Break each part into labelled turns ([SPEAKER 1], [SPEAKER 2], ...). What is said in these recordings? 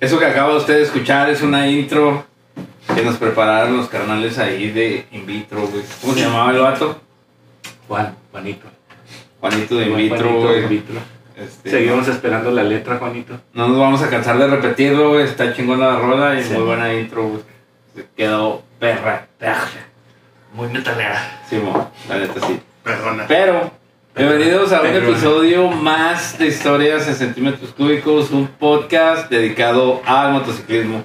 [SPEAKER 1] Eso que acaba usted de escuchar es una intro que nos prepararon los carnales ahí de In Vitro, güey. ¿Cómo se llamaba el vato?
[SPEAKER 2] Juan, Juanito.
[SPEAKER 1] Juanito de In
[SPEAKER 2] Juan
[SPEAKER 1] Vitro,
[SPEAKER 2] Juanito de In
[SPEAKER 1] güey.
[SPEAKER 2] vitro.
[SPEAKER 1] Este,
[SPEAKER 2] Seguimos esperando la letra, Juanito.
[SPEAKER 1] No nos vamos a cansar de repetirlo, güey. Está chingona la rola y
[SPEAKER 2] Sí.
[SPEAKER 1] muy buena intro, güey. Se quedó perra, perra.
[SPEAKER 3] Muy metalera.
[SPEAKER 1] Simón, la neta sí.
[SPEAKER 3] Perdona.
[SPEAKER 1] Pero, bienvenidos a un
[SPEAKER 2] Pero-
[SPEAKER 1] episodio más de Historias en Centímetros Cúbicos, un podcast dedicado al motociclismo.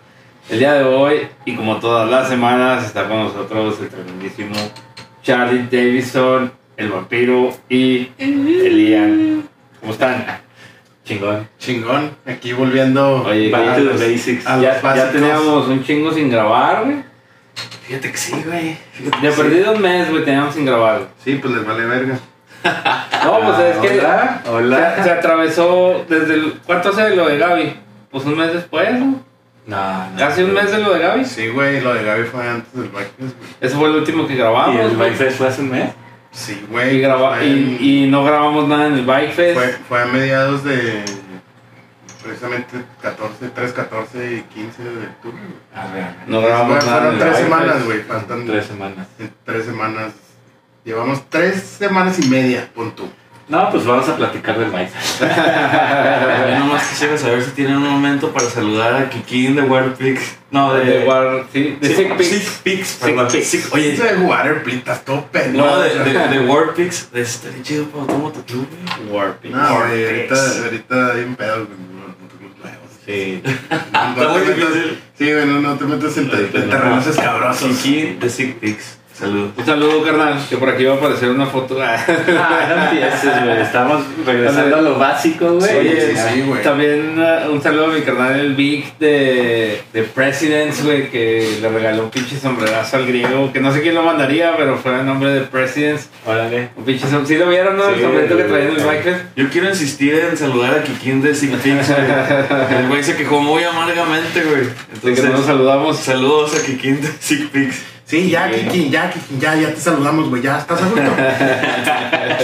[SPEAKER 1] El día de hoy, y como todas las semanas, está con nosotros el tremendísimo Charlie Davidson, el vampiro y el Ian. ¿Cómo están?
[SPEAKER 2] Chingón.
[SPEAKER 3] Chingón. Aquí volviendo.
[SPEAKER 1] Oye,
[SPEAKER 2] Back
[SPEAKER 3] a
[SPEAKER 2] to
[SPEAKER 3] los-
[SPEAKER 2] the basics.
[SPEAKER 3] a
[SPEAKER 1] Ya, ya
[SPEAKER 3] los básicos.
[SPEAKER 1] teníamos un chingo sin grabar, güey.
[SPEAKER 3] Fíjate que sí, güey. Fíjate
[SPEAKER 1] De
[SPEAKER 3] que sí.
[SPEAKER 1] perdido un mes, güey, teníamos sin grabar. güey.
[SPEAKER 3] Sí, pues les vale verga. Ah,
[SPEAKER 1] No, pues es que
[SPEAKER 2] Hola, hola.
[SPEAKER 1] Se, se atravesó desde el... ¿Cuánto hace de lo de Gaby? Pues un mes después, ¿no?
[SPEAKER 2] No, no.
[SPEAKER 1] Casi un mes de lo de Gaby.
[SPEAKER 3] Sí, güey. Lo de Gaby fue antes del Backfest, güey.
[SPEAKER 1] Ese fue el último que
[SPEAKER 2] ¿Y
[SPEAKER 1] grabamos.
[SPEAKER 2] el
[SPEAKER 1] güey.
[SPEAKER 2] Bike Fest fue hace un mes?
[SPEAKER 3] Sí,
[SPEAKER 1] Y,
[SPEAKER 3] güey.
[SPEAKER 1] graba-
[SPEAKER 3] fue en-
[SPEAKER 1] y, y no grabamos nada en el Bike Fest.
[SPEAKER 3] Fue, fue a mediados de. Precisamente 14, 3, 14 y 15 de octubre, güey.
[SPEAKER 2] A ver,
[SPEAKER 1] No grabamos
[SPEAKER 3] Fue-
[SPEAKER 1] nada.
[SPEAKER 3] Fueron
[SPEAKER 1] en el
[SPEAKER 3] tres
[SPEAKER 1] Bike
[SPEAKER 3] semanas,
[SPEAKER 1] Fest.
[SPEAKER 3] güey. Faltan
[SPEAKER 2] tres semanas.
[SPEAKER 3] eh, tres semanas. Llevamos tres semanas y media, pon tú.
[SPEAKER 2] No, pues vamos a platicar del Bike Fest.
[SPEAKER 4] Yo nomás quisiera saber si tienen un momento para saludar a Kikín de Warpix. No, de,
[SPEAKER 1] De War- sí, de
[SPEAKER 4] Sí,
[SPEAKER 1] Sick Pics.
[SPEAKER 4] Sick Pics, perdón.
[SPEAKER 1] Pics.
[SPEAKER 4] Sick- oye,
[SPEAKER 3] Eso de jugar plitas todo pendejo.
[SPEAKER 4] no, de, de, de Warpix. de- Estaría chido para tu motoclub, güey.
[SPEAKER 1] Warping.
[SPEAKER 3] No, güey,
[SPEAKER 4] Vortex.
[SPEAKER 3] ahorita, ahorita hay un pedo con los motociclos nuevos.
[SPEAKER 2] Sí.
[SPEAKER 3] No Ah, te
[SPEAKER 4] Está muy
[SPEAKER 3] metas-
[SPEAKER 4] difícil.
[SPEAKER 3] Sí, güey, no, no te metas en, te- en terrenos escabrosos.
[SPEAKER 4] Kikín de Sick Pics. Saludos.
[SPEAKER 1] Un saludo, carnal. Que por aquí va a aparecer una foto.
[SPEAKER 2] Ah, no empieces, güey. Estamos regresando a lo básico, güey.
[SPEAKER 3] Oye, sí, güey.
[SPEAKER 1] También uh, un saludo a mi carnal el Vic de, de Presidents, güey, que le regaló un pinche sombrerazo al griego, que no sé quién lo mandaría, pero fue a nombre de Presidents.
[SPEAKER 2] Órale.
[SPEAKER 1] Un pinche som- ¿Sí lo vieron, no? el
[SPEAKER 2] Sí,
[SPEAKER 1] sombrero que
[SPEAKER 2] el-
[SPEAKER 1] traía en el Bikefest.
[SPEAKER 4] Yo quiero insistir en saludar a Kikín de Sick Pics. güey. El güey se quejó muy amargamente, güey.
[SPEAKER 1] Así que
[SPEAKER 4] Entonces,
[SPEAKER 1] nos saludamos.
[SPEAKER 4] saludos a Kikín de Sick Pics.
[SPEAKER 3] Sí, ya,
[SPEAKER 1] Sí.
[SPEAKER 3] Kiki, ya, Kiki, ya, ya te saludamos, güey, ya estás a gusto.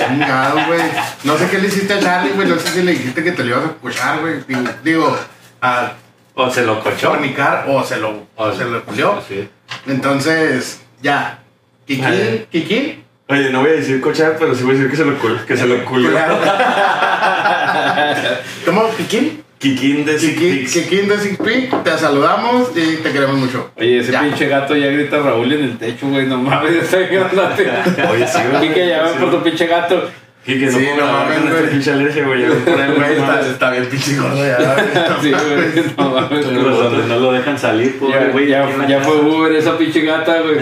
[SPEAKER 3] Chingado, güey. No sé qué le hiciste a Charlie, güey, no sé si le dijiste que te lo ibas a escuchar, güey. Digo, digo, a
[SPEAKER 2] O se lo cochó.
[SPEAKER 3] fornicar o se lo, o se lo culió.
[SPEAKER 2] Sí.
[SPEAKER 3] Entonces, ya. Kiki,
[SPEAKER 4] Ay.
[SPEAKER 3] Kiki.
[SPEAKER 4] Oye, no voy a decir cochar, pero sí voy a decir que se lo cul- que se lo culió.
[SPEAKER 3] ¿Cómo, Kiki?
[SPEAKER 4] Kikín de Sick
[SPEAKER 3] Kiki,
[SPEAKER 4] Pics.
[SPEAKER 3] Kiki de Six Pick, te saludamos y te queremos mucho.
[SPEAKER 1] Oye, ese
[SPEAKER 3] Ya.
[SPEAKER 1] pinche gato ya grita Raúl en el techo, güey, no mames, está grandote.
[SPEAKER 4] Oye, sí, güey.
[SPEAKER 1] Así que ya ven
[SPEAKER 4] Sí,
[SPEAKER 1] por
[SPEAKER 4] güey.
[SPEAKER 1] tu pinche gato.
[SPEAKER 4] Quique, no
[SPEAKER 3] Sí,
[SPEAKER 4] puedo
[SPEAKER 3] no
[SPEAKER 4] grabar
[SPEAKER 3] mames,
[SPEAKER 4] con esta
[SPEAKER 3] güey.
[SPEAKER 4] pinche alergia, güey.
[SPEAKER 3] Güey, está, está bien pinche gordo ya.
[SPEAKER 1] Sí, güey, no mames.
[SPEAKER 2] Los donde no lo dejan salir, pobre
[SPEAKER 1] Ya,
[SPEAKER 2] güey.
[SPEAKER 1] ya-
[SPEAKER 2] aquí en la
[SPEAKER 1] ya
[SPEAKER 2] casa.
[SPEAKER 1] fue Uber esa pinche gata, güey.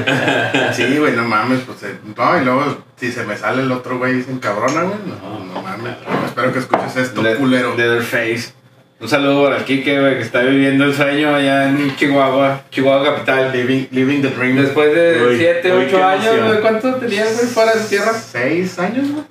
[SPEAKER 3] Sí, güey, no mames, pues eh, no, y luego si se me sale el otro güey y se encabrona, güey, no, no mames. Espero que escuches esto,
[SPEAKER 1] Le-
[SPEAKER 3] culero.
[SPEAKER 1] Leatherface. Un saludo para Kike, güey, que está viviendo el sueño allá en Chihuahua, Chihuahua capital.
[SPEAKER 3] Living, living the dream.
[SPEAKER 1] Después de
[SPEAKER 2] Uy,
[SPEAKER 1] 7,
[SPEAKER 2] uy, qué
[SPEAKER 1] 8 años,
[SPEAKER 2] emoción.
[SPEAKER 1] güey, ¿cuánto tenías, güey, fuera de tierra?
[SPEAKER 3] ¿Seis años, güey?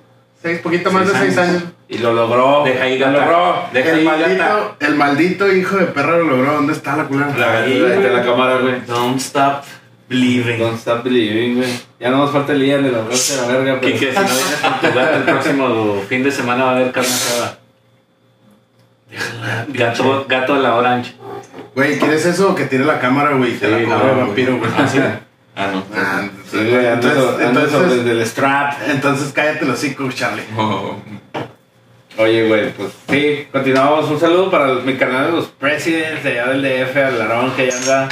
[SPEAKER 3] Seis, poquito más
[SPEAKER 2] Seis
[SPEAKER 3] de seis
[SPEAKER 2] años.
[SPEAKER 3] años.
[SPEAKER 1] Y lo logró.
[SPEAKER 2] Deja ahí,
[SPEAKER 1] lo
[SPEAKER 2] gata.
[SPEAKER 1] logró.
[SPEAKER 2] Deja
[SPEAKER 3] el,
[SPEAKER 2] ahí, gata.
[SPEAKER 3] maldito, el maldito hijo de perra lo logró. ¿Dónde está la culera?
[SPEAKER 1] La gata
[SPEAKER 4] Ahí,
[SPEAKER 1] de
[SPEAKER 4] güey.
[SPEAKER 1] la cámara, güey.
[SPEAKER 4] Don't stop believing.
[SPEAKER 1] Don't stop believing, güey. Ya no nos falta el Ian de la raza de la verga, pero.
[SPEAKER 2] Quique, si no vienes con tu gato el próximo fin de semana va a haber carne asada. Gato, gato a la orange.
[SPEAKER 3] Güey, ¿quieres eso? Que tire la cámara, güey. Que la
[SPEAKER 2] Sí,
[SPEAKER 3] cobre
[SPEAKER 2] no,
[SPEAKER 3] el
[SPEAKER 2] güey.
[SPEAKER 3] vampiro, güey.
[SPEAKER 4] Ah, sí. Ah, no.
[SPEAKER 3] Ah,
[SPEAKER 1] Sí, güey, ando so-
[SPEAKER 3] entonces,
[SPEAKER 1] ando sobre
[SPEAKER 3] entonces,
[SPEAKER 1] el del strap.
[SPEAKER 3] entonces cállate los cinco, Charlie.
[SPEAKER 4] Oh.
[SPEAKER 1] Oye, güey, pues sí, continuamos. Un saludo para mi canal de los presidents de allá del DF, al Larón, que ya anda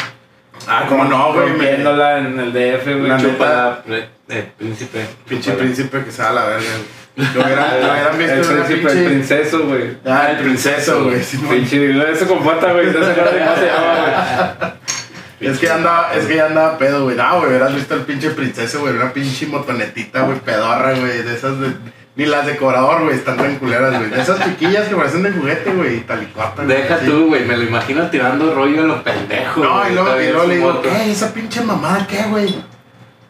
[SPEAKER 3] Ah, cómo no, güey. me-
[SPEAKER 1] rompiéndola en el DF,
[SPEAKER 3] La
[SPEAKER 1] güey.
[SPEAKER 3] neta,
[SPEAKER 2] Chupada, pre- eh, príncipe.
[SPEAKER 3] Pinche
[SPEAKER 2] Chúpala.
[SPEAKER 3] príncipe que se da la verga. güey. Lo hubieran, lo hubieran
[SPEAKER 1] Ah, El
[SPEAKER 3] visto en una
[SPEAKER 1] príncipe, el
[SPEAKER 3] pinche.
[SPEAKER 1] princeso, güey.
[SPEAKER 3] Ah, el princeso, güey. sí, güey.
[SPEAKER 1] Pinche, no, eso con pata, güey. No se acuerda de cómo se llama,
[SPEAKER 3] Es que anda, es que ya andaba pedo, güey. Ah, güey, hubieras visto al pinche princeso, güey. Una pinche motonetita, güey, pedorra, güey. De esas de. Ni las de cobrador, güey, están tan culeras, güey. De esas chiquillas que parecen de juguete, güey, y talicota, güey,
[SPEAKER 2] Deja
[SPEAKER 3] así.
[SPEAKER 2] tú, güey. Me lo imagino tirando rollo a los pendejos.
[SPEAKER 3] No,
[SPEAKER 2] güey,
[SPEAKER 3] y luego,
[SPEAKER 2] todavía
[SPEAKER 3] y luego
[SPEAKER 2] en
[SPEAKER 3] le
[SPEAKER 2] su
[SPEAKER 3] digo,
[SPEAKER 2] moto.
[SPEAKER 3] ¿qué? ¿Esa pinche mamada qué, güey?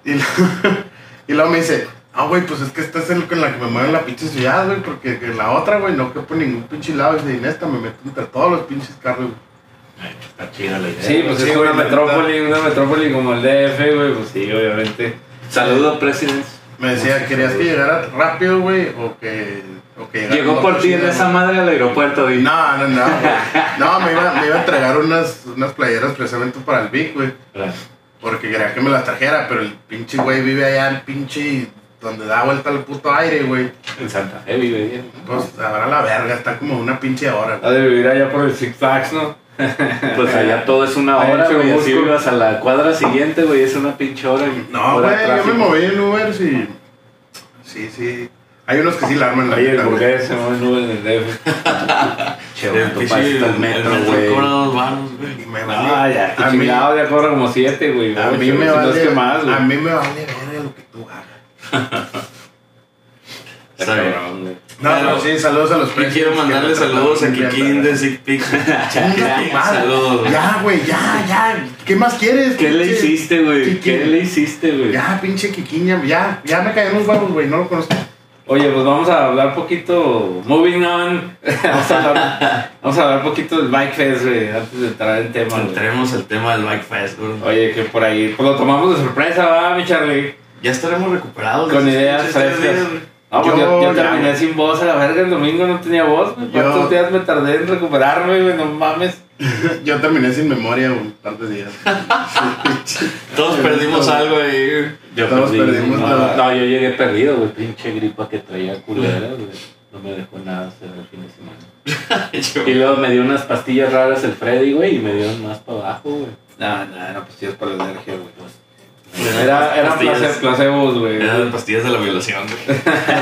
[SPEAKER 3] Y, luego- y luego me dice, ah, güey, pues es que esta es el con la que me mueven la pinche ciudad, güey, porque en la otra, güey, no quepo en ningún pinche lado. Y dice, en esta me meto entre todos los pinches carros, güey.
[SPEAKER 2] Está chida la idea.
[SPEAKER 1] Sí, pues
[SPEAKER 3] Sí,
[SPEAKER 1] es
[SPEAKER 3] güey,
[SPEAKER 1] una
[SPEAKER 3] la
[SPEAKER 1] metrópoli, una metrópoli como el DF, güey. Pues sí, obviamente.
[SPEAKER 2] Saludos, presidente.
[SPEAKER 3] Me decía, ¿querías que llegara rápido, güey? O que, Ok, era
[SPEAKER 2] Llegó
[SPEAKER 3] como
[SPEAKER 2] por ti en
[SPEAKER 3] cocina,
[SPEAKER 2] esa
[SPEAKER 3] güey.
[SPEAKER 2] madre al aeropuerto, güey.
[SPEAKER 3] No, no, no, güey. No, me iba, me iba a entregar unas, unas playeras precisamente para el Vic, güey. Porque quería que me las trajera, pero el pinche güey vive allá en pinche. donde da vuelta el puto aire, güey.
[SPEAKER 1] En Santa Fe vive bien.
[SPEAKER 3] Pues ahora la verga, está como una pinche hora,
[SPEAKER 1] Ha
[SPEAKER 3] güey.
[SPEAKER 1] de vivir allá por el Six Flags, ¿no?
[SPEAKER 2] Pues allá todo es una
[SPEAKER 1] Ahí
[SPEAKER 2] hora,
[SPEAKER 1] se
[SPEAKER 2] güey. Así
[SPEAKER 1] busco.
[SPEAKER 2] ibas a la cuadra siguiente, güey. Es una pinche hora. y
[SPEAKER 3] No,
[SPEAKER 2] hora
[SPEAKER 3] güey,
[SPEAKER 2] de
[SPEAKER 3] yo me
[SPEAKER 2] tráfico.
[SPEAKER 3] moví en Uber, sí. Sí, sí. Hay unos que sí la arman la
[SPEAKER 1] Oye, el
[SPEAKER 3] neta, güey.
[SPEAKER 1] burgués se mueve en nube en el DF.
[SPEAKER 2] Che, güey, tú pasaste al metro,
[SPEAKER 4] cobra
[SPEAKER 2] güey.
[SPEAKER 4] dos varos, güey.
[SPEAKER 3] Y me
[SPEAKER 1] No,
[SPEAKER 3] vale.
[SPEAKER 1] ya,
[SPEAKER 3] a
[SPEAKER 1] que
[SPEAKER 3] mí,
[SPEAKER 1] chingado, ya cobra como siete, güey.
[SPEAKER 3] a
[SPEAKER 1] ocho,
[SPEAKER 3] mí
[SPEAKER 1] si
[SPEAKER 3] me
[SPEAKER 1] no es
[SPEAKER 3] vale.
[SPEAKER 1] que más, güey.
[SPEAKER 3] a mí me vale verga lo que tú hagas.
[SPEAKER 4] Está bien.
[SPEAKER 1] Cabrón, güey.
[SPEAKER 3] No,
[SPEAKER 4] Pero-
[SPEAKER 3] pero sí, saludos a los
[SPEAKER 4] Y
[SPEAKER 3] precios.
[SPEAKER 4] quiero mandarle saludos a Kikín de Sick Pics.
[SPEAKER 3] Saludos.
[SPEAKER 4] Saludos.
[SPEAKER 3] Ya, güey, ya, ya. ¿Qué más quieres?
[SPEAKER 2] ¿Qué le
[SPEAKER 3] pinche?
[SPEAKER 2] hiciste, güey?
[SPEAKER 3] Kikín.
[SPEAKER 2] ¿Qué le hiciste, güey?
[SPEAKER 3] Ya, pinche Kikín, ya, ya, ya me caen los huevos, güey, no lo conozco.
[SPEAKER 1] Oye, pues vamos a hablar poquito. Moving on. vamos, a hablar, vamos a hablar poquito del Bike Fest, güey, antes de entrar en tema, güey.
[SPEAKER 4] Entremos al tema del Bike Fest, güey.
[SPEAKER 1] Oye, que por ahí. Pues lo tomamos de sorpresa, va, mi Charlie.
[SPEAKER 4] Ya estaremos recuperados.
[SPEAKER 1] Con
[SPEAKER 4] de esos
[SPEAKER 1] ideas
[SPEAKER 4] pinches tres
[SPEAKER 1] frescas.
[SPEAKER 4] días, güey.
[SPEAKER 1] No, pues
[SPEAKER 3] Yo
[SPEAKER 1] yo, yo
[SPEAKER 3] ya,
[SPEAKER 1] terminé
[SPEAKER 3] güey.
[SPEAKER 1] sin voz a la verga el domingo, no tenía voz, güey.
[SPEAKER 3] Yo-
[SPEAKER 1] ¿Cuántos días me tardé en recuperarme, güey? No mames.
[SPEAKER 3] Yo terminé sin memoria un par de días.
[SPEAKER 4] Todos perdimos algo ahí. güey.
[SPEAKER 2] Yo
[SPEAKER 3] Todos
[SPEAKER 2] perdí.
[SPEAKER 3] perdimos
[SPEAKER 2] no,
[SPEAKER 3] la-
[SPEAKER 2] no, yo llegué perdido, güey. Pinche gripa que traía culera, güey. No me dejó nada hacer el fin de semana.
[SPEAKER 4] Yo-
[SPEAKER 2] Y luego me dio unas pastillas raras el Freddy, güey, y me dieron más para abajo, güey.
[SPEAKER 1] No, no, no, pues sí es para la energía, güey.
[SPEAKER 4] Eran
[SPEAKER 1] Era, eran
[SPEAKER 4] pues, pastillas. Ah.
[SPEAKER 1] place- placebos, güey.
[SPEAKER 4] Eran pastillas de la violación, güey.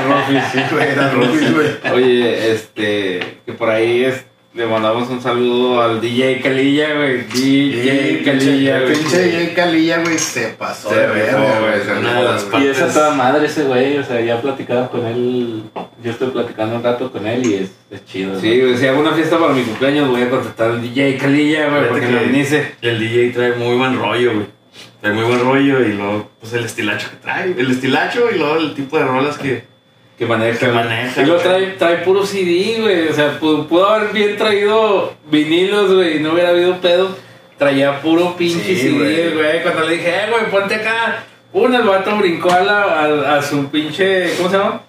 [SPEAKER 3] Rufis, sí, güey, era Rufis, güey.
[SPEAKER 1] Oye, este, que por ahí es- le mandamos un saludo al DJ Calilla, güey. DJ Calilla, güey.
[SPEAKER 3] Pinche DJ Calilla, güey, se pasó
[SPEAKER 1] Se
[SPEAKER 3] de
[SPEAKER 1] rifó,
[SPEAKER 3] verga,
[SPEAKER 1] güey,
[SPEAKER 3] güey.
[SPEAKER 1] se
[SPEAKER 4] Una de las
[SPEAKER 3] güey.
[SPEAKER 2] Y
[SPEAKER 4] partes.
[SPEAKER 2] es a toda madre ese güey, o sea, ya he platicado con él, yo estoy platicando un rato con él y es, es chido. ¿no?
[SPEAKER 1] Sí, güey, si hago una fiesta para mi cumpleaños voy a contratar al DJ Calilla, güey,
[SPEAKER 4] Fíjate
[SPEAKER 1] porque
[SPEAKER 4] que-
[SPEAKER 1] lo dice.
[SPEAKER 4] El DJ trae muy buen rollo, güey. Trae muy buen rollo y luego, pues el estilacho que trae. El estilacho y luego el tipo de rolas que.
[SPEAKER 1] Que maneja.
[SPEAKER 4] Que
[SPEAKER 1] güey.
[SPEAKER 4] maneja,
[SPEAKER 1] Y lo
[SPEAKER 4] güey.
[SPEAKER 1] trae, trae puro CD, güey. O sea, pu- pudo haber bien traído vinilos, güey, y no hubiera habido pedo. Traía puro pinche
[SPEAKER 3] Sí,
[SPEAKER 1] CD,
[SPEAKER 3] güey.
[SPEAKER 1] güey. Cuando le dije, eh, güey, ponte acá. Uno, el vato brincó a, la, a, a su pinche, ¿cómo se llama?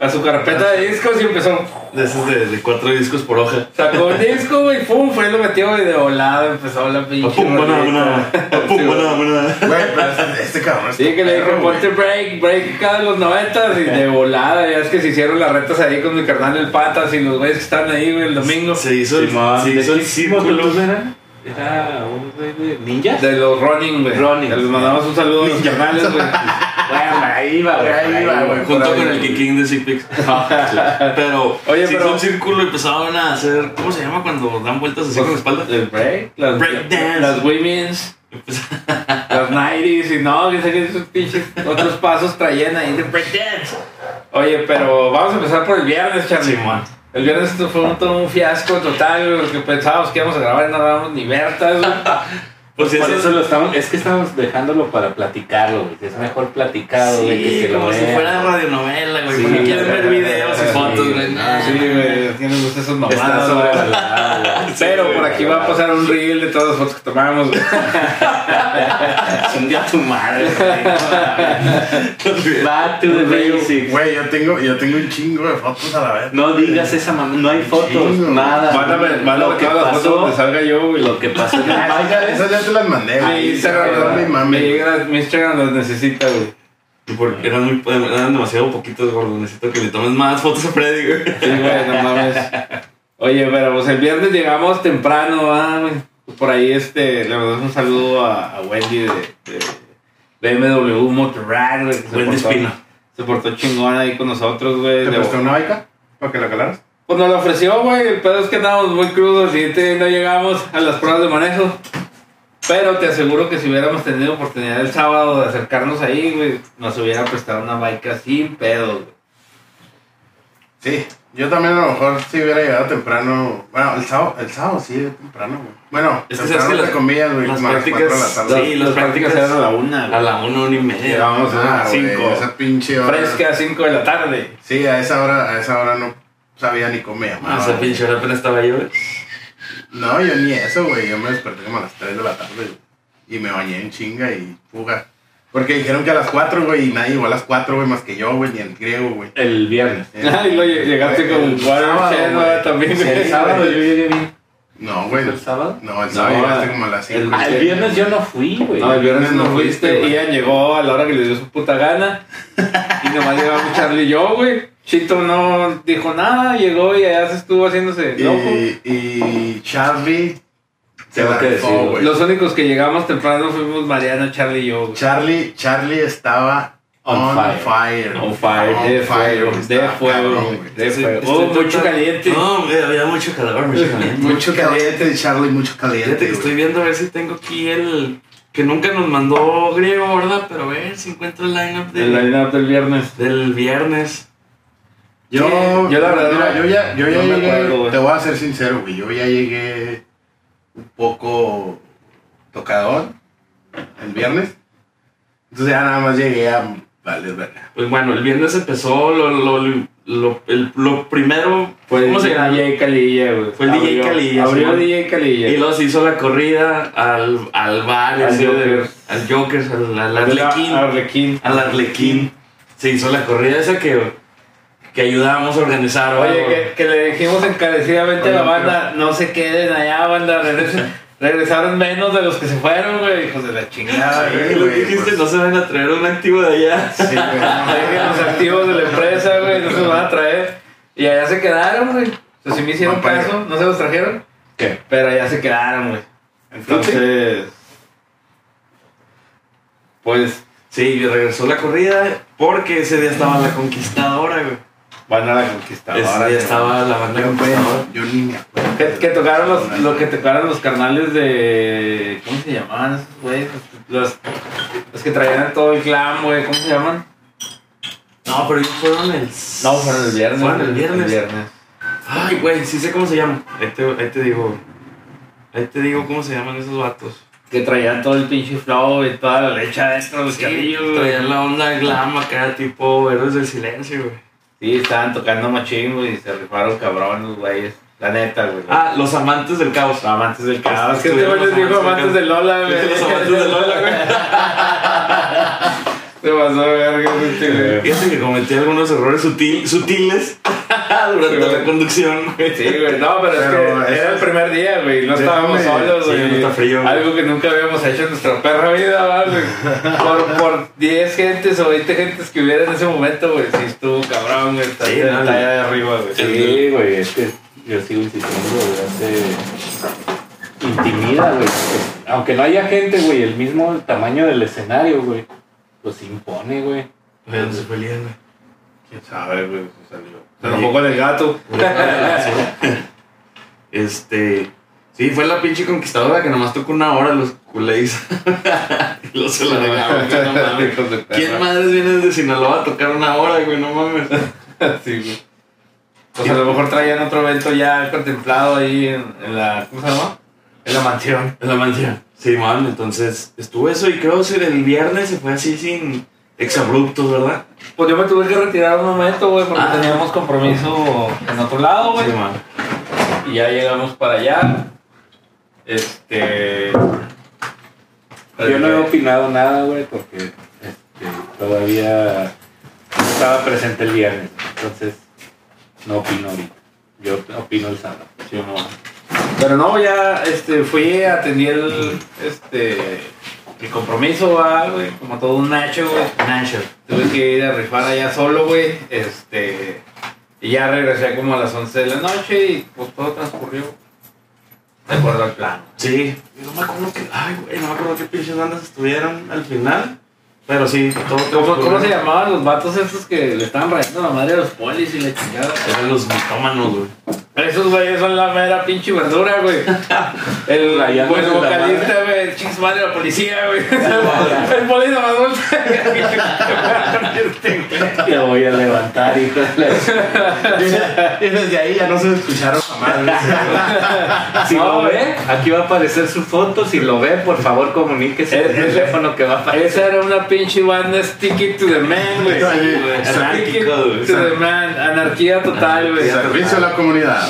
[SPEAKER 1] A su carpeta de discos y empezó.
[SPEAKER 4] De esos de, de cuatro discos por hoja.
[SPEAKER 1] Sacó un disco, güey, pum, fue y lo metió, güey, de volada. Empezó la pinche.
[SPEAKER 4] Pum, buena, buena.
[SPEAKER 1] rolita.
[SPEAKER 4] Pum, buena, buena.
[SPEAKER 3] Güey, pero este cabrón está
[SPEAKER 1] Sí, que le dije,
[SPEAKER 3] perro, güey.
[SPEAKER 1] ponte break, break acá de los 90 y de volada. Ya es que se hicieron las retas ahí con mi carnal el Patas y los güeyes que están ahí, güey, el domingo.
[SPEAKER 4] Se hizo el,
[SPEAKER 1] Simón,
[SPEAKER 4] se hizo el
[SPEAKER 2] ¿Cómo que
[SPEAKER 4] círculo.
[SPEAKER 2] tú eran? Era un güey de ninjas.
[SPEAKER 1] De los Running, güey.
[SPEAKER 2] Running.
[SPEAKER 1] Que Les mandamos un saludo a los carnales, güey.
[SPEAKER 2] Bueno, ahí va,
[SPEAKER 3] Por ahí va, güey.
[SPEAKER 4] Junto
[SPEAKER 3] Por ahí,
[SPEAKER 4] con el
[SPEAKER 3] güey.
[SPEAKER 4] Kikín de Sick Pics. Pero
[SPEAKER 1] Oye,
[SPEAKER 4] se
[SPEAKER 1] pero-
[SPEAKER 4] hizo un círculo y empezaron a hacer. ¿Cómo se llama cuando dan vueltas así con la espalda?
[SPEAKER 1] El break, las,
[SPEAKER 4] Break dance.
[SPEAKER 1] las women's,
[SPEAKER 4] Empezaron-
[SPEAKER 1] las 90s y no, que sé que esos pinches otros pasos traían ahí de break dance. Oye, pero vamos a empezar por el viernes, Charlie.
[SPEAKER 4] Simón.
[SPEAKER 1] El viernes esto fue un, todo un fiasco total, güey, porque pensábamos que íbamos a grabar y no grabamos ni Bertas, güey.
[SPEAKER 4] Pues
[SPEAKER 2] Por
[SPEAKER 4] eso-
[SPEAKER 2] eso lo estamos, es que estamos dejándolo para platicarlo, güey. Es mejor platicado, güey, que
[SPEAKER 4] Sí,
[SPEAKER 2] que lo
[SPEAKER 4] como si
[SPEAKER 2] vean.
[SPEAKER 4] fuera radionovela, güey.
[SPEAKER 2] Sí,
[SPEAKER 4] porque quieren
[SPEAKER 2] güey.
[SPEAKER 4] ver videos y
[SPEAKER 1] Sí,
[SPEAKER 4] fotos, güey. Ah, Nah.
[SPEAKER 1] Sí, güey, tienen ustedes esas
[SPEAKER 2] Está
[SPEAKER 1] mamadas, güey.
[SPEAKER 2] sobrevalorado, güey.
[SPEAKER 1] Pero por aquí va a
[SPEAKER 2] pues,
[SPEAKER 1] pasar un reel de todas las fotos que tomamos, güey.
[SPEAKER 2] un día tu madre, güey. Va to the basics.
[SPEAKER 3] Güey, yo tengo, yo tengo un chingo de fotos a la vez.
[SPEAKER 2] No digas esa mamá, no hay fotos,
[SPEAKER 3] Chingo.
[SPEAKER 2] nada.
[SPEAKER 1] Van a ver, van a
[SPEAKER 2] lo
[SPEAKER 1] ver
[SPEAKER 2] que
[SPEAKER 1] todas las fotos donde
[SPEAKER 2] pasó,
[SPEAKER 1] salga yo, güey.
[SPEAKER 2] lo que pasó en el
[SPEAKER 3] Ah, esas-
[SPEAKER 2] baile.
[SPEAKER 3] Esas ya te las mandé,
[SPEAKER 1] Mi
[SPEAKER 3] güey.
[SPEAKER 1] Instagram,
[SPEAKER 3] Instagram, mi
[SPEAKER 1] güey, me
[SPEAKER 3] mami.
[SPEAKER 1] llega- mi Instagram las necesita, güey.
[SPEAKER 4] Y Porque eran, muy, eran demasiado poquitos, gordo. Necesito que le tomes más fotos a Freddy, güey.
[SPEAKER 1] Sí, güey, no mames. Oye, pero pues el viernes llegamos temprano, ¿va, güey. Por ahí, este, le mandamos un saludo a, a Wendy de, de BMW Motorrad, güey. que se
[SPEAKER 4] Wendy
[SPEAKER 1] portó-
[SPEAKER 4] Espino.
[SPEAKER 1] Se portó chingón ahí con nosotros, güey.
[SPEAKER 3] ¿Te
[SPEAKER 1] Le-
[SPEAKER 3] prestó una baica? ¿Para que la calaras?
[SPEAKER 1] Pues nos la ofreció, güey. El pedo es que andábamos muy crudos y no llegamos a las pruebas de manejo. Pero te aseguro que si hubiéramos tenido oportunidad el sábado de acercarnos ahí, güey, nos hubiera prestado una bike sin pedo, güey.
[SPEAKER 3] Sí, yo también a lo mejor si hubiera llegado temprano. Bueno, el sábado, el sábado sí, llegué temprano, güey. Bueno,
[SPEAKER 4] Es que
[SPEAKER 3] temprano
[SPEAKER 4] sabes que
[SPEAKER 3] entre
[SPEAKER 4] las-
[SPEAKER 3] comillas, güey,
[SPEAKER 4] las
[SPEAKER 3] como a las
[SPEAKER 4] prácticas-
[SPEAKER 3] 4 de la tarde.
[SPEAKER 4] Sí, las prácticas
[SPEAKER 1] eran a la una,
[SPEAKER 4] A
[SPEAKER 1] güey.
[SPEAKER 4] la una, una y media.
[SPEAKER 1] Llegábamos a
[SPEAKER 3] Ah,
[SPEAKER 1] las
[SPEAKER 3] güey,
[SPEAKER 1] cinco.
[SPEAKER 3] Esa pinche hora.
[SPEAKER 1] Fresca a cinco de la tarde.
[SPEAKER 3] Sí, a esa hora, a esa hora no sabía ni cómo me llamaba,
[SPEAKER 4] A esa
[SPEAKER 3] güey.
[SPEAKER 4] pinche hora apenas estaba yo, güey.
[SPEAKER 3] No, yo ni eso, güey. Yo me desperté como a las 3 de la tarde, güey. Y me bañé en chinga y fuga. Porque dijeron que a las 4, güey, y nadie llegó a las 4, güey, más que yo, güey, ni el griego, güey.
[SPEAKER 2] El viernes.
[SPEAKER 3] Eh,
[SPEAKER 1] y luego llegaste
[SPEAKER 3] el
[SPEAKER 1] con
[SPEAKER 3] sábado,
[SPEAKER 1] Warren
[SPEAKER 3] güey.
[SPEAKER 1] también.
[SPEAKER 3] Sí,
[SPEAKER 2] El
[SPEAKER 1] güey.
[SPEAKER 2] sábado
[SPEAKER 3] güey.
[SPEAKER 2] yo llegué bien.
[SPEAKER 3] No, güey.
[SPEAKER 2] ¿Fue el sábado?
[SPEAKER 3] No, el sábado
[SPEAKER 1] No,
[SPEAKER 3] llegaste como a las
[SPEAKER 1] el-
[SPEAKER 3] 5.
[SPEAKER 2] Ah, el viernes yo no fui, güey.
[SPEAKER 1] No, el viernes no
[SPEAKER 3] No
[SPEAKER 1] fuiste.
[SPEAKER 3] fuiste, güey.
[SPEAKER 1] Ian llegó a la hora que le dio su puta gana. Y nomás llegamos Charlie y yo, güey. Chito no dijo nada, llegó y allá se estuvo haciéndose loco.
[SPEAKER 3] Y, y Charlie se
[SPEAKER 2] Tengo
[SPEAKER 3] la
[SPEAKER 2] que
[SPEAKER 3] rifó,
[SPEAKER 2] decirlo.
[SPEAKER 3] güey.
[SPEAKER 1] Los únicos que llegamos temprano fuimos Mariano, Charlie y yo, güey.
[SPEAKER 3] Charlie, Charlie estaba
[SPEAKER 2] On
[SPEAKER 3] on,
[SPEAKER 2] fire.
[SPEAKER 3] fire.
[SPEAKER 1] On fire, de fuego,
[SPEAKER 3] güey,
[SPEAKER 1] de
[SPEAKER 3] estaba
[SPEAKER 1] fuego,
[SPEAKER 3] cabrón, güey.
[SPEAKER 1] de
[SPEAKER 5] Estoy-
[SPEAKER 1] fuego.
[SPEAKER 5] estoy
[SPEAKER 1] Oh, mucho
[SPEAKER 5] total-
[SPEAKER 1] caliente.
[SPEAKER 5] este, No, güey, había mucho calor, mucho caliente.
[SPEAKER 3] Mucho caliente, Charlie, mucho
[SPEAKER 5] Fíjate
[SPEAKER 3] caliente.
[SPEAKER 5] que estoy
[SPEAKER 3] güey.
[SPEAKER 5] viendo a ver si tengo aquí el que nunca nos mandó griego, ¿verdad? Pero a ver si encuentro el lineup de-
[SPEAKER 1] El line-up del viernes.
[SPEAKER 5] del viernes.
[SPEAKER 3] Yo,
[SPEAKER 1] Yo la verdad
[SPEAKER 3] mira,
[SPEAKER 1] no-
[SPEAKER 3] yo ya, yo ya
[SPEAKER 1] no me
[SPEAKER 3] llegué,
[SPEAKER 1] acuerdo, güey.
[SPEAKER 3] te voy a ser sincero, güey, yo ya llegué un poco tocador el viernes. Entonces ya nada más llegué a vale, verga.
[SPEAKER 5] Pues bueno, el viernes empezó lo, lo, lo, lo- el- lo primero.
[SPEAKER 1] Fue
[SPEAKER 5] ¿Cómo
[SPEAKER 1] el
[SPEAKER 5] se llama?
[SPEAKER 1] DJ Calilla, güey.
[SPEAKER 5] Fue el DJ
[SPEAKER 1] Abrió-
[SPEAKER 5] Calilla,
[SPEAKER 1] Abrió
[SPEAKER 5] Simón.
[SPEAKER 1] DJ Calilla.
[SPEAKER 5] Y luego se hizo la corrida al, al bar,
[SPEAKER 1] Al
[SPEAKER 5] así de-
[SPEAKER 1] Joker.
[SPEAKER 5] al Joker, al, al
[SPEAKER 1] Abrió a-
[SPEAKER 5] Arlequín.
[SPEAKER 1] Arlequín.
[SPEAKER 5] Al Arlequín. Se hizo la corrida esa que, que ayudábamos a organizar.
[SPEAKER 3] Ah,
[SPEAKER 1] Oye,
[SPEAKER 5] ¿verdad?
[SPEAKER 1] que, que le dijimos encarecidamente a la banda, no se queden allá, banda, regresen. Regresaron menos de los que se fueron, güey, hijos de la chingada.
[SPEAKER 3] Sí,
[SPEAKER 1] güey.
[SPEAKER 5] Y lo que
[SPEAKER 3] güey,
[SPEAKER 5] dijiste,
[SPEAKER 3] pues.
[SPEAKER 5] no se van a traer un activo de allá.
[SPEAKER 3] Sí, güey.
[SPEAKER 1] Dejen los activos de la empresa, güey, no se los van a traer. Y allá se quedaron, güey. O sea, sí me hicieron
[SPEAKER 3] No, pero-
[SPEAKER 1] caso, no se los trajeron,
[SPEAKER 2] ¿Qué?
[SPEAKER 1] pero allá se quedaron, güey. Entonces, pues,
[SPEAKER 5] Sí, y regresó la corrida porque ese día estaba la conquistadora, güey.
[SPEAKER 1] van a la conquistadora.
[SPEAKER 5] Ese día
[SPEAKER 1] güey.
[SPEAKER 5] estaba la banda
[SPEAKER 3] Yo, güey,
[SPEAKER 5] conquistadora.
[SPEAKER 3] yo ni me acuerdo.
[SPEAKER 1] Que, que tocaron los, lo que tocaron los carnales de. ¿Cómo se llamaban esos güeyes? Los, los que traían todo el clan, güey. ¿Cómo se llaman?
[SPEAKER 5] No, pero ellos fueron el.
[SPEAKER 1] No, fueron el viernes.
[SPEAKER 5] Fueron el
[SPEAKER 1] güey,
[SPEAKER 5] viernes. Ay, güey, sí sé cómo se llaman. Ahí te, ahí te digo. Ahí te digo cómo se llaman esos vatos.
[SPEAKER 1] Que traían todo el pinche flow y toda la leche adentro, los
[SPEAKER 5] Sí, pues,
[SPEAKER 1] chavillos, güey.
[SPEAKER 5] traían la onda glam acá, tipo héroes del silencio, güey.
[SPEAKER 1] Sí, estaban tocando machín, güey. Y se rifaron cabrón los güeyes. La neta, güey.
[SPEAKER 5] Ah, los amantes del caos.
[SPEAKER 1] Los amantes del caos.
[SPEAKER 5] Es
[SPEAKER 1] que
[SPEAKER 5] que
[SPEAKER 1] este güey
[SPEAKER 5] tuvieron
[SPEAKER 1] les dijo
[SPEAKER 5] los
[SPEAKER 1] amantes
[SPEAKER 5] amantes
[SPEAKER 1] de Lola, güey.
[SPEAKER 5] Los amantes de Lola, Este güey.
[SPEAKER 1] Se pasó, verga, pinche, güey.
[SPEAKER 5] Fíjate que cometí algunos errores sutil- sutiles
[SPEAKER 1] Sí,
[SPEAKER 5] durante
[SPEAKER 1] güey.
[SPEAKER 5] la conducción, güey.
[SPEAKER 1] Sí, güey, no, pero,
[SPEAKER 3] Pero
[SPEAKER 1] es que era
[SPEAKER 3] eso-
[SPEAKER 1] el primer día, güey, no
[SPEAKER 3] Déjame-
[SPEAKER 1] estábamos solos,
[SPEAKER 5] Sí,
[SPEAKER 1] güey.
[SPEAKER 5] no está frío, güey.
[SPEAKER 1] Algo que nunca habíamos hecho en nuestra perra vida, ¿va, güey. Por, por 10 gentes o 20 gentes que hubiera en ese momento, güey, sí estuvo cabrón, güey, está
[SPEAKER 5] Sí,
[SPEAKER 1] está
[SPEAKER 5] no,
[SPEAKER 1] allá de arriba, güey.
[SPEAKER 2] Sí, güey, es que yo sigo insistiendo, güey, hace... Intimida, güey. porque Aunque no haya gente, güey, el mismo tamaño del escenario, güey, pues impone, güey.
[SPEAKER 5] Güey, ¿dónde se fue el día, güey?
[SPEAKER 3] ¿Quién sabe, güey? se salió.
[SPEAKER 1] Se enojó con el gato.
[SPEAKER 5] Este. Sí, fue la pinche conquistadora que nomás tocó una hora los culés. y los se la regaron, güey, no mames.
[SPEAKER 1] Hijos de perra.
[SPEAKER 5] ¿Quién madres viene desde Sinaloa a tocar una hora, güey? No mames.
[SPEAKER 1] Sí, güey. O sea, a lo mejor traían otro evento ya contemplado ahí en, en la. ¿Cómo se llama? En la mansión.
[SPEAKER 5] En la mansión. Sí, man, entonces estuvo eso y creo que el viernes se fue así sin exabruptos, ¿verdad?
[SPEAKER 1] Pues yo me tuve que retirar un momento, güey, porque
[SPEAKER 5] Ah.
[SPEAKER 1] teníamos compromiso en otro lado, güey.
[SPEAKER 5] Sí, man.
[SPEAKER 1] y ya llegamos para allá. Este.
[SPEAKER 2] Yo no he opinado nada, güey, porque este, todavía no estaba presente el viernes, entonces no opino ahorita. Yo opino el sábado.
[SPEAKER 1] Sí, no. Pero no, ya este, fui, atendí el, este, el compromiso, va, güey, como todo un Nacho, güey.
[SPEAKER 5] Nacho.
[SPEAKER 1] Tuve que ir a rifar allá solo, güey. Este. Y ya regresé como a las 11 de la noche y pues todo transcurrió de acuerdo al plan.
[SPEAKER 5] Sí. No me acuerdo que. Ay, güey, no me acuerdo qué pinches bandas estuvieron al final. Pero sí, todo.
[SPEAKER 1] ¿Cómo, cómo
[SPEAKER 5] transcurrió.
[SPEAKER 1] se llamaban los vatos estos que le estaban rayando la madre a los polis y la chingada?
[SPEAKER 5] Eran los mitómanos, güey.
[SPEAKER 1] Esos güeyes son la mera pinche verdura, güey. El, el
[SPEAKER 2] Rayando la
[SPEAKER 1] vocalista, güey, el chingos madre de la policía, güey. El poli nomás voltea.
[SPEAKER 2] Te voy a levantar, hijo de la-
[SPEAKER 3] Y desde ahí ya no se escucharon jamás. güey.
[SPEAKER 2] Si
[SPEAKER 1] No,
[SPEAKER 2] lo
[SPEAKER 1] güey.
[SPEAKER 2] ve, aquí va a aparecer su foto. Si lo ve, por favor, comuníquese
[SPEAKER 1] Es-
[SPEAKER 2] el
[SPEAKER 1] es-
[SPEAKER 2] teléfono que va a aparecer.
[SPEAKER 1] Esa era una pinche banda stick it to the man, güey.
[SPEAKER 3] Sí, güey.
[SPEAKER 1] Stick it
[SPEAKER 5] Anárquico, güey.
[SPEAKER 1] to the man. Anarquía total, güey.
[SPEAKER 3] Servicio a la comunidad.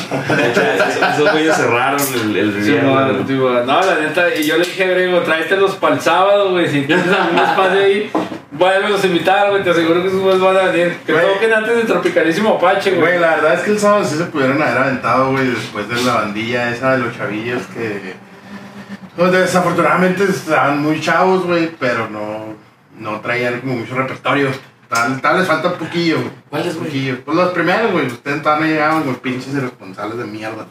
[SPEAKER 4] Esos güeyes cerraron el, el
[SPEAKER 1] Sí,
[SPEAKER 4] Riviera,
[SPEAKER 1] no,
[SPEAKER 4] güey.
[SPEAKER 1] tipo, no, la neta, y yo le dije, Grego, tráetelos para el sábado, güey. Si tienes algún espacio ahí, vuélvelos a invitar, güey. Te aseguro que esos güeyes van a venir. Que
[SPEAKER 3] Güey.
[SPEAKER 1] toquen antes de Tropicalísimo Apache,
[SPEAKER 3] Güey,
[SPEAKER 1] güey.
[SPEAKER 3] la verdad es que el sábado sí se pudieron haber aventado, güey, después de la bandilla esa de los chavillos que. pues, desafortunadamente estaban muy chavos, güey, pero no, no traían como mucho repertorio. Tal, tal les falta un poquillo, güey.
[SPEAKER 4] ¿Cuáles, güey?
[SPEAKER 3] Poquillo. Pues los primeros, güey, ustedes todavía no llegaban los pinches irresponsables de mierda.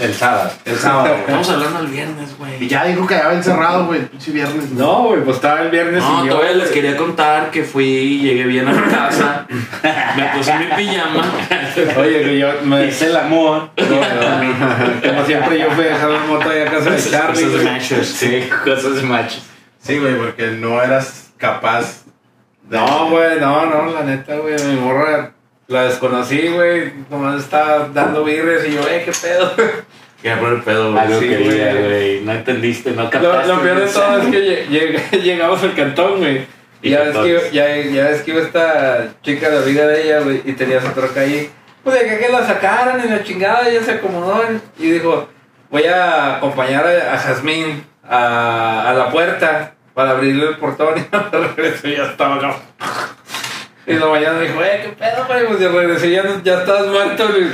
[SPEAKER 2] El sábado.
[SPEAKER 3] El sábado, güey.
[SPEAKER 4] Estamos hablando el viernes, güey.
[SPEAKER 3] Y ya dijo que había encerrado, güey, el pinche viernes.
[SPEAKER 1] No, güey, pues estaba el viernes
[SPEAKER 4] No,
[SPEAKER 1] y yo.
[SPEAKER 4] todavía les quería contar que fui, llegué bien a mi casa, me puse mi pijama.
[SPEAKER 1] Oye, que yo me.
[SPEAKER 2] Es el amor.
[SPEAKER 1] Como siempre, yo fui a dejar la moto allá a casa de Charlie.
[SPEAKER 4] Esos
[SPEAKER 1] güey.
[SPEAKER 4] machos.
[SPEAKER 2] Sí, cosas de machos.
[SPEAKER 3] Sí, güey, porque no eras capaz. de-
[SPEAKER 1] No, güey, no, no, la neta, güey, mi morra la desconocí, güey. Nomás estaba dando birres y yo, eh, qué pedo.
[SPEAKER 4] Quería poner pedo, güey.
[SPEAKER 2] Algo
[SPEAKER 1] Sí,
[SPEAKER 2] que diga,
[SPEAKER 1] güey.
[SPEAKER 2] Ah, güey. No entendiste, no
[SPEAKER 1] Lo,
[SPEAKER 2] captaste.
[SPEAKER 1] lo peor de todo es que lle- lleg- llegamos al cantón, güey. Y
[SPEAKER 2] Y
[SPEAKER 1] ya ves, que,
[SPEAKER 2] cantones.
[SPEAKER 1] ya, ya ves que iba esta chica, la amiga de ella, güey, y tenía su troca ahí. Pues de que, que la sacaran y la chingada, ella se acomodó y y dijo, voy a acompañar a, a Jazmín a, a la puerta para abrirle el portón y cuando regresó ya estaba acá. Y la mañana dijo, eh, qué pedo, güey, pues yo regresé, ya, no- ya estás muerto, güey.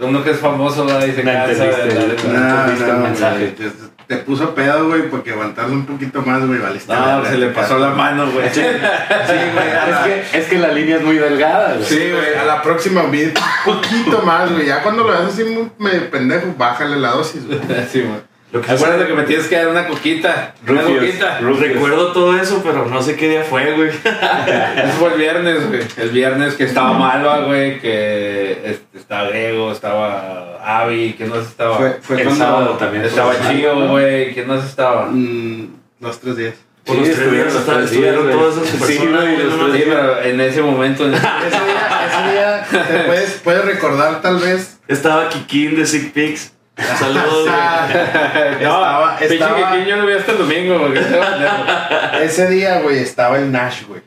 [SPEAKER 1] Uno que es famoso, ¿verdad? Y se
[SPEAKER 2] No
[SPEAKER 1] cansa de
[SPEAKER 2] entendiste,
[SPEAKER 1] la-
[SPEAKER 2] güey.
[SPEAKER 3] No, no,
[SPEAKER 2] entendiste el
[SPEAKER 3] güey,
[SPEAKER 2] mensaje.
[SPEAKER 3] Te, te puso pedo, güey, porque aguantarlo un poquito más, güey, valiste.
[SPEAKER 1] No,
[SPEAKER 3] verga.
[SPEAKER 1] se le pasó la mano, güey.
[SPEAKER 3] Sí, güey, a la-
[SPEAKER 2] Es que, es que la línea es muy delgada, güey.
[SPEAKER 3] Sí, güey, a la próxima un poquito más, güey. Ya cuando lo haces así muy medio pendejo, bájale la dosis, güey.
[SPEAKER 1] Sí, güey.
[SPEAKER 4] Lo que
[SPEAKER 1] Acuérdate que me tienes que dar una coquita. Una
[SPEAKER 2] Rufius,
[SPEAKER 1] coquita.
[SPEAKER 2] Rufius.
[SPEAKER 4] Recuerdo todo eso, pero no sé qué día fue, güey.
[SPEAKER 1] Eso fue el viernes, güey. El viernes que estaba Malva, güey. Que este, estaba Grego, estaba Avi. ¿Quién más estaba?
[SPEAKER 3] Fue, fue
[SPEAKER 2] el
[SPEAKER 3] cuando-
[SPEAKER 2] sábado también.
[SPEAKER 1] estaba
[SPEAKER 2] fue-
[SPEAKER 1] Chío, güey. ¿Quién más estaba?
[SPEAKER 3] Mm, los tres días.
[SPEAKER 4] Por los tres
[SPEAKER 2] estuvieron
[SPEAKER 4] días,
[SPEAKER 2] los tres
[SPEAKER 4] estuvieron
[SPEAKER 2] días,
[SPEAKER 4] todas
[SPEAKER 2] güey.
[SPEAKER 4] esas
[SPEAKER 2] Sí,
[SPEAKER 4] personas,
[SPEAKER 2] güey,
[SPEAKER 4] güey,
[SPEAKER 2] los
[SPEAKER 4] no
[SPEAKER 2] tres
[SPEAKER 1] Sí,
[SPEAKER 4] mames.
[SPEAKER 1] pero en ese momento. en-
[SPEAKER 3] Ese día, ese día, te puedes, puedes recordar tal vez.
[SPEAKER 4] Estaba Kikín de Sick Pigs. Saludos, güey.
[SPEAKER 3] Ah,
[SPEAKER 1] No,
[SPEAKER 3] Estaba-
[SPEAKER 1] pinche
[SPEAKER 3] estaba-
[SPEAKER 1] Kikín, yo lo vi hasta el domingo, güey.
[SPEAKER 3] ese día, güey, estaba el Nash, güey.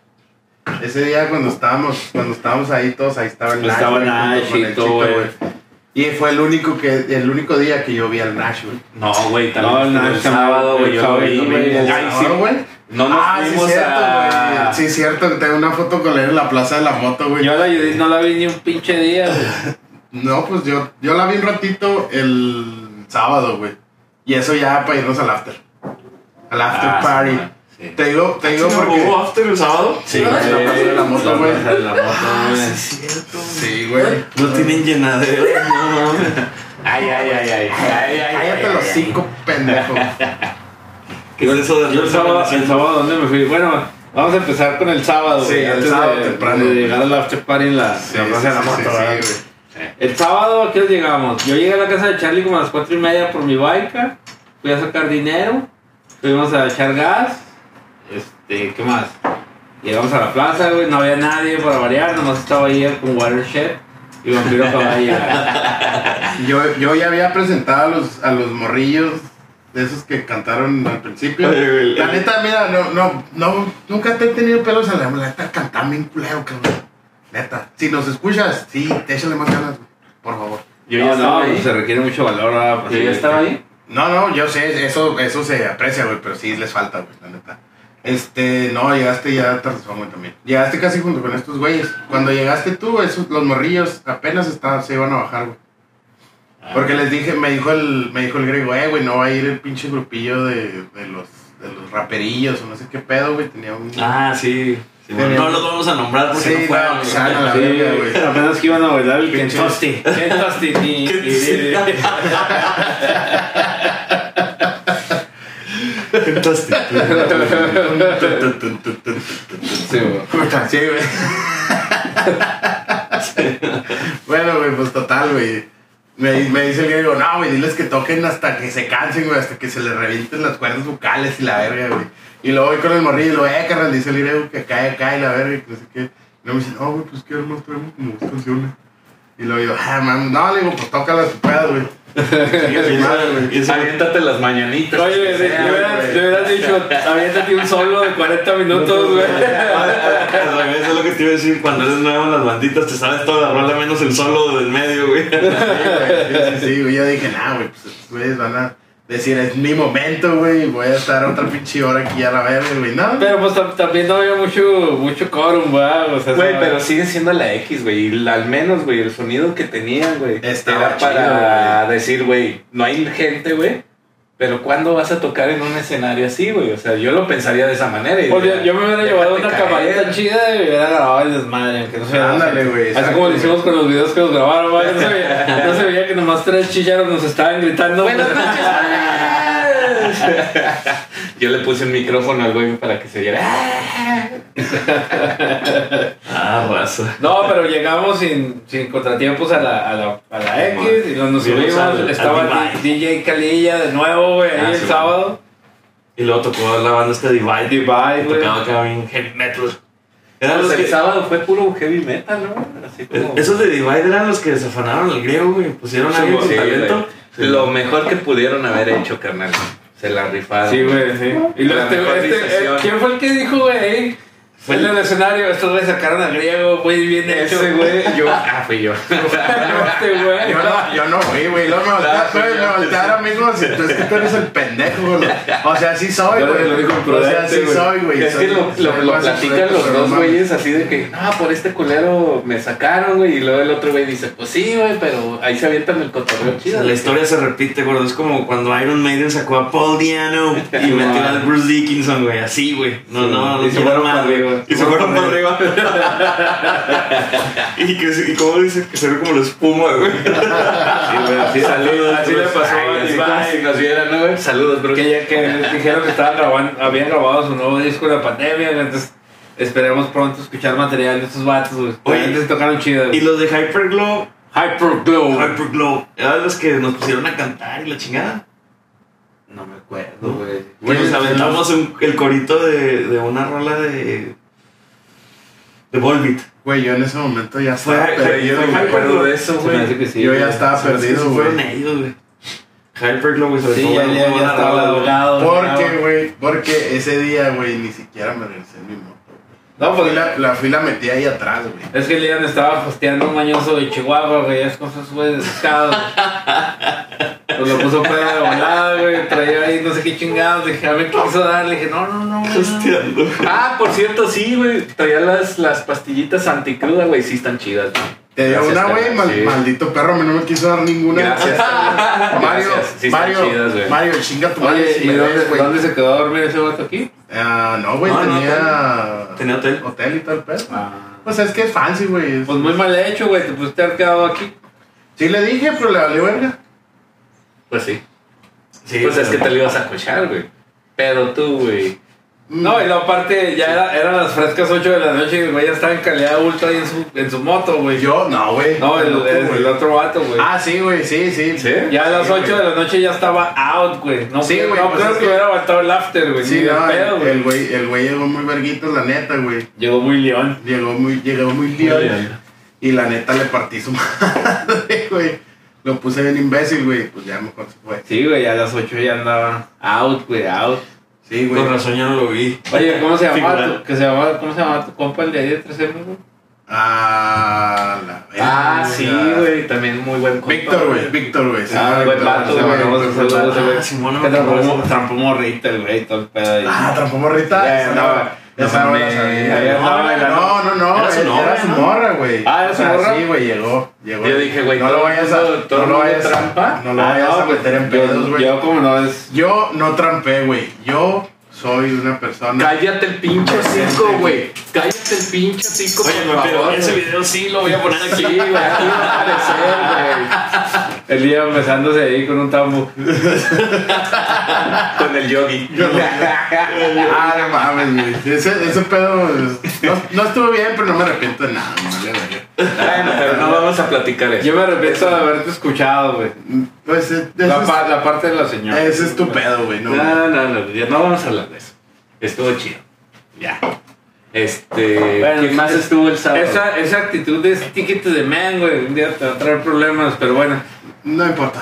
[SPEAKER 3] Ese día cuando estábamos, cuando estábamos ahí todos, ahí estaba el Nash.
[SPEAKER 1] Estaba
[SPEAKER 3] güey, junto
[SPEAKER 1] Nash
[SPEAKER 3] con
[SPEAKER 1] y
[SPEAKER 3] el
[SPEAKER 1] todo,
[SPEAKER 3] chico,
[SPEAKER 1] güey.
[SPEAKER 3] Y fue el único que, el único día que yo vi al Nash, güey.
[SPEAKER 2] No, güey,
[SPEAKER 1] No,
[SPEAKER 2] también.
[SPEAKER 1] no,
[SPEAKER 2] el
[SPEAKER 1] el
[SPEAKER 2] sábado, güey. Yo lo
[SPEAKER 1] sábado y
[SPEAKER 2] vi,
[SPEAKER 1] el
[SPEAKER 2] güey.
[SPEAKER 1] domingo.
[SPEAKER 2] Ay, sí,
[SPEAKER 3] Ahora, güey.
[SPEAKER 2] No nos
[SPEAKER 3] ah, sí,
[SPEAKER 2] fuimos
[SPEAKER 3] cierto,
[SPEAKER 2] a.
[SPEAKER 3] güey. Sí, cierto, que tengo una foto con él en la plaza de la moto, güey.
[SPEAKER 1] Yo la Judith no la vi ni un pinche día, güey.
[SPEAKER 3] No, pues yo, yo la vi un ratito el sábado, güey. Y eso ya para irnos al after. Al after
[SPEAKER 2] Ah, sí,
[SPEAKER 3] party.
[SPEAKER 2] man, sí.
[SPEAKER 3] Te digo, te digo
[SPEAKER 4] ¿Sí,
[SPEAKER 3] porque.
[SPEAKER 4] ¿Hubo after el sábado?
[SPEAKER 2] Sí,
[SPEAKER 3] Ah,
[SPEAKER 2] güey.
[SPEAKER 3] la plaza de la moto, güey.
[SPEAKER 1] plaza de la moto,
[SPEAKER 4] Ah,
[SPEAKER 1] güey.
[SPEAKER 4] sí, es cierto.
[SPEAKER 3] Sí, güey.
[SPEAKER 4] No tienen llenadero, no mames.
[SPEAKER 2] Ay, ay, ay, ay. Ay, ay,
[SPEAKER 3] Cállate
[SPEAKER 2] ay,
[SPEAKER 3] los
[SPEAKER 2] ay,
[SPEAKER 3] cinco, pendejo.
[SPEAKER 4] ¿Qué es eso de
[SPEAKER 1] Yo el sábado, el sábado, ¿dónde me fui? Bueno, vamos a empezar con el sábado.
[SPEAKER 3] Sí,
[SPEAKER 1] güey,
[SPEAKER 3] el
[SPEAKER 1] antes
[SPEAKER 3] sábado
[SPEAKER 1] de,
[SPEAKER 3] temprano.
[SPEAKER 1] de llegar al after party en la,
[SPEAKER 3] Sí,
[SPEAKER 1] la plaza
[SPEAKER 3] sí,
[SPEAKER 1] de la
[SPEAKER 3] sí,
[SPEAKER 1] moto.
[SPEAKER 3] sí,
[SPEAKER 1] ¿verdad?
[SPEAKER 3] sí,
[SPEAKER 1] el sábado, ¿a qué hora llegamos? Yo llegué a la casa de Charlie como a las cuatro y media por mi bica. Fui a sacar dinero. Fuimos a echar gas. Este, ¿qué más? Llegamos a la plaza, güey. No había nadie para variar. Nomás estaba ahí con Watershed y Vampiro Caballa.
[SPEAKER 3] güey. Yo, yo ya había presentado a los, a los morrillos de esos que cantaron al principio.
[SPEAKER 4] Oye, güey,
[SPEAKER 3] La
[SPEAKER 4] el-
[SPEAKER 3] neta, mira, no, no, no, nunca te he tenido pelos en la la neta, cantando bien culero, cabrón. Neta, si nos escuchas, sí, te échale más ganas, güey, por favor.
[SPEAKER 2] Yo ya
[SPEAKER 1] no, no,
[SPEAKER 2] estaba
[SPEAKER 1] pues, se
[SPEAKER 2] ahí.
[SPEAKER 1] requiere mucho valor. ¿verdad? Pues,
[SPEAKER 2] Yo ya
[SPEAKER 1] sí,
[SPEAKER 2] estaba ahí.
[SPEAKER 3] No, no, yo sé, eso, eso se aprecia, güey, pero sí les falta, güey, la neta. Este, no, llegaste ya tarde, güey, también. Llegaste casi junto con estos güeyes. Cuando llegaste tú, esos, los morrillos apenas estaban, se iban a bajar, güey. Porque les dije, me dijo el, me dijo el griego, eh, güey, no va a ir el pinche grupillo de, de los, de los raperillos o no sé qué pedo, güey, tenía un...
[SPEAKER 4] Ah, sí. sí,
[SPEAKER 3] Tenía-
[SPEAKER 4] no los vamos a nombrar porque
[SPEAKER 3] Sí,
[SPEAKER 4] no fueron.
[SPEAKER 3] no,
[SPEAKER 4] güey.
[SPEAKER 3] o sea, no, la
[SPEAKER 1] Sí,
[SPEAKER 3] verga, güey.
[SPEAKER 1] apenas que iban a bailar el
[SPEAKER 3] Pinches.
[SPEAKER 1] Kentosti. Kentosti. ni- ni- ni-
[SPEAKER 4] Fantástico.
[SPEAKER 1] Sí, güey.
[SPEAKER 3] Sí, güey. bueno, güey, pues total, güey. Me, me dice el griego, no, güey, diles que toquen hasta que se cansen, güey, hasta que se les revienten las cuerdas vocales y la verga, güey. Y luego voy con el morrillo y lo, eh, carnal, dice el griego que cae acá y la verga, y que no sé qué. Y luego me dice, no, güey, pues que más traemos como dos canciones. Y luego yo, ah, mami, no, le digo, pues tócala si puedas, güey. Sigue su madre, güey.
[SPEAKER 4] Y ese-
[SPEAKER 2] Aviéntate las mañanitas.
[SPEAKER 1] Oye, le
[SPEAKER 3] Sí,
[SPEAKER 1] hubieras,
[SPEAKER 3] güey.
[SPEAKER 1] le hubieras dicho, aviéntate un solo de 40 minutos, güey.
[SPEAKER 4] Ah, Al revés, es lo que te iba a decir. Cuando eres nuevo en las banditas, te sabes toda la rola menos el solo del medio, güey.
[SPEAKER 3] Sí, güey, sí, sí, güey. Yo dije, nah, güey, pues estos güeyes van a decir, es mi momento, güey. Voy a estar otra pinche hora aquí a la verga, güey. No,
[SPEAKER 1] Pero pues tam- también no había mucho, mucho quórum, güey. O sea,
[SPEAKER 2] Güey,
[SPEAKER 1] no-
[SPEAKER 2] pero sigue siendo la X, güey. y la- Al menos, güey, el sonido que tenían, güey. Era
[SPEAKER 3] Estaba
[SPEAKER 2] para decir, güey, no hay gente, güey. Pero ¿cuándo vas a tocar en un escenario así, güey? O sea, yo lo pensaría de esa manera. y
[SPEAKER 1] Pues yo,
[SPEAKER 2] diría,
[SPEAKER 1] yo me hubiera
[SPEAKER 2] déjate
[SPEAKER 1] llevado una
[SPEAKER 2] caer.
[SPEAKER 1] camarita chida y me hubiera grabado el desmadre, aunque no se vea.
[SPEAKER 3] Ándale, güey,
[SPEAKER 1] Así
[SPEAKER 3] exacto,
[SPEAKER 1] como lo
[SPEAKER 3] güey.
[SPEAKER 1] hicimos con los videos que nos grabaron, güey. No se veía, no se veía que nomás tres chillaros nos estaban gritando.
[SPEAKER 2] Buenas noches. yo le puse un micrófono al güey para que se viera.
[SPEAKER 4] Ah, raza.
[SPEAKER 1] No, pero llegamos sin, sin contratiempos a la, a la, a la X y nos, nos
[SPEAKER 4] Bien,
[SPEAKER 1] subimos.
[SPEAKER 4] al- al
[SPEAKER 1] Estaba
[SPEAKER 4] Divide.
[SPEAKER 1] DJ Calilla de nuevo, güey, ahí
[SPEAKER 4] Ah,
[SPEAKER 1] el
[SPEAKER 4] sí.
[SPEAKER 1] sábado.
[SPEAKER 4] Y luego tocó la banda esta Divide.
[SPEAKER 1] Divide,
[SPEAKER 4] que
[SPEAKER 1] güey.
[SPEAKER 4] Tocaba acá bien heavy metal. Eran los
[SPEAKER 2] Pues el
[SPEAKER 4] que,
[SPEAKER 2] sábado fue puro heavy metal, ¿no? Así como...
[SPEAKER 4] Eh, esos de Divide eran los que desafanaron al griego, güey. Pusieron a alguien con
[SPEAKER 2] Sí,
[SPEAKER 4] talento.
[SPEAKER 2] güey. Lo mejor que pudieron haber hecho, carnal. Se la rifaron.
[SPEAKER 1] Sí, güey, sí. Y
[SPEAKER 2] Ah. La
[SPEAKER 1] luego este,
[SPEAKER 2] mejor
[SPEAKER 1] este,
[SPEAKER 2] decisión.
[SPEAKER 1] eh, ¿Quién fue el que dijo, güey? Fue en el escenario, estos güey sacaron al griego, güey, bien hecho.
[SPEAKER 2] Ese güey, yo. Ah, fui yo.
[SPEAKER 1] Este güey.
[SPEAKER 3] Yo no, yo no fui, güey. Luego me voltea, güey, me voltea ahora mismo. Si tú, es que tú eres el pendejo, güey. O sea, sí soy,
[SPEAKER 1] Yo
[SPEAKER 3] güey.
[SPEAKER 1] lo digo
[SPEAKER 3] O sea,
[SPEAKER 1] imprudente,
[SPEAKER 3] sí
[SPEAKER 1] güey.
[SPEAKER 3] soy, güey.
[SPEAKER 2] Es
[SPEAKER 3] Soy-
[SPEAKER 2] que lo,
[SPEAKER 3] soy
[SPEAKER 2] lo, lo
[SPEAKER 3] más
[SPEAKER 2] platican
[SPEAKER 3] imprudente,
[SPEAKER 2] los
[SPEAKER 3] pero
[SPEAKER 2] dos
[SPEAKER 3] no
[SPEAKER 2] güeyes así de que, ah, por este culero me sacaron, güey. Y luego el otro güey dice, pues sí, güey, pero ahí se avientan el cotorreo
[SPEAKER 4] O sea,
[SPEAKER 2] chido.
[SPEAKER 4] La historia se repite, gordo. Es como cuando Iron Maiden sacó a Paul Diano y
[SPEAKER 1] Sí,
[SPEAKER 4] metió
[SPEAKER 1] man.
[SPEAKER 4] al Bruce Dickinson, güey. Así, güey. No,
[SPEAKER 1] Sí,
[SPEAKER 4] no, no.
[SPEAKER 1] man. Y se
[SPEAKER 4] tiene
[SPEAKER 1] fueron
[SPEAKER 4] madre.
[SPEAKER 1] para arriba.
[SPEAKER 4] Y se fueron para arriba. y que se- y como dice que se ve como la espuma, güey.
[SPEAKER 1] Sí, güey, así salió, así le pasó a
[SPEAKER 2] pues,
[SPEAKER 1] Levi.
[SPEAKER 2] nos vieran, ¿no, güey? Saludos, bro.
[SPEAKER 1] Que ya que les dijeron que estaban grabando, habían grabado su nuevo disco de la pandemia, güey, entonces esperemos pronto escuchar material de estos vatos, güey.
[SPEAKER 4] Oye,
[SPEAKER 1] Antes se tocaron chido,
[SPEAKER 4] Y
[SPEAKER 1] güey.
[SPEAKER 4] los de Hyperglow,
[SPEAKER 1] Hyperglow. güey.
[SPEAKER 4] Hyperglow, eran los que nos pusieron a cantar y la chingada.
[SPEAKER 1] No me acuerdo, güey.
[SPEAKER 4] Que
[SPEAKER 3] Güey,
[SPEAKER 4] nos aventamos un- el corito de, de una rola de. de Volbeat.
[SPEAKER 3] Güey, yo en ese momento ya
[SPEAKER 4] Fue-
[SPEAKER 3] estaba
[SPEAKER 4] fue-
[SPEAKER 3] perdido,
[SPEAKER 4] fue-
[SPEAKER 3] güey.
[SPEAKER 4] fue- acuerdo de
[SPEAKER 2] eso,
[SPEAKER 1] Se me hace que Ah, sí,
[SPEAKER 3] Yo ya
[SPEAKER 1] güey.
[SPEAKER 3] estaba perdido,
[SPEAKER 4] Sí, Fueron
[SPEAKER 3] güey.
[SPEAKER 4] ellos, güey. Hyperglow, güey, sobre
[SPEAKER 1] Sí,
[SPEAKER 4] todo.
[SPEAKER 1] ya,
[SPEAKER 4] muy
[SPEAKER 1] ya, ya
[SPEAKER 4] buena
[SPEAKER 1] estaba
[SPEAKER 4] rola, güey.
[SPEAKER 1] doblado.
[SPEAKER 3] Porque, güey, porque ese día, güey, ni siquiera me regresé en mi moto.
[SPEAKER 1] No,
[SPEAKER 3] Fui
[SPEAKER 1] pues
[SPEAKER 3] la, la fila metí ahí atrás, güey.
[SPEAKER 1] Es que Lian estaba hosteando un mañoso de Chihuahua, güey, es cosas, güey, de pescado. Pues lo puso fuera de volada, güey, traía ahí no sé qué chingados, dije, a ver qué quiso dar, le dije, no, no, no, güey. no.
[SPEAKER 4] Hostiando.
[SPEAKER 2] Ah, por cierto, sí, güey. Traía las, las pastillitas anticruda, güey. Sí están chidas, güey.
[SPEAKER 3] Te dio
[SPEAKER 2] Gracias,
[SPEAKER 3] Eh, una, güey,
[SPEAKER 2] carnal,
[SPEAKER 3] mal-
[SPEAKER 2] sí.
[SPEAKER 3] maldito perro, a mí no me quiso dar ninguna.
[SPEAKER 2] Gracias,
[SPEAKER 3] Mario, Mario,
[SPEAKER 2] Gracias, sí están
[SPEAKER 3] Mario,
[SPEAKER 2] chidas, güey.
[SPEAKER 3] Mario, chinga tu madre
[SPEAKER 1] Oye,
[SPEAKER 3] si
[SPEAKER 1] ¿y
[SPEAKER 3] me
[SPEAKER 1] dónde,
[SPEAKER 3] ves, güey.
[SPEAKER 1] dónde se quedó a dormir ese vato aquí?
[SPEAKER 3] Ah, no, güey,
[SPEAKER 4] No, no,
[SPEAKER 3] tenía...
[SPEAKER 4] Tenía hotel.
[SPEAKER 3] Hotel y todo el pedo. Pues es que es fancy, güey. es-
[SPEAKER 1] Ah. Pues muy mal hecho, güey, te pusiste arqueado aquí.
[SPEAKER 3] Sí le dije, pero le valió verga.
[SPEAKER 2] Pues sí.
[SPEAKER 4] Sí,
[SPEAKER 2] pues es que
[SPEAKER 4] pero-
[SPEAKER 2] te lo ibas a escuchar, güey. Pero tú, güey.
[SPEAKER 3] Mm,
[SPEAKER 1] No, y la parte ya era, eran las frescas 8 de la noche y el güey ya estaba en calidad ultra ahí en su, en su moto, güey.
[SPEAKER 3] Yo, no, güey.
[SPEAKER 1] No, el,
[SPEAKER 3] Loco,
[SPEAKER 1] el-
[SPEAKER 3] güey.
[SPEAKER 1] el otro vato, güey.
[SPEAKER 3] Ah, sí, güey, sí, sí.
[SPEAKER 2] ¿Sí?
[SPEAKER 1] Ya a las
[SPEAKER 3] Sí,
[SPEAKER 1] 8 de
[SPEAKER 3] güey.
[SPEAKER 1] la noche ya estaba out, güey. No,
[SPEAKER 3] Sí,
[SPEAKER 1] creo-
[SPEAKER 3] güey,
[SPEAKER 1] no
[SPEAKER 3] pues
[SPEAKER 1] creo
[SPEAKER 3] es
[SPEAKER 1] que,
[SPEAKER 3] que-
[SPEAKER 1] hubiera aguantado el after, güey.
[SPEAKER 3] Sí,
[SPEAKER 1] ni de
[SPEAKER 3] no,
[SPEAKER 1] pedo,
[SPEAKER 3] el
[SPEAKER 1] güey.
[SPEAKER 3] güey el güey llegó muy verguito, la neta, güey.
[SPEAKER 1] Llegó muy león.
[SPEAKER 3] Llegó muy, llegó muy lío.
[SPEAKER 4] bien.
[SPEAKER 3] Y la neta le partí su madre, güey. Lo puse bien imbécil, güey. Pues ya mejor se fue.
[SPEAKER 1] Sí, güey, a las 8 ya andaba out, güey, out.
[SPEAKER 3] Sí, güey.
[SPEAKER 4] Con razón ya no lo vi.
[SPEAKER 1] Oye, ¿cómo se llamaba
[SPEAKER 4] Figurante.
[SPEAKER 1] tu, que se llamaba, ¿cómo se llamaba tu compa el de ahí de 3M, güey?
[SPEAKER 3] Ah, la verga.
[SPEAKER 2] Ah, sí, güey. También muy buen compa,
[SPEAKER 3] Víctor, güey. Víctor, güey. Sí,
[SPEAKER 1] Ah, güey,
[SPEAKER 3] Víctor,
[SPEAKER 1] vato,
[SPEAKER 3] sí,
[SPEAKER 1] güey. Vamos a
[SPEAKER 3] Víctor,
[SPEAKER 1] saludos,
[SPEAKER 4] Ah,
[SPEAKER 1] güey.
[SPEAKER 4] Simón, no
[SPEAKER 1] Que
[SPEAKER 4] me acuerdo de
[SPEAKER 1] trampó,
[SPEAKER 4] eso.
[SPEAKER 1] trampó morrita, el güey, todo el pedo ahí.
[SPEAKER 3] Ah, trampó morrita.
[SPEAKER 1] Ya, no,
[SPEAKER 3] Esa no,
[SPEAKER 1] no
[SPEAKER 3] esa no la
[SPEAKER 1] mames,
[SPEAKER 3] sabía.
[SPEAKER 1] ya estaba bailando.
[SPEAKER 3] No, no, no.
[SPEAKER 4] Era su
[SPEAKER 3] él-
[SPEAKER 4] novia,
[SPEAKER 3] Era su
[SPEAKER 4] ¿no?
[SPEAKER 3] morra, güey.
[SPEAKER 1] Ah, ¿era
[SPEAKER 3] O
[SPEAKER 1] su
[SPEAKER 3] sea,
[SPEAKER 1] morra?
[SPEAKER 3] Sí, güey, llegó. llegó.
[SPEAKER 2] Yo dije, güey,
[SPEAKER 3] no
[SPEAKER 2] todo
[SPEAKER 3] lo vayas
[SPEAKER 2] mundo-
[SPEAKER 3] a.
[SPEAKER 2] todo
[SPEAKER 3] No lo
[SPEAKER 2] mundo
[SPEAKER 3] vayas
[SPEAKER 2] trampa.
[SPEAKER 3] a. No lo
[SPEAKER 4] Ah,
[SPEAKER 3] vayas a
[SPEAKER 4] pues,
[SPEAKER 1] güey,
[SPEAKER 3] meter
[SPEAKER 1] yo-
[SPEAKER 3] en pedos, güey.
[SPEAKER 1] Yo, como no es.
[SPEAKER 3] Yo no trampé, güey. Yo soy una persona.
[SPEAKER 2] Cállate el pinche cinco, güey. Cállate el pinche cinco,
[SPEAKER 4] Oye,
[SPEAKER 2] por
[SPEAKER 4] pero
[SPEAKER 2] favor.
[SPEAKER 4] ese
[SPEAKER 2] güey.
[SPEAKER 4] video sí lo voy a poner
[SPEAKER 2] Sí,
[SPEAKER 4] aquí.
[SPEAKER 2] güey, aquí va a aparecer,
[SPEAKER 1] El día besándose ahí con un tambo.
[SPEAKER 2] güey. Con el yogi.
[SPEAKER 3] Ah, no mames, güey. Ese, ese pedo. es- No, no estuvo bien, pero no me arrepiento de nada, me vale verga.
[SPEAKER 2] Bueno, pero no vamos a platicar eso.
[SPEAKER 1] Yo me arrepiento de haberte escuchado, güey.
[SPEAKER 3] Pues eh, ese
[SPEAKER 1] La,
[SPEAKER 3] es-
[SPEAKER 1] pa- la parte de la señora.
[SPEAKER 3] ese es tu pedo, güey. No,
[SPEAKER 2] No, no, no, ya no vamos a hablar de eso. Estuvo chido. Ya. Este.
[SPEAKER 6] Bueno,
[SPEAKER 2] ¿quién
[SPEAKER 6] más estuvo el sábado.
[SPEAKER 2] Esa, esa actitud de ticket de man, güey. Un día te va a traer problemas, pero bueno.
[SPEAKER 3] No importa,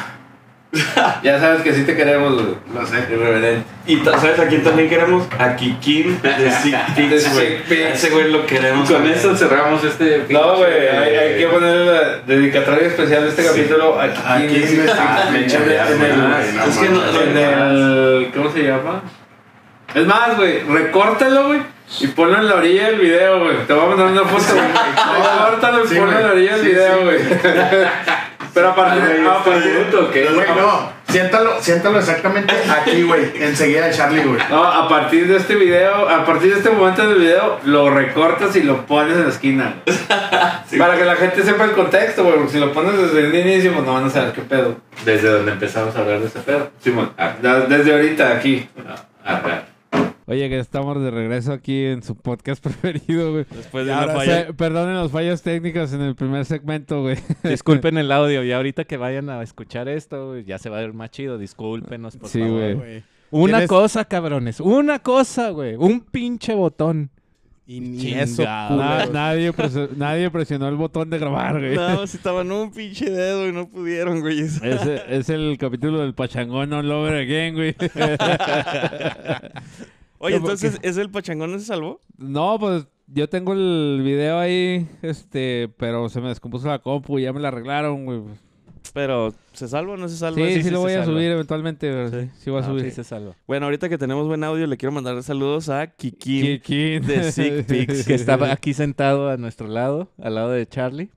[SPEAKER 2] Ya sabes que sí te queremos, güey.
[SPEAKER 3] lo sé.
[SPEAKER 2] Irreverente.
[SPEAKER 7] Y ta- ¿sabes a quién también queremos? A Kikín de Sick Pics, güey.
[SPEAKER 2] Sick Pics.
[SPEAKER 7] A Ese güey lo queremos.
[SPEAKER 6] Con
[SPEAKER 7] güey.
[SPEAKER 6] eso cerramos este.
[SPEAKER 2] No, güey, hay, hay que ponerle la dedicatoria especial de este capítulo aquí,
[SPEAKER 3] Aquí
[SPEAKER 2] en,
[SPEAKER 3] me
[SPEAKER 7] Ah, me
[SPEAKER 2] en
[SPEAKER 7] chaveaste,
[SPEAKER 2] el-
[SPEAKER 7] güey, no
[SPEAKER 3] Es que
[SPEAKER 7] manches.
[SPEAKER 2] en el. ¿Cómo se llama? Es más, güey, recórtalo, güey, y ponlo en la orilla del video, güey. Te voy a mandar una foto, güey. Recórtalo y
[SPEAKER 3] Sí,
[SPEAKER 2] ponlo en
[SPEAKER 3] güey.
[SPEAKER 2] la orilla del
[SPEAKER 3] Sí,
[SPEAKER 2] video,
[SPEAKER 3] sí,
[SPEAKER 2] güey. Pero a partir de. A partir,
[SPEAKER 6] minuto, ¿qué?
[SPEAKER 3] Güey, no, siéntalo, siéntalo exactamente aquí, güey. Enseguida de Charlie, güey.
[SPEAKER 2] no, a partir de este video, a partir de este momento del video, lo recortas y lo pones en la esquina. güey. Para que la gente sepa el contexto, güey, porque si lo pones desde el inicio, pues no van a saber qué pedo.
[SPEAKER 6] Desde donde empezamos a hablar de ese pedo.
[SPEAKER 2] Simón,
[SPEAKER 6] Ah.
[SPEAKER 2] da- desde ahorita aquí.
[SPEAKER 6] Ah, ah,
[SPEAKER 1] Oye, que estamos de regreso aquí en su podcast preferido, güey.
[SPEAKER 8] Después de
[SPEAKER 1] Ya
[SPEAKER 8] una
[SPEAKER 1] ahora
[SPEAKER 8] falla.
[SPEAKER 1] sé- perdonen los fallos técnicos en el primer segmento, güey.
[SPEAKER 8] Disculpen el audio. Y ahorita que vayan a escuchar esto, güey, ya se va a ver más chido. Discúlpenos, por
[SPEAKER 1] Sí,
[SPEAKER 8] favor.
[SPEAKER 1] güey.
[SPEAKER 5] güey.
[SPEAKER 8] Una
[SPEAKER 5] ¿Tienes-
[SPEAKER 8] cosa, cabrones. Una cosa, güey. Un pinche botón.
[SPEAKER 5] Y ni
[SPEAKER 8] Chingada.
[SPEAKER 5] eso,
[SPEAKER 1] Na-
[SPEAKER 5] culeros.
[SPEAKER 1] nadie, preso- nadie presionó el botón de grabar, güey.
[SPEAKER 5] Nada más estaban un pinche dedo y no pudieron, güey. Eso-
[SPEAKER 1] Es, es el capítulo del Pachangón All Over Again, güey.
[SPEAKER 5] Oye,
[SPEAKER 1] ¿Cómo
[SPEAKER 5] entonces, ¿es el pachangón no se salvó?
[SPEAKER 1] No, pues yo tengo el video ahí, este, pero se me descompuso la compu y ya me la arreglaron, güey.
[SPEAKER 5] Pero, ¿se salva o no se salva?
[SPEAKER 1] Sí, sí,
[SPEAKER 8] sí,
[SPEAKER 1] lo
[SPEAKER 8] se
[SPEAKER 1] voy a
[SPEAKER 8] salva.
[SPEAKER 1] subir eventualmente, güey. Sí, voy a
[SPEAKER 8] Ah,
[SPEAKER 1] subir.
[SPEAKER 8] sí se salva.
[SPEAKER 5] Bueno, ahorita que tenemos buen audio, le quiero mandar saludos a Kiki.
[SPEAKER 1] Kikín.
[SPEAKER 5] de Sick Pics,
[SPEAKER 8] Que está aquí sentado a nuestro lado, al lado de Charlie.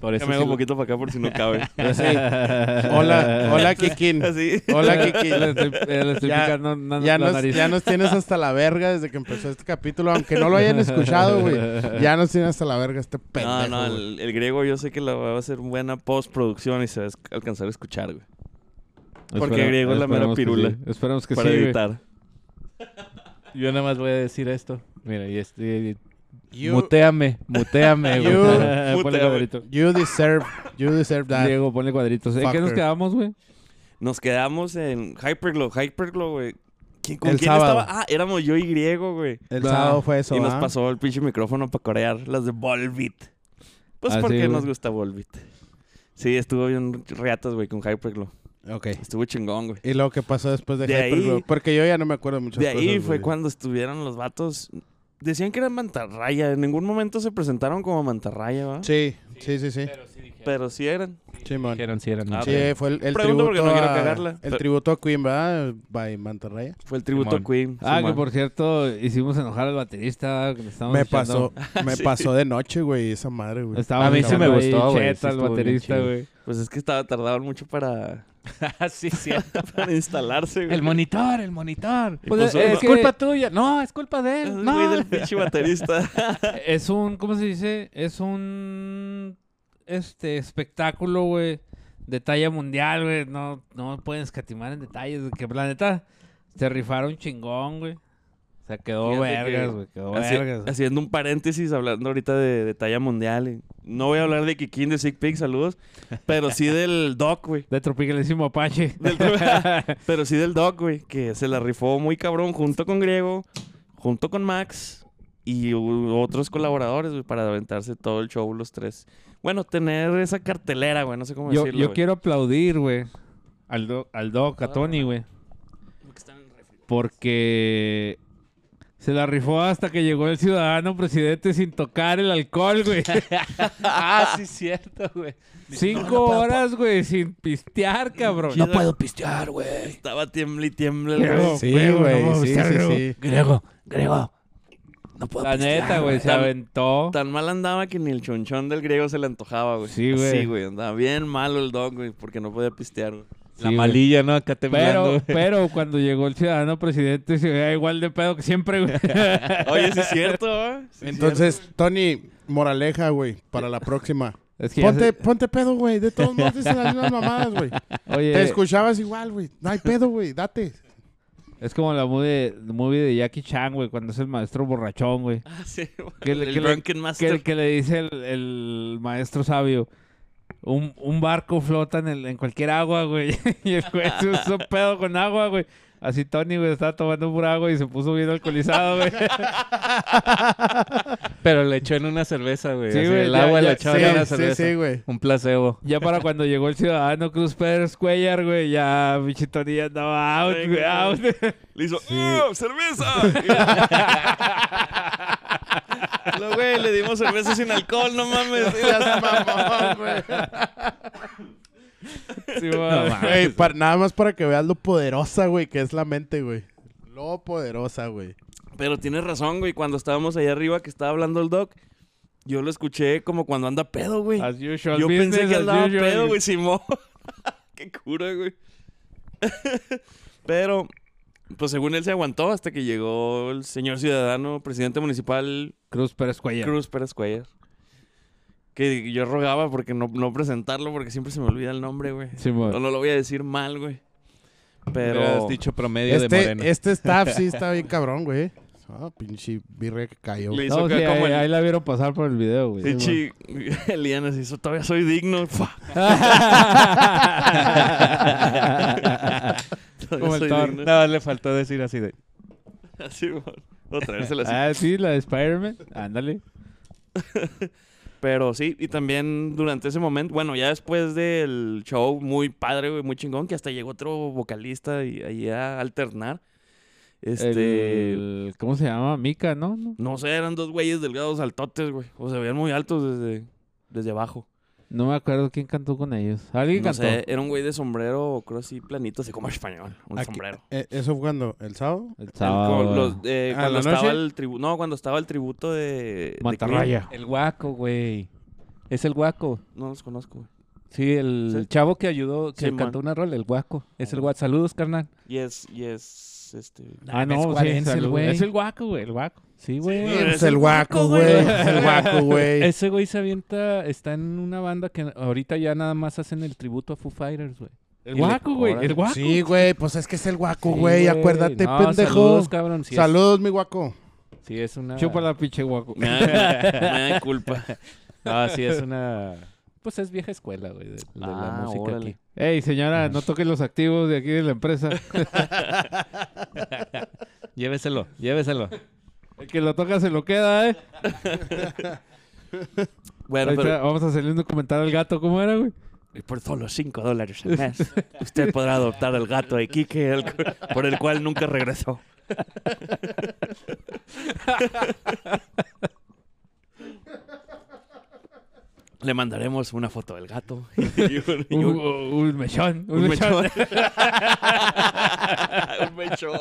[SPEAKER 8] Por eso
[SPEAKER 5] me
[SPEAKER 8] sí
[SPEAKER 5] hago un
[SPEAKER 8] lo-
[SPEAKER 5] poquito para acá por si no cabe.
[SPEAKER 1] Hola,
[SPEAKER 8] Hola,
[SPEAKER 5] hola,
[SPEAKER 1] Kikín.
[SPEAKER 5] Así.
[SPEAKER 1] Hola, Kikín. Le estoy, eh, le estoy
[SPEAKER 9] Ya-
[SPEAKER 1] picando na-
[SPEAKER 9] Ya
[SPEAKER 1] la
[SPEAKER 9] nos,
[SPEAKER 1] nariz.
[SPEAKER 9] ya nos tienes hasta la verga desde que empezó este capítulo, aunque no lo hayan escuchado, güey. Ya nos tienes hasta la verga este
[SPEAKER 5] No,
[SPEAKER 9] pendejo.
[SPEAKER 5] no, el, el griego yo sé que la va a hacer buena postproducción y se va a esc- alcanzar a escuchar, güey. porque
[SPEAKER 1] Espera-
[SPEAKER 5] griego es la mera
[SPEAKER 1] esperemos que
[SPEAKER 5] pirula.
[SPEAKER 1] sí, Esperemos que
[SPEAKER 5] Para
[SPEAKER 1] sí, güey.
[SPEAKER 5] editar.
[SPEAKER 8] Yo nada más voy a decir esto. Mira, y este...
[SPEAKER 9] You,
[SPEAKER 8] Muteame, muteame,
[SPEAKER 9] You-
[SPEAKER 8] güey.
[SPEAKER 1] Ponle
[SPEAKER 5] Puta,
[SPEAKER 1] cuadrito.
[SPEAKER 9] you deserve, you deserve that.
[SPEAKER 1] Diego, ponle cuadritos. ¿En qué nos
[SPEAKER 9] Fucker.
[SPEAKER 1] quedamos, güey?
[SPEAKER 5] Nos quedamos en Hyperglow, Hyperglow, güey. ¿Quién, ¿Con
[SPEAKER 9] El
[SPEAKER 5] quién
[SPEAKER 9] sábado.
[SPEAKER 5] estaba? Ah, éramos yo y griego, güey.
[SPEAKER 9] El
[SPEAKER 1] Va.
[SPEAKER 9] sábado fue eso,
[SPEAKER 5] Y nos
[SPEAKER 9] ¿ah?
[SPEAKER 5] pasó el pinche micrófono para corear las de Volbeat. Pues
[SPEAKER 1] Ah,
[SPEAKER 5] porque
[SPEAKER 1] sí, güey.
[SPEAKER 5] nos gusta Volbeat. Sí, estuvo bien reatas, güey, con Hyperglow.
[SPEAKER 9] Ok.
[SPEAKER 5] Estuvo chingón, güey.
[SPEAKER 9] Y luego, ¿qué pasó después de,
[SPEAKER 5] De ahí-
[SPEAKER 9] Hyperglow? Porque yo ya no me acuerdo mucho.
[SPEAKER 5] De ahí fue cuando estuvieron los vatos. Decían que eran mantarraya. En ningún momento se presentaron como mantarraya, ¿va?
[SPEAKER 9] Sí, sí, sí, sí.
[SPEAKER 5] Pero sí eran.
[SPEAKER 9] Simón.
[SPEAKER 8] Dijeron si eran.
[SPEAKER 5] Ah,
[SPEAKER 9] Sí, fue el, el
[SPEAKER 5] Pregunto
[SPEAKER 9] tributo
[SPEAKER 5] porque no quiero
[SPEAKER 9] a-
[SPEAKER 5] cagarla.
[SPEAKER 9] El
[SPEAKER 5] Pero-
[SPEAKER 9] tributo a Queen, ¿verdad? By Mantarraya.
[SPEAKER 5] Fue el tributo
[SPEAKER 8] Simón.
[SPEAKER 5] a Queen.
[SPEAKER 1] Ah,
[SPEAKER 5] Simón.
[SPEAKER 1] que por cierto, hicimos enojar al baterista. que le estábamos
[SPEAKER 9] Me
[SPEAKER 1] echando-
[SPEAKER 9] pasó, me pasó de noche, güey, esa madre, güey.
[SPEAKER 1] Estábamos
[SPEAKER 8] A mí sí
[SPEAKER 1] echando
[SPEAKER 8] me
[SPEAKER 1] ahí
[SPEAKER 8] gustó, güey,
[SPEAKER 1] Cheta,
[SPEAKER 8] sí
[SPEAKER 1] el
[SPEAKER 8] estuvo bien
[SPEAKER 1] baterista,
[SPEAKER 8] chido.
[SPEAKER 1] güey.
[SPEAKER 5] Pues es que estaba tardaban mucho para, Ah,
[SPEAKER 8] sí, cierto.
[SPEAKER 5] para instalarse, güey.
[SPEAKER 8] El monitor, el monitor.
[SPEAKER 5] Pues,
[SPEAKER 8] Pues, es
[SPEAKER 5] eh, es
[SPEAKER 8] culpa tuya. No, es culpa de él.
[SPEAKER 5] Ese güey
[SPEAKER 8] No,
[SPEAKER 5] del pinche baterista.
[SPEAKER 1] Es un, ¿cómo se dice? Es un este espectáculo, güey, de talla mundial, güey. No, no pueden escatimar en detalles, güey, que planeta se rifaron chingón, güey. O sea, quedó
[SPEAKER 5] Fíjate
[SPEAKER 1] vergas,
[SPEAKER 5] que
[SPEAKER 1] güey, quedó
[SPEAKER 5] Haci-
[SPEAKER 1] vergas. güey.
[SPEAKER 5] haciendo un paréntesis, hablando ahorita de, de talla mundial. eh. No voy a hablar de Kikín de Sick Pig, saludos. Pero sí del Doc, güey.
[SPEAKER 1] De tropicalísimo Apache.
[SPEAKER 5] Del tru- pero sí del Doc, güey, que se la rifó muy cabrón junto con Griego, junto con Max y u- otros colaboradores, güey, para aventarse todo el show los tres. Bueno, tener esa cartelera, güey, no sé cómo
[SPEAKER 1] Yo,
[SPEAKER 5] decirlo.
[SPEAKER 1] yo
[SPEAKER 5] güey.
[SPEAKER 1] quiero aplaudir, güey, al, doc- al Doc, a Tony, güey. Porque se la rifó hasta que llegó el ciudadano presidente sin tocar el alcohol, güey.
[SPEAKER 8] ah, sí, cierto, güey.
[SPEAKER 1] Cinco horas, güey, sin pistear, cabrón.
[SPEAKER 5] No puedo pistear, güey. Estaba tiemble y tiemble, el güey.
[SPEAKER 1] Griego,
[SPEAKER 9] Sí,
[SPEAKER 1] griego, no
[SPEAKER 9] güey,
[SPEAKER 1] puedo
[SPEAKER 9] sí,
[SPEAKER 1] pistear,
[SPEAKER 9] sí,
[SPEAKER 1] griego.
[SPEAKER 9] sí.
[SPEAKER 8] Grego, Grego. No puedo
[SPEAKER 1] La neta, güey, se
[SPEAKER 5] Tan-
[SPEAKER 1] aventó.
[SPEAKER 5] Tan mal andaba que ni el chonchón del griego se le antojaba, güey.
[SPEAKER 1] Sí, güey.
[SPEAKER 5] Sí, güey, andaba bien malo el dog, güey, porque no podía pistear, güey.
[SPEAKER 8] La
[SPEAKER 1] Sí,
[SPEAKER 8] malilla, ¿no? Acá
[SPEAKER 1] Pero,
[SPEAKER 8] temblando.
[SPEAKER 1] pero cuando llegó el ciudadano presidente se veía igual de pedo que siempre, güey.
[SPEAKER 5] Oye, sí es cierto, ¿eh? Sí es
[SPEAKER 9] Entonces, Tony, moraleja, güey, para la próxima.
[SPEAKER 1] Es que ya
[SPEAKER 9] Ponte, ponte pedo, güey. De todos modos dicen las mismas mamadas, güey.
[SPEAKER 1] se- Oye,
[SPEAKER 9] Te escuchabas igual, güey. No hay pedo, güey. Date.
[SPEAKER 1] es como la movie, movie de Jackie Chan, güey, cuando es el maestro borrachón, güey.
[SPEAKER 5] Ah, sí, güey.
[SPEAKER 1] Que le-
[SPEAKER 5] el
[SPEAKER 1] que le-
[SPEAKER 5] Drunken
[SPEAKER 1] que,
[SPEAKER 5] Master.
[SPEAKER 1] el que le dice el, el maestro sabio. Un, un barco flota en, el- en cualquier agua, güey. Y el güey se hizo pedo con agua, güey. Así Tony, güey, estaba tomando un agua y se puso bien alcoholizado, güey.
[SPEAKER 10] Pero le echó en una cerveza, güey.
[SPEAKER 1] Sí,
[SPEAKER 10] Así,
[SPEAKER 1] güey,
[SPEAKER 10] El
[SPEAKER 1] ya-
[SPEAKER 10] agua
[SPEAKER 1] ya-
[SPEAKER 10] le echó en una
[SPEAKER 9] sí,
[SPEAKER 10] cerveza.
[SPEAKER 9] sí, güey.
[SPEAKER 10] Un placebo.
[SPEAKER 1] Ya para cuando llegó el ciudadano Cruz Pérez Cuellar, güey, ya pinche Tony ya andaba out,
[SPEAKER 5] Sí,
[SPEAKER 1] güey,
[SPEAKER 5] güey.
[SPEAKER 1] out.
[SPEAKER 5] Le hizo, ¡Oh, cerveza! Lo, güey, le dimos cerveza sin alcohol, no mames. Y las mamón, güey.
[SPEAKER 1] Sí, güey.
[SPEAKER 3] Ah,
[SPEAKER 9] Güey, pa- nada más para que veas lo poderosa, güey, que es la mente, güey. Lo poderosa, güey.
[SPEAKER 5] Pero tienes razón, güey. Cuando estábamos allá arriba que estaba hablando el doc, yo lo escuché como cuando anda pedo, güey.
[SPEAKER 1] As usual,
[SPEAKER 5] Yo pensé
[SPEAKER 1] business
[SPEAKER 5] que
[SPEAKER 1] as
[SPEAKER 5] andaba
[SPEAKER 1] usual,
[SPEAKER 5] pedo, güey, Simón. Qué cura, güey. Pero, pues según él se aguantó hasta que llegó el señor ciudadano, presidente municipal
[SPEAKER 1] Cruz Pérez Cuellar.
[SPEAKER 5] Cruz Pérez Cuellar. Que yo rogaba porque no, no presentarlo, porque siempre se me olvida el nombre, güey.
[SPEAKER 1] Sí,
[SPEAKER 5] No,
[SPEAKER 1] güey.
[SPEAKER 5] no lo voy a decir mal, güey.
[SPEAKER 10] Pero...
[SPEAKER 5] Pero.
[SPEAKER 10] dicho promedio de Moreno.
[SPEAKER 9] Este, este staff sí está bien cabrón, güey. Ah, pinche birria que cayó.
[SPEAKER 5] Le hizo
[SPEAKER 1] No, sí,
[SPEAKER 5] que como
[SPEAKER 1] ahí,
[SPEAKER 5] el-
[SPEAKER 1] ahí la vieron pasar por el video, güey.
[SPEAKER 5] Sí, chi- Eliana se hizo, todavía soy digno. Fuck. Todavía
[SPEAKER 1] Como el
[SPEAKER 5] soy
[SPEAKER 1] Thor.
[SPEAKER 5] digno.
[SPEAKER 10] Nada, le faltó decir así de...
[SPEAKER 5] Así, güey. O traérsela así.
[SPEAKER 1] Ah, sí, la de Spider-Man. Ándale.
[SPEAKER 5] Pero sí, y también durante ese momento, bueno, ya después del show, muy padre, güey, muy chingón, que hasta llegó otro vocalista y ahí a alternar. Este.
[SPEAKER 1] El- ¿Cómo se llama? Mika, ¿no? No,
[SPEAKER 5] No sé, eran dos güeyes delgados altotes, güey. O se veían muy altos desde, desde abajo.
[SPEAKER 1] No me acuerdo quién cantó con ellos. ¿Alguien
[SPEAKER 5] No
[SPEAKER 1] cantó?
[SPEAKER 5] sé, era un güey de sombrero, creo así, planito, así como español. Un
[SPEAKER 9] Aquí-
[SPEAKER 5] sombrero.
[SPEAKER 9] eh, ¿Eso fue cuando? ¿El sábado?
[SPEAKER 1] El
[SPEAKER 5] El-
[SPEAKER 1] sábado.
[SPEAKER 5] con
[SPEAKER 1] güey.
[SPEAKER 5] los- eh,
[SPEAKER 9] ¿A
[SPEAKER 5] cuando
[SPEAKER 9] la
[SPEAKER 5] estaba
[SPEAKER 9] noche?
[SPEAKER 5] el tributo. No, cuando estaba el tributo de. de
[SPEAKER 1] Mantarraya.
[SPEAKER 10] El guaco, güey. Es el guaco.
[SPEAKER 5] Queen. No los conozco, güey.
[SPEAKER 10] Sí, el
[SPEAKER 5] Sí.
[SPEAKER 10] chavo que ayudó, que
[SPEAKER 5] Simón.
[SPEAKER 10] cantó una rola, el guaco. Es el guaco. Saludos, carnal.
[SPEAKER 5] Y es, y es, este.
[SPEAKER 1] Ah,
[SPEAKER 10] es
[SPEAKER 1] no, sí,
[SPEAKER 10] cuarense el
[SPEAKER 1] salud.
[SPEAKER 10] güey.
[SPEAKER 1] Es el guaco, güey, el guaco.
[SPEAKER 10] Sí, güey.
[SPEAKER 5] güey.
[SPEAKER 9] Es el guaco, güey. El guaco, güey.
[SPEAKER 10] Ese güey se avienta, está en una banda que ahorita ya nada más hacen el tributo a Foo Fighters, güey.
[SPEAKER 1] El guaco, güey, el guaco.
[SPEAKER 9] Sí, güey. Pues es que es el guaco, güey. Acuérdate,
[SPEAKER 10] No,
[SPEAKER 9] pendejo.
[SPEAKER 10] Saludos,
[SPEAKER 9] Saludos,
[SPEAKER 10] cabrón. Sí,
[SPEAKER 9] mi guaco.
[SPEAKER 10] Es, sí es una...
[SPEAKER 1] Chupa la pinche guaco.
[SPEAKER 5] Me da, me da culpa.
[SPEAKER 10] No, sí es una... Pues es vieja escuela, güey, de, de
[SPEAKER 5] Ah,
[SPEAKER 10] la música
[SPEAKER 5] órale.
[SPEAKER 10] aquí.
[SPEAKER 1] Ey, señora, no toque los activos de aquí de la empresa.
[SPEAKER 10] Lléveselo, lléveselo.
[SPEAKER 1] El que lo toca se lo queda, ¿eh?
[SPEAKER 5] Bueno,
[SPEAKER 1] Ahorita
[SPEAKER 5] pero.
[SPEAKER 1] Vamos a hacerle un documental al gato, ¿cómo era, güey?
[SPEAKER 5] Y por solo 5 dólares al mes, usted podrá adoptar al gato de Quique, el cu- por el cual nunca regresó. Le mandaremos una foto del gato. y un- y
[SPEAKER 1] Un,
[SPEAKER 5] un-
[SPEAKER 1] un mechón, un,
[SPEAKER 5] Un
[SPEAKER 1] mechón.
[SPEAKER 5] mechón. Un mechón.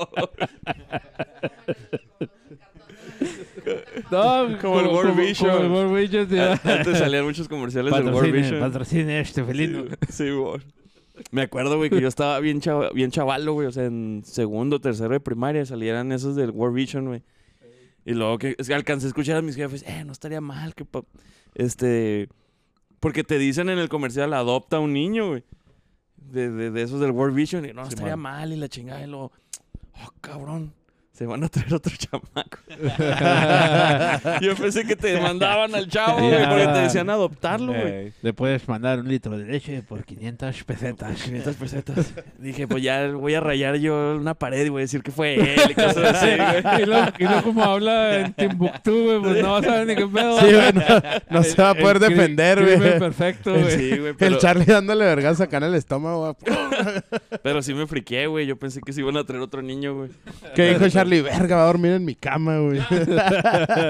[SPEAKER 1] No,
[SPEAKER 5] Como el World Vision. Ah,
[SPEAKER 1] Como el World Vision, sí, ¿verdad?
[SPEAKER 5] Antes salían muchos comerciales del World
[SPEAKER 1] Patrocine,
[SPEAKER 5] Vision.
[SPEAKER 1] patrocine este felino.
[SPEAKER 5] Sí, güey. Me acuerdo, güey, que yo estaba bien, chava- bien chavalo, güey. O sea, en segundo, tercero de primaria salieran esos del World Vision, güey. Y luego que es que alcancé a escuchar a mis jefes, eh, no estaría mal que... pa-". Este... Porque te dicen en el comercial, adopta un niño, güey. De, de- de esos del World Vision. Y no, estaría mal y la chingada. Y luego, oh, cabrón. Se van a traer otro chamaco. Yo pensé que te mandaban al chavo, güey,
[SPEAKER 1] Ya.
[SPEAKER 5] porque te decían adoptarlo, güey.
[SPEAKER 10] Ey.
[SPEAKER 1] Le puedes mandar un litro de leche por 500 pesetas.
[SPEAKER 5] 500 pesetas. Dije, pues ya voy a rayar yo una pared y voy a decir que fue él y cosas así, güey.
[SPEAKER 1] y luego, y luego como habla en Timbuktu, güey, pues no vas a ver ni qué pedo.
[SPEAKER 9] Sí, güey, no, no se va a
[SPEAKER 1] El
[SPEAKER 9] poder
[SPEAKER 1] cri-
[SPEAKER 9] defender,
[SPEAKER 1] crimen
[SPEAKER 9] güey.
[SPEAKER 1] perfecto, güey.
[SPEAKER 5] Sí, güey,
[SPEAKER 9] El
[SPEAKER 5] pero,
[SPEAKER 9] Charlie dándole vergas acá en el estómago. güey.
[SPEAKER 5] pero sí me friqué, güey. Yo pensé que se iban a traer otro niño, güey.
[SPEAKER 9] ¿Qué dijo Charlie? Verga, va a dormir en mi cama, güey.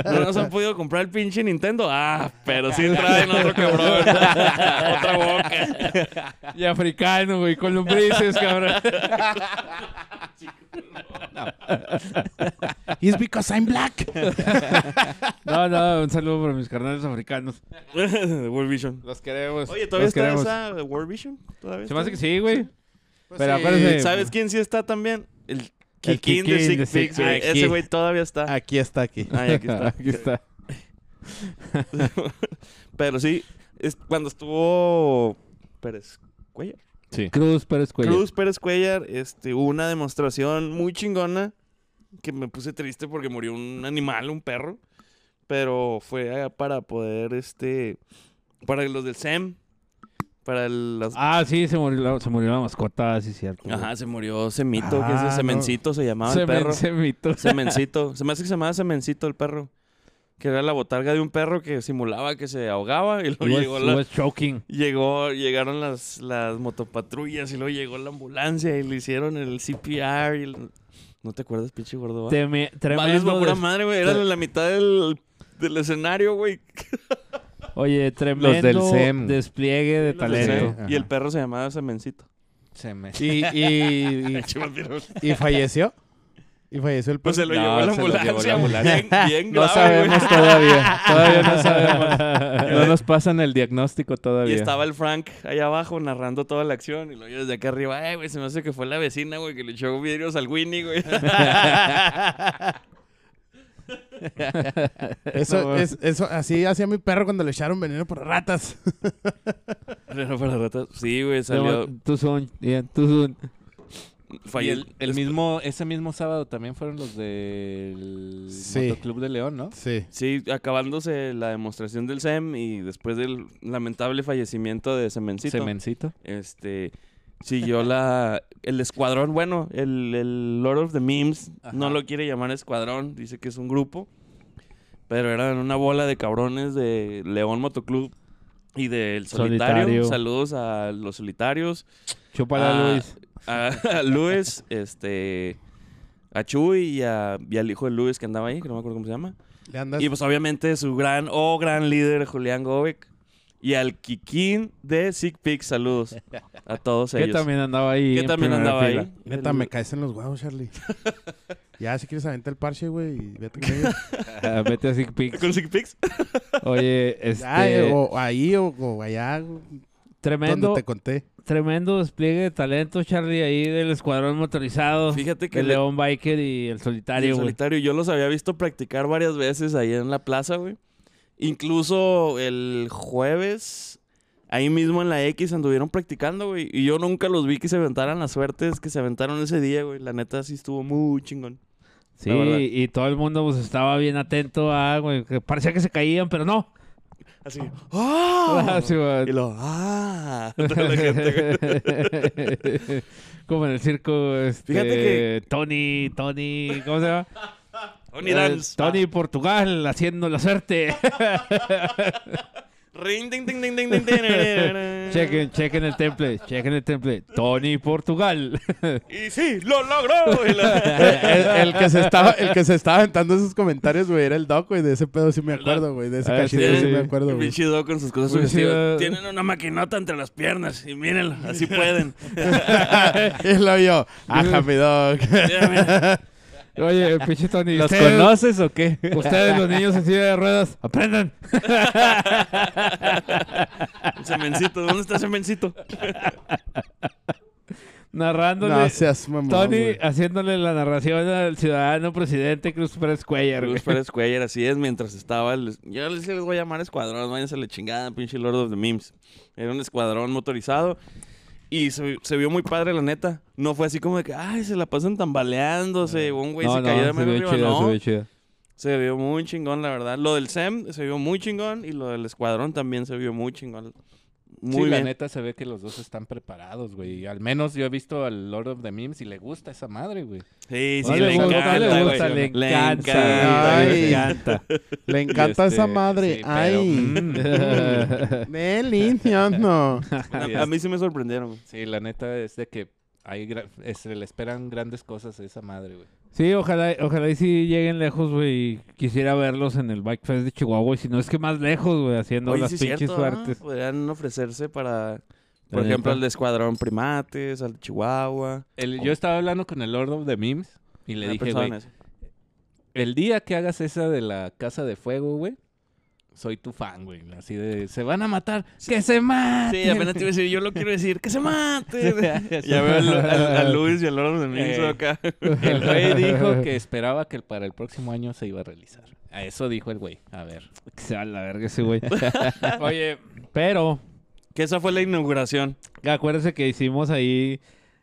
[SPEAKER 5] No nos han podido comprar el pinche Nintendo. Ah, pero sí traen otro cabrón. Otra boca.
[SPEAKER 1] Y africano, güey, con lombrices, cabrón.
[SPEAKER 9] It's because I'm black.
[SPEAKER 1] No, no, un saludo para mis carnales africanos.
[SPEAKER 5] World Vision.
[SPEAKER 1] Los queremos.
[SPEAKER 5] Oye, ¿todavía
[SPEAKER 1] los
[SPEAKER 5] está
[SPEAKER 1] queremos.
[SPEAKER 5] esa World Vision? ¿Todavía
[SPEAKER 1] Se me hace que
[SPEAKER 5] está? Eh,
[SPEAKER 1] sí, güey. Pero
[SPEAKER 5] Pues
[SPEAKER 9] sí.
[SPEAKER 1] acuérdense.
[SPEAKER 5] ¿Sabes quién sí está también? El
[SPEAKER 1] El
[SPEAKER 5] Kikín de
[SPEAKER 1] Kikín
[SPEAKER 5] Sick
[SPEAKER 1] de Sick
[SPEAKER 5] Pigs, güey.
[SPEAKER 1] Pigs.
[SPEAKER 5] Ese güey todavía está.
[SPEAKER 9] Aquí está, aquí.
[SPEAKER 5] Ay, aquí está.
[SPEAKER 1] Aquí está.
[SPEAKER 5] Pero sí, es cuando estuvo Pérez Cuellar.
[SPEAKER 1] Cruz Pérez Cuellar.
[SPEAKER 5] Cruz Pérez Cuellar, este, hubo una demostración muy chingona que me puse triste porque murió un animal, un perro. Pero fue ah, para poder, este, para los del SEM, Para el- las...
[SPEAKER 10] Ah, sí, se murió, la- se murió la mascota, sí, cierto.
[SPEAKER 5] Ah,
[SPEAKER 10] güey.
[SPEAKER 5] Ajá, se murió Semito, que
[SPEAKER 10] Ah,
[SPEAKER 5] ese
[SPEAKER 10] no.
[SPEAKER 5] Semencito se llamaba
[SPEAKER 10] se
[SPEAKER 5] el perro.
[SPEAKER 10] me, se me hizo-
[SPEAKER 5] Semencito. Se me hace que se llamaba Semencito el perro. Que era la botarga de un perro que simulaba que se ahogaba y luego
[SPEAKER 10] was-
[SPEAKER 5] llegó la...
[SPEAKER 10] was choking.
[SPEAKER 5] Llegó, llegaron las, las motopatrullas y luego llegó la ambulancia y le hicieron el CPR y el- ¿No te acuerdas, pinche gordo? va?
[SPEAKER 10] Teme-
[SPEAKER 5] Vales pa'
[SPEAKER 10] tremendo.
[SPEAKER 5] pura
[SPEAKER 10] des-
[SPEAKER 5] madre, güey. Era
[SPEAKER 10] te-
[SPEAKER 5] la mitad del, del escenario, güey.
[SPEAKER 10] Oye, tremendo
[SPEAKER 11] SEM.
[SPEAKER 10] despliegue de talento.
[SPEAKER 5] Y el perro se llamaba Semencito.
[SPEAKER 11] Se me...
[SPEAKER 12] Y, y, y, y falleció. Y falleció el
[SPEAKER 5] Pues se
[SPEAKER 12] perro.
[SPEAKER 11] No,
[SPEAKER 5] lo llevó la
[SPEAKER 11] se lo llevó la
[SPEAKER 5] ambulancia. güey.
[SPEAKER 11] ambulancia.
[SPEAKER 5] Bien, bien
[SPEAKER 11] No
[SPEAKER 5] grave, güey.
[SPEAKER 11] sabemos todavía. Todavía no sabemos. No nos pasan el diagnóstico
[SPEAKER 5] Y
[SPEAKER 11] todavía.
[SPEAKER 5] estaba el Frank allá abajo narrando toda la acción. Y luego yo desde acá arriba, eh, güey, se me hace que fue la vecina, güey, que le echó vidrios al Winnie, güey.
[SPEAKER 12] Eso, es, eso, así hacía mi perro cuando le echaron veneno por ratas.
[SPEAKER 5] Pero para ratas. Sí, güey, salió.
[SPEAKER 10] Tú son, tú son.
[SPEAKER 11] Y
[SPEAKER 5] falle-
[SPEAKER 11] el, el mismo, ese mismo sábado también fueron los del
[SPEAKER 12] Sí.
[SPEAKER 11] Club de León, ¿no?
[SPEAKER 12] Sí.
[SPEAKER 5] Sí, acabándose la demostración del SEM y después del lamentable fallecimiento de Semencito.
[SPEAKER 11] Semencito.
[SPEAKER 5] Este. Siguió la. El escuadrón, bueno, el, el Lord of the Memes no lo quiere llamar escuadrón, dice que es un grupo. Pero eran una bola de cabrones de León Motoclub y del solitario.
[SPEAKER 10] Solitario.
[SPEAKER 5] Saludos a los solitarios,
[SPEAKER 10] Chúpala,
[SPEAKER 5] Ah,
[SPEAKER 10] Luis.
[SPEAKER 5] a, a Luis, este. A Chuy y, a- y al hijo de Luis que andaba ahí, que no me acuerdo cómo se llama.
[SPEAKER 12] Le andas.
[SPEAKER 5] Y pues obviamente su gran o gran líder, Julián Govek. Y al Kikín de Sick Pig, saludos a todos
[SPEAKER 10] Que
[SPEAKER 5] ellos.
[SPEAKER 10] también andaba ahí.
[SPEAKER 5] que
[SPEAKER 10] en
[SPEAKER 5] también
[SPEAKER 10] primera
[SPEAKER 5] andaba
[SPEAKER 10] fila.
[SPEAKER 5] ahí.
[SPEAKER 12] Neta,
[SPEAKER 5] El-
[SPEAKER 12] me caes en los huevos, Charlie. ya, si quieres aventar el parche, güey, y vete con ellos.
[SPEAKER 10] Ah, vete a Sick Pics.
[SPEAKER 5] ¿Con Sick Pigs?
[SPEAKER 10] Oye, este.
[SPEAKER 12] Ya, eh, o ahí o, o allá, güey,
[SPEAKER 10] tremendo,
[SPEAKER 12] donde te conté.
[SPEAKER 10] tremendo despliegue de talento, Charlie, ahí del escuadrón motorizado.
[SPEAKER 5] Fíjate que
[SPEAKER 10] el
[SPEAKER 5] le-
[SPEAKER 10] León Biker y el
[SPEAKER 5] el
[SPEAKER 10] solitario, güey.
[SPEAKER 5] solitario. Yo los había visto practicar varias veces ahí en la plaza, güey. Incluso el jueves, ahí mismo en la X anduvieron practicando, güey. Y yo nunca los vi que se aventaran las suertes que se aventaron ese día, güey. La neta sí estuvo muy chingón.
[SPEAKER 10] Sí,
[SPEAKER 5] la verdad.
[SPEAKER 10] y todo el mundo pues estaba bien atento a, güey, que parecía que se caían, pero no.
[SPEAKER 5] Así. ¡Ah!
[SPEAKER 10] Sí, güey.
[SPEAKER 5] y lo ¡Ah! de la gente, güey.
[SPEAKER 10] Como en el circo, este,
[SPEAKER 5] Fíjate que-
[SPEAKER 10] Tony, Tony, ¿cómo se llama?
[SPEAKER 5] Tony
[SPEAKER 10] Eh,
[SPEAKER 5] Dance.
[SPEAKER 10] Tony Portugal haciendo la suerte.
[SPEAKER 5] Ring, ding, ding, ding, ding, ding, ding, ding.
[SPEAKER 10] chequen, chequen el temple, chequen el temple. Tony Portugal.
[SPEAKER 5] Y sí, lo logró. Y la-
[SPEAKER 12] el, el que se estaba, el que se estaba aventando esos comentarios, güey, era el Doc, güey. De ese pedo sí me acuerdo, güey. De ese
[SPEAKER 10] Ah,
[SPEAKER 12] cachito
[SPEAKER 5] sí,
[SPEAKER 12] sí,
[SPEAKER 5] sí.
[SPEAKER 12] me acuerdo, güey.
[SPEAKER 5] Pinche Doc con sus cosas
[SPEAKER 10] Pues sí,
[SPEAKER 5] sugestivas.
[SPEAKER 10] eh.
[SPEAKER 5] Tienen una maquinota entre las piernas y mírenlo, así pueden.
[SPEAKER 12] y lo yo, ajá, mi Doc.
[SPEAKER 5] Mira, mira.
[SPEAKER 10] Oye, el pinche Tony.
[SPEAKER 11] ¿Los
[SPEAKER 10] ustedes-
[SPEAKER 11] conoces o qué?
[SPEAKER 10] Ustedes, los niños en silla de ruedas, aprendan.
[SPEAKER 5] Semencito, ¿dónde está Semencito?
[SPEAKER 10] Narrándole.
[SPEAKER 12] No seas mamón,
[SPEAKER 10] Tony
[SPEAKER 12] güey.
[SPEAKER 10] haciéndole la narración al ciudadano presidente Cruz Pérez Cuellar. güey.
[SPEAKER 5] Cruz Pérez Cuellar, así es, mientras estaba. el- Yo les, les voy a llamar escuadrón, váyanse a la chingada, pinche Lord of the Memes. Era un escuadrón motorizado. Y se, se vio muy padre, la neta. No fue así como de que, ay, se la pasan tambaleándose. Un güey
[SPEAKER 10] No,
[SPEAKER 5] se
[SPEAKER 10] no,
[SPEAKER 5] cayó de
[SPEAKER 10] se
[SPEAKER 5] medio arriba.
[SPEAKER 10] vio chido,
[SPEAKER 5] no,
[SPEAKER 10] se vio chido.
[SPEAKER 5] Se vio muy chingón, la verdad. Lo del SEM se vio muy chingón y lo del escuadrón también se vio muy chingón.
[SPEAKER 11] Sí,
[SPEAKER 5] Muy
[SPEAKER 11] la
[SPEAKER 5] bien.
[SPEAKER 11] neta se ve que los dos están preparados, güey. Al menos yo he visto al Lord of the Memes y le gusta esa madre, güey.
[SPEAKER 5] Sí, sí,
[SPEAKER 10] No
[SPEAKER 5] le,
[SPEAKER 10] le gusta,
[SPEAKER 5] encanta,
[SPEAKER 10] le
[SPEAKER 5] güey.
[SPEAKER 10] gusta, le encanta.
[SPEAKER 5] encanta,
[SPEAKER 12] Ay.
[SPEAKER 5] güey.
[SPEAKER 12] Le encanta
[SPEAKER 11] este,
[SPEAKER 12] esa madre.
[SPEAKER 11] sí, pero, mm.
[SPEAKER 12] Ay. Delicio, no.
[SPEAKER 5] A- A mí sí me sorprendieron. güey.
[SPEAKER 11] Sí, la neta es de que hay gra- eh, se le esperan grandes cosas a esa madre, güey.
[SPEAKER 10] Sí, ojalá, ojalá y si lleguen lejos, güey. y Quisiera verlos en el Bike Fest de Chihuahua, y si no es que más lejos, güey, haciendo
[SPEAKER 5] Oye,
[SPEAKER 10] las
[SPEAKER 5] sí es
[SPEAKER 10] pinches
[SPEAKER 5] cierto, ¿ah?
[SPEAKER 10] suertes.
[SPEAKER 5] Podrían ofrecerse para, por
[SPEAKER 10] La
[SPEAKER 5] ejemplo,
[SPEAKER 10] neta.
[SPEAKER 5] al de Escuadrón Primates, al de Chihuahua.
[SPEAKER 11] El-
[SPEAKER 10] Oh.
[SPEAKER 11] yo estaba hablando con el Lord of the Memes y le
[SPEAKER 5] Ah,
[SPEAKER 11] dije,
[SPEAKER 5] pensaba en
[SPEAKER 11] güey,
[SPEAKER 5] eso.
[SPEAKER 11] el día que hagas esa de la casa de fuego, güey, soy tu fan, güey. Así de, se van a matar, que se maten.
[SPEAKER 5] Sí, apenas te iba a decir, yo lo quiero decir, que se mate. ya
[SPEAKER 11] Ya
[SPEAKER 5] veo
[SPEAKER 11] veo al- al-
[SPEAKER 5] a
[SPEAKER 10] Eh.
[SPEAKER 11] al
[SPEAKER 5] Luis y al Lord de Memes
[SPEAKER 11] Eh.
[SPEAKER 5] acá.
[SPEAKER 11] El güey dijo que esperaba que para el próximo año se iba a realizar. A eso dijo el güey. A ver.
[SPEAKER 10] Que se va a la verga ese güey. Oye, pero
[SPEAKER 5] Que esa fue la inauguración.
[SPEAKER 10] acuérdense que hicimos ahí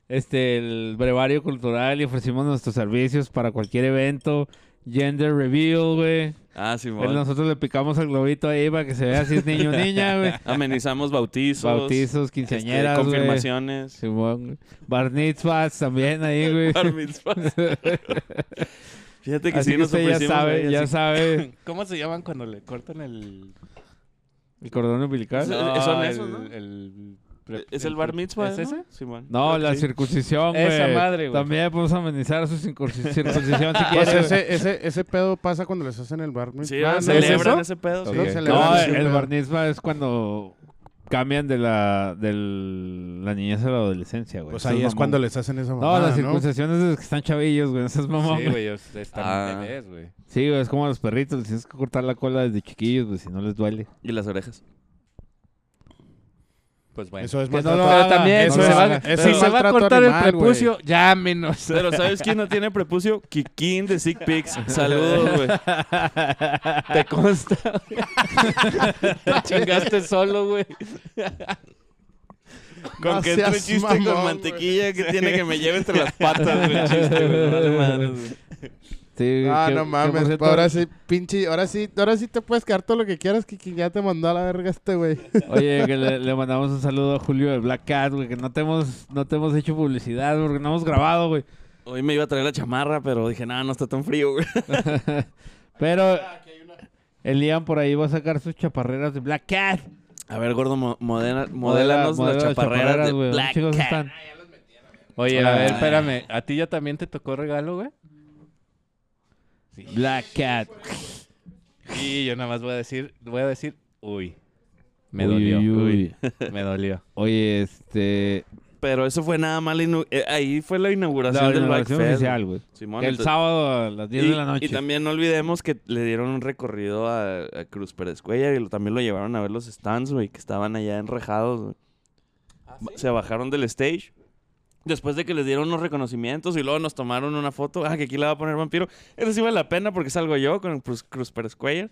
[SPEAKER 10] este el brevario cultural y ofrecimos nuestros servicios para cualquier evento Gender Reveal, güey.
[SPEAKER 5] Ah,
[SPEAKER 10] Él-
[SPEAKER 5] Simón.
[SPEAKER 10] Nosotros le picamos al globito ahí para que se vea si es niño o niña, güey.
[SPEAKER 5] Amenizamos bautizos.
[SPEAKER 10] Bautizos,
[SPEAKER 5] este,
[SPEAKER 10] quinceañeras, güey.
[SPEAKER 5] confirmaciones.
[SPEAKER 10] Simón, güey. Bar mitzvahs también ahí, güey.
[SPEAKER 5] bar mitzvahs. Fíjate que
[SPEAKER 10] Así
[SPEAKER 5] sí
[SPEAKER 10] que
[SPEAKER 5] nos
[SPEAKER 10] usted ya
[SPEAKER 5] ofrecimos.
[SPEAKER 10] sabe,
[SPEAKER 5] güey,
[SPEAKER 10] ya
[SPEAKER 5] así-
[SPEAKER 10] sabe.
[SPEAKER 11] ¿Cómo se llaman cuando le cortan el.
[SPEAKER 10] ¿El cordón umbilical?
[SPEAKER 5] Sí.
[SPEAKER 10] No,
[SPEAKER 5] Eh, son esos,
[SPEAKER 11] el-
[SPEAKER 5] ¿no?
[SPEAKER 11] el-
[SPEAKER 5] Es el bar mitzvah.
[SPEAKER 11] ¿Es
[SPEAKER 5] ¿no?
[SPEAKER 11] ese?
[SPEAKER 5] Simón.
[SPEAKER 10] la circuncisión, güey.
[SPEAKER 11] Esa madre, güey.
[SPEAKER 10] También podemos amenizar su circuncis- circuncisión si
[SPEAKER 12] Pues
[SPEAKER 10] quieres.
[SPEAKER 12] ese, ese, ese pedo pasa cuando les hacen el bar.
[SPEAKER 5] Sí,
[SPEAKER 12] mitzvah, ¿no?
[SPEAKER 5] celebran
[SPEAKER 12] ¿Es eso?
[SPEAKER 5] ese pedo. sí.
[SPEAKER 12] Ok.
[SPEAKER 10] güey.
[SPEAKER 12] celebran
[SPEAKER 10] No,
[SPEAKER 12] así,
[SPEAKER 10] el
[SPEAKER 12] pero-
[SPEAKER 10] bar mitzvah es cuando cambian de la, de la niñez a la adolescencia, güey.
[SPEAKER 12] Pues
[SPEAKER 10] Estás
[SPEAKER 12] ahí es
[SPEAKER 10] mamón.
[SPEAKER 12] cuando les hacen esa
[SPEAKER 10] Ah, No,
[SPEAKER 12] mamada,
[SPEAKER 10] la
[SPEAKER 12] ¿no?
[SPEAKER 10] circuncisión es desde que están chavillos, güey. No seas mamón,
[SPEAKER 11] Sí,
[SPEAKER 10] güey.
[SPEAKER 11] güey, ellos están
[SPEAKER 5] Ah.
[SPEAKER 11] bebés, güey.
[SPEAKER 10] Sí, güey, es como a los perritos, les tienes que cortar la cola desde chiquillos, güey, si no les duele.
[SPEAKER 5] Y las orejas.
[SPEAKER 11] Pues bueno.
[SPEAKER 12] Eso es
[SPEAKER 10] Que no
[SPEAKER 12] maltrato.
[SPEAKER 10] lo haga, también,
[SPEAKER 12] eso
[SPEAKER 10] no
[SPEAKER 12] es,
[SPEAKER 10] lo haga.
[SPEAKER 12] eso es maltrato animal, güey.
[SPEAKER 11] llámenos.
[SPEAKER 5] Pero ¿sabes quién no tiene prepucio? Kikín de Sick Pics. Saludos, güey.
[SPEAKER 11] Te consta. Te chingaste solo, güey.
[SPEAKER 5] Con
[SPEAKER 12] No
[SPEAKER 5] que
[SPEAKER 12] seas
[SPEAKER 5] entre chiste
[SPEAKER 12] mamón,
[SPEAKER 5] con mantequilla que tiene que me lleve entre las patas, güey. Chiste, güey. Vale, madre, güey.
[SPEAKER 10] Sí,
[SPEAKER 12] Ah,
[SPEAKER 10] que-
[SPEAKER 12] no
[SPEAKER 10] que,
[SPEAKER 12] mames.
[SPEAKER 10] por cierto,
[SPEAKER 12] ahora sí, pinche. Ahora sí, ahora sí te puedes quedar todo lo que quieras, que quien ya te mandó a la verga este güey.
[SPEAKER 10] Oye, que le, le mandamos un saludo a Julio de Black Cat, güey, que no te hemos, no te hemos hecho publicidad, porque no hemos grabado, güey.
[SPEAKER 5] Hoy me iba a traer la chamarra, pero dije, no, no está tan frío, güey.
[SPEAKER 10] Pero el Ian por ahí va a sacar sus chaparreras de Black Cat.
[SPEAKER 5] A ver, gordo, mo- modera- modélanos
[SPEAKER 10] Modela- modela
[SPEAKER 5] las chaparreras de
[SPEAKER 10] güey. ¿Dónde
[SPEAKER 5] Black
[SPEAKER 10] chicos
[SPEAKER 5] Cat.
[SPEAKER 10] están?
[SPEAKER 11] Oye, a
[SPEAKER 5] Ah.
[SPEAKER 11] ver, espérame. ¿A ti ya también te tocó regalo, güey?
[SPEAKER 10] Black Cat.
[SPEAKER 11] Y yo nada más voy a decir, voy a decir, uy. Me
[SPEAKER 10] Uy,
[SPEAKER 11] dolió.
[SPEAKER 10] uy, uy.
[SPEAKER 11] Me dolió.
[SPEAKER 10] Oye, este...
[SPEAKER 5] Pero eso fue nada mal. inu- eh, ahí fue la inauguración,
[SPEAKER 10] La
[SPEAKER 5] del Black
[SPEAKER 10] inauguración
[SPEAKER 5] Fest,
[SPEAKER 10] oficial, güey.
[SPEAKER 5] güey. Simón,
[SPEAKER 10] El
[SPEAKER 5] entonces-
[SPEAKER 10] sábado a las 10
[SPEAKER 5] y,
[SPEAKER 10] de la noche.
[SPEAKER 5] y también no olvidemos que le dieron un recorrido a, a Cruz Pérez Cuellar y lo- también lo llevaron a ver los stands, güey, que estaban allá enrejados, güey. Ba- Se bajaron del stage. Después de que les dieron unos reconocimientos y luego nos tomaron una foto. Ah, que aquí la va a poner vampiro. Eso sí vale la pena porque salgo yo con el Cruz, Cruz Pérez Cuellar.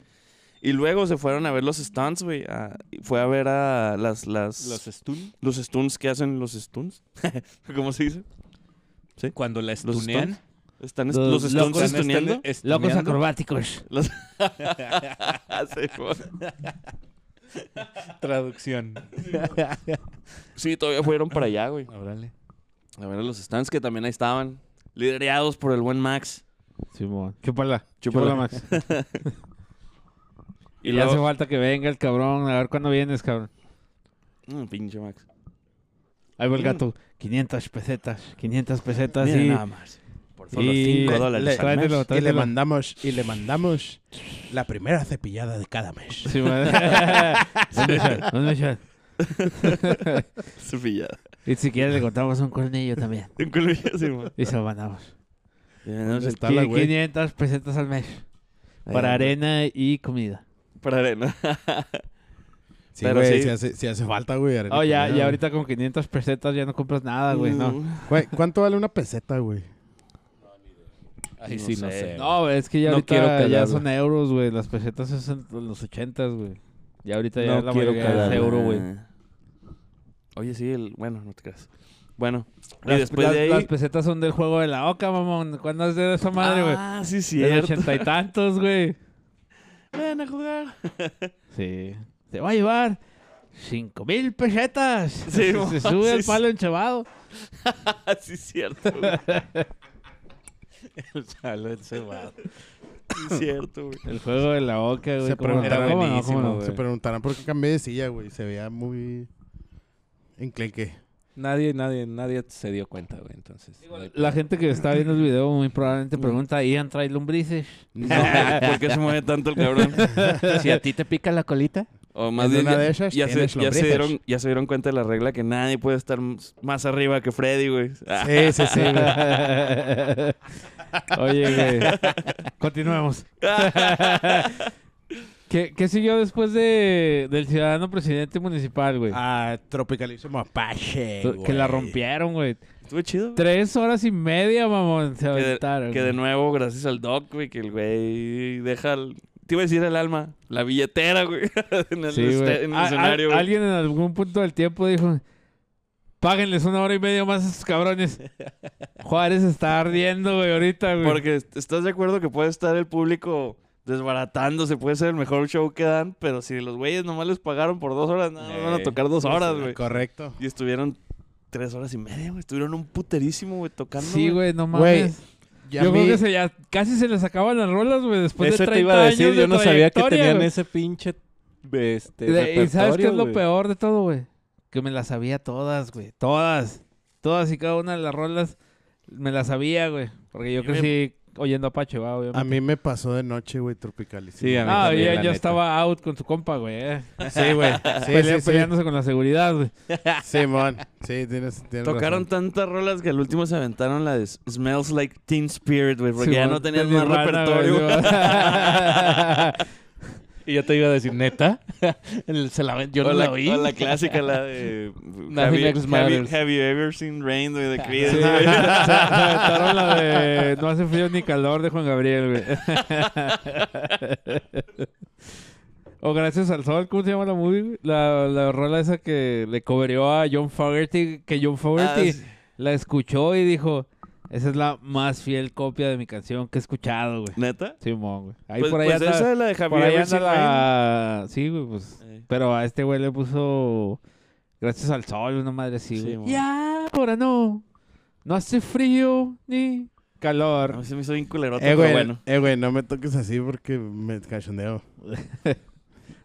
[SPEAKER 5] Y luego se fueron a ver los stands, güey. a- y fue a ver a las, las,
[SPEAKER 11] Los
[SPEAKER 5] los,
[SPEAKER 11] stun.
[SPEAKER 5] stunts que hacen los stunts. ¿Cómo se dice?
[SPEAKER 11] Cuando la
[SPEAKER 5] ¿Los
[SPEAKER 11] stunean.
[SPEAKER 5] stunts? ¿Están est-
[SPEAKER 10] Los
[SPEAKER 5] los, stunts
[SPEAKER 10] locos-
[SPEAKER 11] están
[SPEAKER 5] stuneando?
[SPEAKER 11] estune-
[SPEAKER 10] Locos
[SPEAKER 11] stuneando.
[SPEAKER 10] acrobáticos.
[SPEAKER 5] Los- Simón.
[SPEAKER 11] Traducción.
[SPEAKER 5] sí, todavía fueron para allá, güey.
[SPEAKER 11] Órale.
[SPEAKER 5] A ver, a los stands que también ahí estaban, liderados por el buen Max.
[SPEAKER 10] Simón. Chúpala.
[SPEAKER 5] Chúpala.
[SPEAKER 10] Chúpala, Max.
[SPEAKER 5] Y,
[SPEAKER 10] Y le
[SPEAKER 5] luego...
[SPEAKER 10] hace falta que venga el cabrón. A ver cuándo vienes, cabrón.
[SPEAKER 5] Mm, pinche Max.
[SPEAKER 10] Ahí va el gato. 500 pesetas. 500 pesetas.
[SPEAKER 5] Mira
[SPEAKER 10] y...
[SPEAKER 5] nada más. Por solo
[SPEAKER 10] Ah, Y-
[SPEAKER 5] 5
[SPEAKER 10] le-
[SPEAKER 5] dólares. al
[SPEAKER 10] tráetelo,
[SPEAKER 5] mes.
[SPEAKER 10] tráetelo.
[SPEAKER 12] mandamos, y le mandamos la primera cepillada de cada mes.
[SPEAKER 10] Sí, madre. ¿Dónde está? ¿Dónde está?
[SPEAKER 5] Su pillada.
[SPEAKER 10] Y si quieres le contamos un colmillo también.
[SPEAKER 5] Un colmillo, Simón.
[SPEAKER 10] Y se lo mandamos.
[SPEAKER 5] Ya, no sé,
[SPEAKER 12] Está la
[SPEAKER 10] Qui-
[SPEAKER 12] güey.
[SPEAKER 10] 500 pesetas al mes. Para
[SPEAKER 5] Ahí,
[SPEAKER 10] arena y comida.
[SPEAKER 5] Para arena.
[SPEAKER 12] Sí,
[SPEAKER 5] Pero
[SPEAKER 12] güey,
[SPEAKER 5] sí.
[SPEAKER 12] si, hace, si hace falta, güey. arena
[SPEAKER 10] Oh, ya,
[SPEAKER 12] comida,
[SPEAKER 10] ya
[SPEAKER 12] güey.
[SPEAKER 10] ahorita con 500 pesetas ya no compras nada, güey. No,
[SPEAKER 12] Güey, ¿cuánto vale una peseta, güey?
[SPEAKER 11] Ahí
[SPEAKER 5] No
[SPEAKER 11] sí, no
[SPEAKER 5] sé.
[SPEAKER 11] sé.
[SPEAKER 10] no güey, es que ya
[SPEAKER 11] No
[SPEAKER 10] ahorita
[SPEAKER 11] quiero calarla.
[SPEAKER 10] ya son euros, güey. Las pesetas es en los 80, güey. Ya ahorita ya
[SPEAKER 11] No
[SPEAKER 10] la
[SPEAKER 11] quiero
[SPEAKER 10] mayoría es
[SPEAKER 11] calarla.
[SPEAKER 10] euro, güey.
[SPEAKER 5] Oye, sí, el... bueno, no te creas. Bueno,
[SPEAKER 10] Las-
[SPEAKER 5] y después
[SPEAKER 10] las,
[SPEAKER 5] de ahí...
[SPEAKER 10] las pesetas son del juego de la oca, mamón. ¿Cuándo has de esa madre, güey?
[SPEAKER 5] Ah, sí,
[SPEAKER 10] de los
[SPEAKER 5] cierto.
[SPEAKER 10] ochenta y tantos, güey.
[SPEAKER 5] Ven a jugar.
[SPEAKER 10] Sí. Te va a llevar cinco mil pesetas.
[SPEAKER 5] Sí, mo-
[SPEAKER 10] se sube el
[SPEAKER 5] sí,
[SPEAKER 10] palo enchevado.
[SPEAKER 5] sí, cierto, güey.
[SPEAKER 11] El salón encebado.
[SPEAKER 5] Sí, cierto, güey.
[SPEAKER 10] El juego de la oca, güey.
[SPEAKER 12] Se
[SPEAKER 10] ¿cómo no?
[SPEAKER 12] preguntaron,
[SPEAKER 10] ¿Cómo no?
[SPEAKER 11] buenísimo,
[SPEAKER 10] ¿Cómo no?
[SPEAKER 11] güey.
[SPEAKER 12] Se preguntarán por qué cambié de silla, güey. Se veía muy enclenque.
[SPEAKER 11] Nadie, nadie, nadie se dio cuenta, güey, entonces. no hay-
[SPEAKER 10] La gente que está viendo el video muy probablemente
[SPEAKER 11] Mm.
[SPEAKER 10] pregunta, ¿Ian trae lombrices?
[SPEAKER 5] No, ¿por qué se mueve tanto el cabrón?
[SPEAKER 11] Si a ti te pica la colita.
[SPEAKER 5] O más
[SPEAKER 12] En
[SPEAKER 5] bien,
[SPEAKER 12] una
[SPEAKER 5] ya,
[SPEAKER 12] de esas
[SPEAKER 5] ya se,
[SPEAKER 12] tienes
[SPEAKER 5] ya, se
[SPEAKER 12] lombrices.
[SPEAKER 5] dieron, ya se dieron cuenta de la regla que nadie puede estar m- más arriba que Freddy, güey. Ah,
[SPEAKER 12] Sí, sí, sí, güey.
[SPEAKER 10] Oye, güey. Continuemos. ¿Qué, qué siguió después de, del ciudadano presidente municipal, güey?
[SPEAKER 12] Ah, tropicalísimo Apache.
[SPEAKER 10] que
[SPEAKER 12] güey.
[SPEAKER 10] la rompieron, güey.
[SPEAKER 5] Estuvo chido. güey.
[SPEAKER 10] Tres horas y media, mamón, se
[SPEAKER 5] Que de,
[SPEAKER 10] aventaron.
[SPEAKER 5] que de
[SPEAKER 10] güey.
[SPEAKER 5] nuevo, gracias al Doc, güey, que el güey deja... el- te iba a decir el alma, la billetera, güey, en el,
[SPEAKER 10] Sí,
[SPEAKER 5] este-
[SPEAKER 10] güey. Ah,
[SPEAKER 5] en el
[SPEAKER 10] Al- al-
[SPEAKER 5] escenario, güey.
[SPEAKER 10] alguien en algún punto del tiempo dijo, páguenles una hora y media más a esos cabrones. Juárez está ardiendo, güey, ahorita, güey.
[SPEAKER 5] Porque est- estás de acuerdo que puede estar el público desbaratándose, puede ser el mejor show que dan, pero si los güeyes nomás les pagaron por dos horas, nada, más
[SPEAKER 10] Eh,
[SPEAKER 5] van a tocar dos horas, güey.
[SPEAKER 12] Ah, Correcto.
[SPEAKER 5] Y estuvieron tres horas y media, güey. Estuvieron un puterísimo, güey, tocando.
[SPEAKER 10] Sí, güey, no mames.
[SPEAKER 12] Güey, y a
[SPEAKER 10] Yo
[SPEAKER 12] mí-
[SPEAKER 10] creo que se ya casi se les acababan las rolas, güey, después
[SPEAKER 11] Eso
[SPEAKER 10] de 30
[SPEAKER 11] te iba a decir,
[SPEAKER 10] años de
[SPEAKER 11] yo no sabía que
[SPEAKER 10] trayectoria,
[SPEAKER 11] tenían
[SPEAKER 10] güey.
[SPEAKER 11] ese pinche este,
[SPEAKER 10] De- ¿Y sabes qué es
[SPEAKER 11] repertorio,
[SPEAKER 10] lo
[SPEAKER 11] güey.
[SPEAKER 10] peor de todo, güey? Que me las sabía todas, güey. Todas. Todas y cada una de las rolas me las sabía, güey. Porque yo crecí oyendo Apache, va,
[SPEAKER 12] A
[SPEAKER 10] obviamente.
[SPEAKER 12] mí me pasó de noche, güey, tropicalísimo.
[SPEAKER 11] Sí, a mí
[SPEAKER 10] Ah,
[SPEAKER 11] también,
[SPEAKER 10] ya-
[SPEAKER 11] la
[SPEAKER 10] yo
[SPEAKER 11] neta. Pues
[SPEAKER 10] estaba out con su compa, güey. eh.
[SPEAKER 12] Sí, güey. Sí,
[SPEAKER 10] Pelea-
[SPEAKER 12] sí, sí.
[SPEAKER 10] peleándose con la seguridad, güey.
[SPEAKER 12] Simón. Sí, tienes, tienes
[SPEAKER 5] Tocaron
[SPEAKER 12] razón.
[SPEAKER 5] tantas rolas que al último se aventaron la de S- Smells Like Teen Spirit, güey, porque ya
[SPEAKER 10] Simón,
[SPEAKER 5] no tenían
[SPEAKER 10] de
[SPEAKER 5] más
[SPEAKER 10] Nirvana,
[SPEAKER 5] repertorio.
[SPEAKER 10] güey, Simón.
[SPEAKER 11] Y yo te iba a decir, ¿neta? El- se la ven- yo
[SPEAKER 5] O
[SPEAKER 11] no
[SPEAKER 5] la,
[SPEAKER 11] la oí.
[SPEAKER 5] o la clásica, la de... have,
[SPEAKER 11] Nothing
[SPEAKER 5] you,
[SPEAKER 11] Else
[SPEAKER 5] have you-
[SPEAKER 11] Matters.
[SPEAKER 5] have you ever seen rain, güey, de
[SPEAKER 10] Sí,
[SPEAKER 5] Creedence,
[SPEAKER 10] se, se
[SPEAKER 5] güey?
[SPEAKER 10] aventaron la de No hace frío ni calor de Juan Gabriel, güey. o Gracias al Sol, ¿cómo se llama la movie? güey? La, la rola esa que le cobrió a John Fogerty, que John Fogerty
[SPEAKER 5] Ah, sí.
[SPEAKER 10] la escuchó y dijo, esa es la más fiel copia de mi canción que he escuchado, güey.
[SPEAKER 5] ¿Neta?
[SPEAKER 10] Simón, güey. Ahí
[SPEAKER 5] Pues,
[SPEAKER 10] por ahí
[SPEAKER 5] pues
[SPEAKER 10] anda-
[SPEAKER 5] esa es la de Have
[SPEAKER 10] por
[SPEAKER 5] you
[SPEAKER 10] ahí
[SPEAKER 5] ever
[SPEAKER 10] anda
[SPEAKER 5] seen rain.
[SPEAKER 10] la... Sí, güey, pues...
[SPEAKER 5] Eh.
[SPEAKER 10] Pero a este güey le puso Gracias al Sol, una madre así,
[SPEAKER 5] Sí,
[SPEAKER 10] güey.
[SPEAKER 5] mon.
[SPEAKER 10] y ahora no. No hace frío ni
[SPEAKER 5] A
[SPEAKER 10] calor.
[SPEAKER 5] mí se me hizo bien culerote,
[SPEAKER 12] Eh,
[SPEAKER 5] pero
[SPEAKER 12] güey,
[SPEAKER 5] bueno.
[SPEAKER 12] eh, güey, no me toques así porque me cachondeo.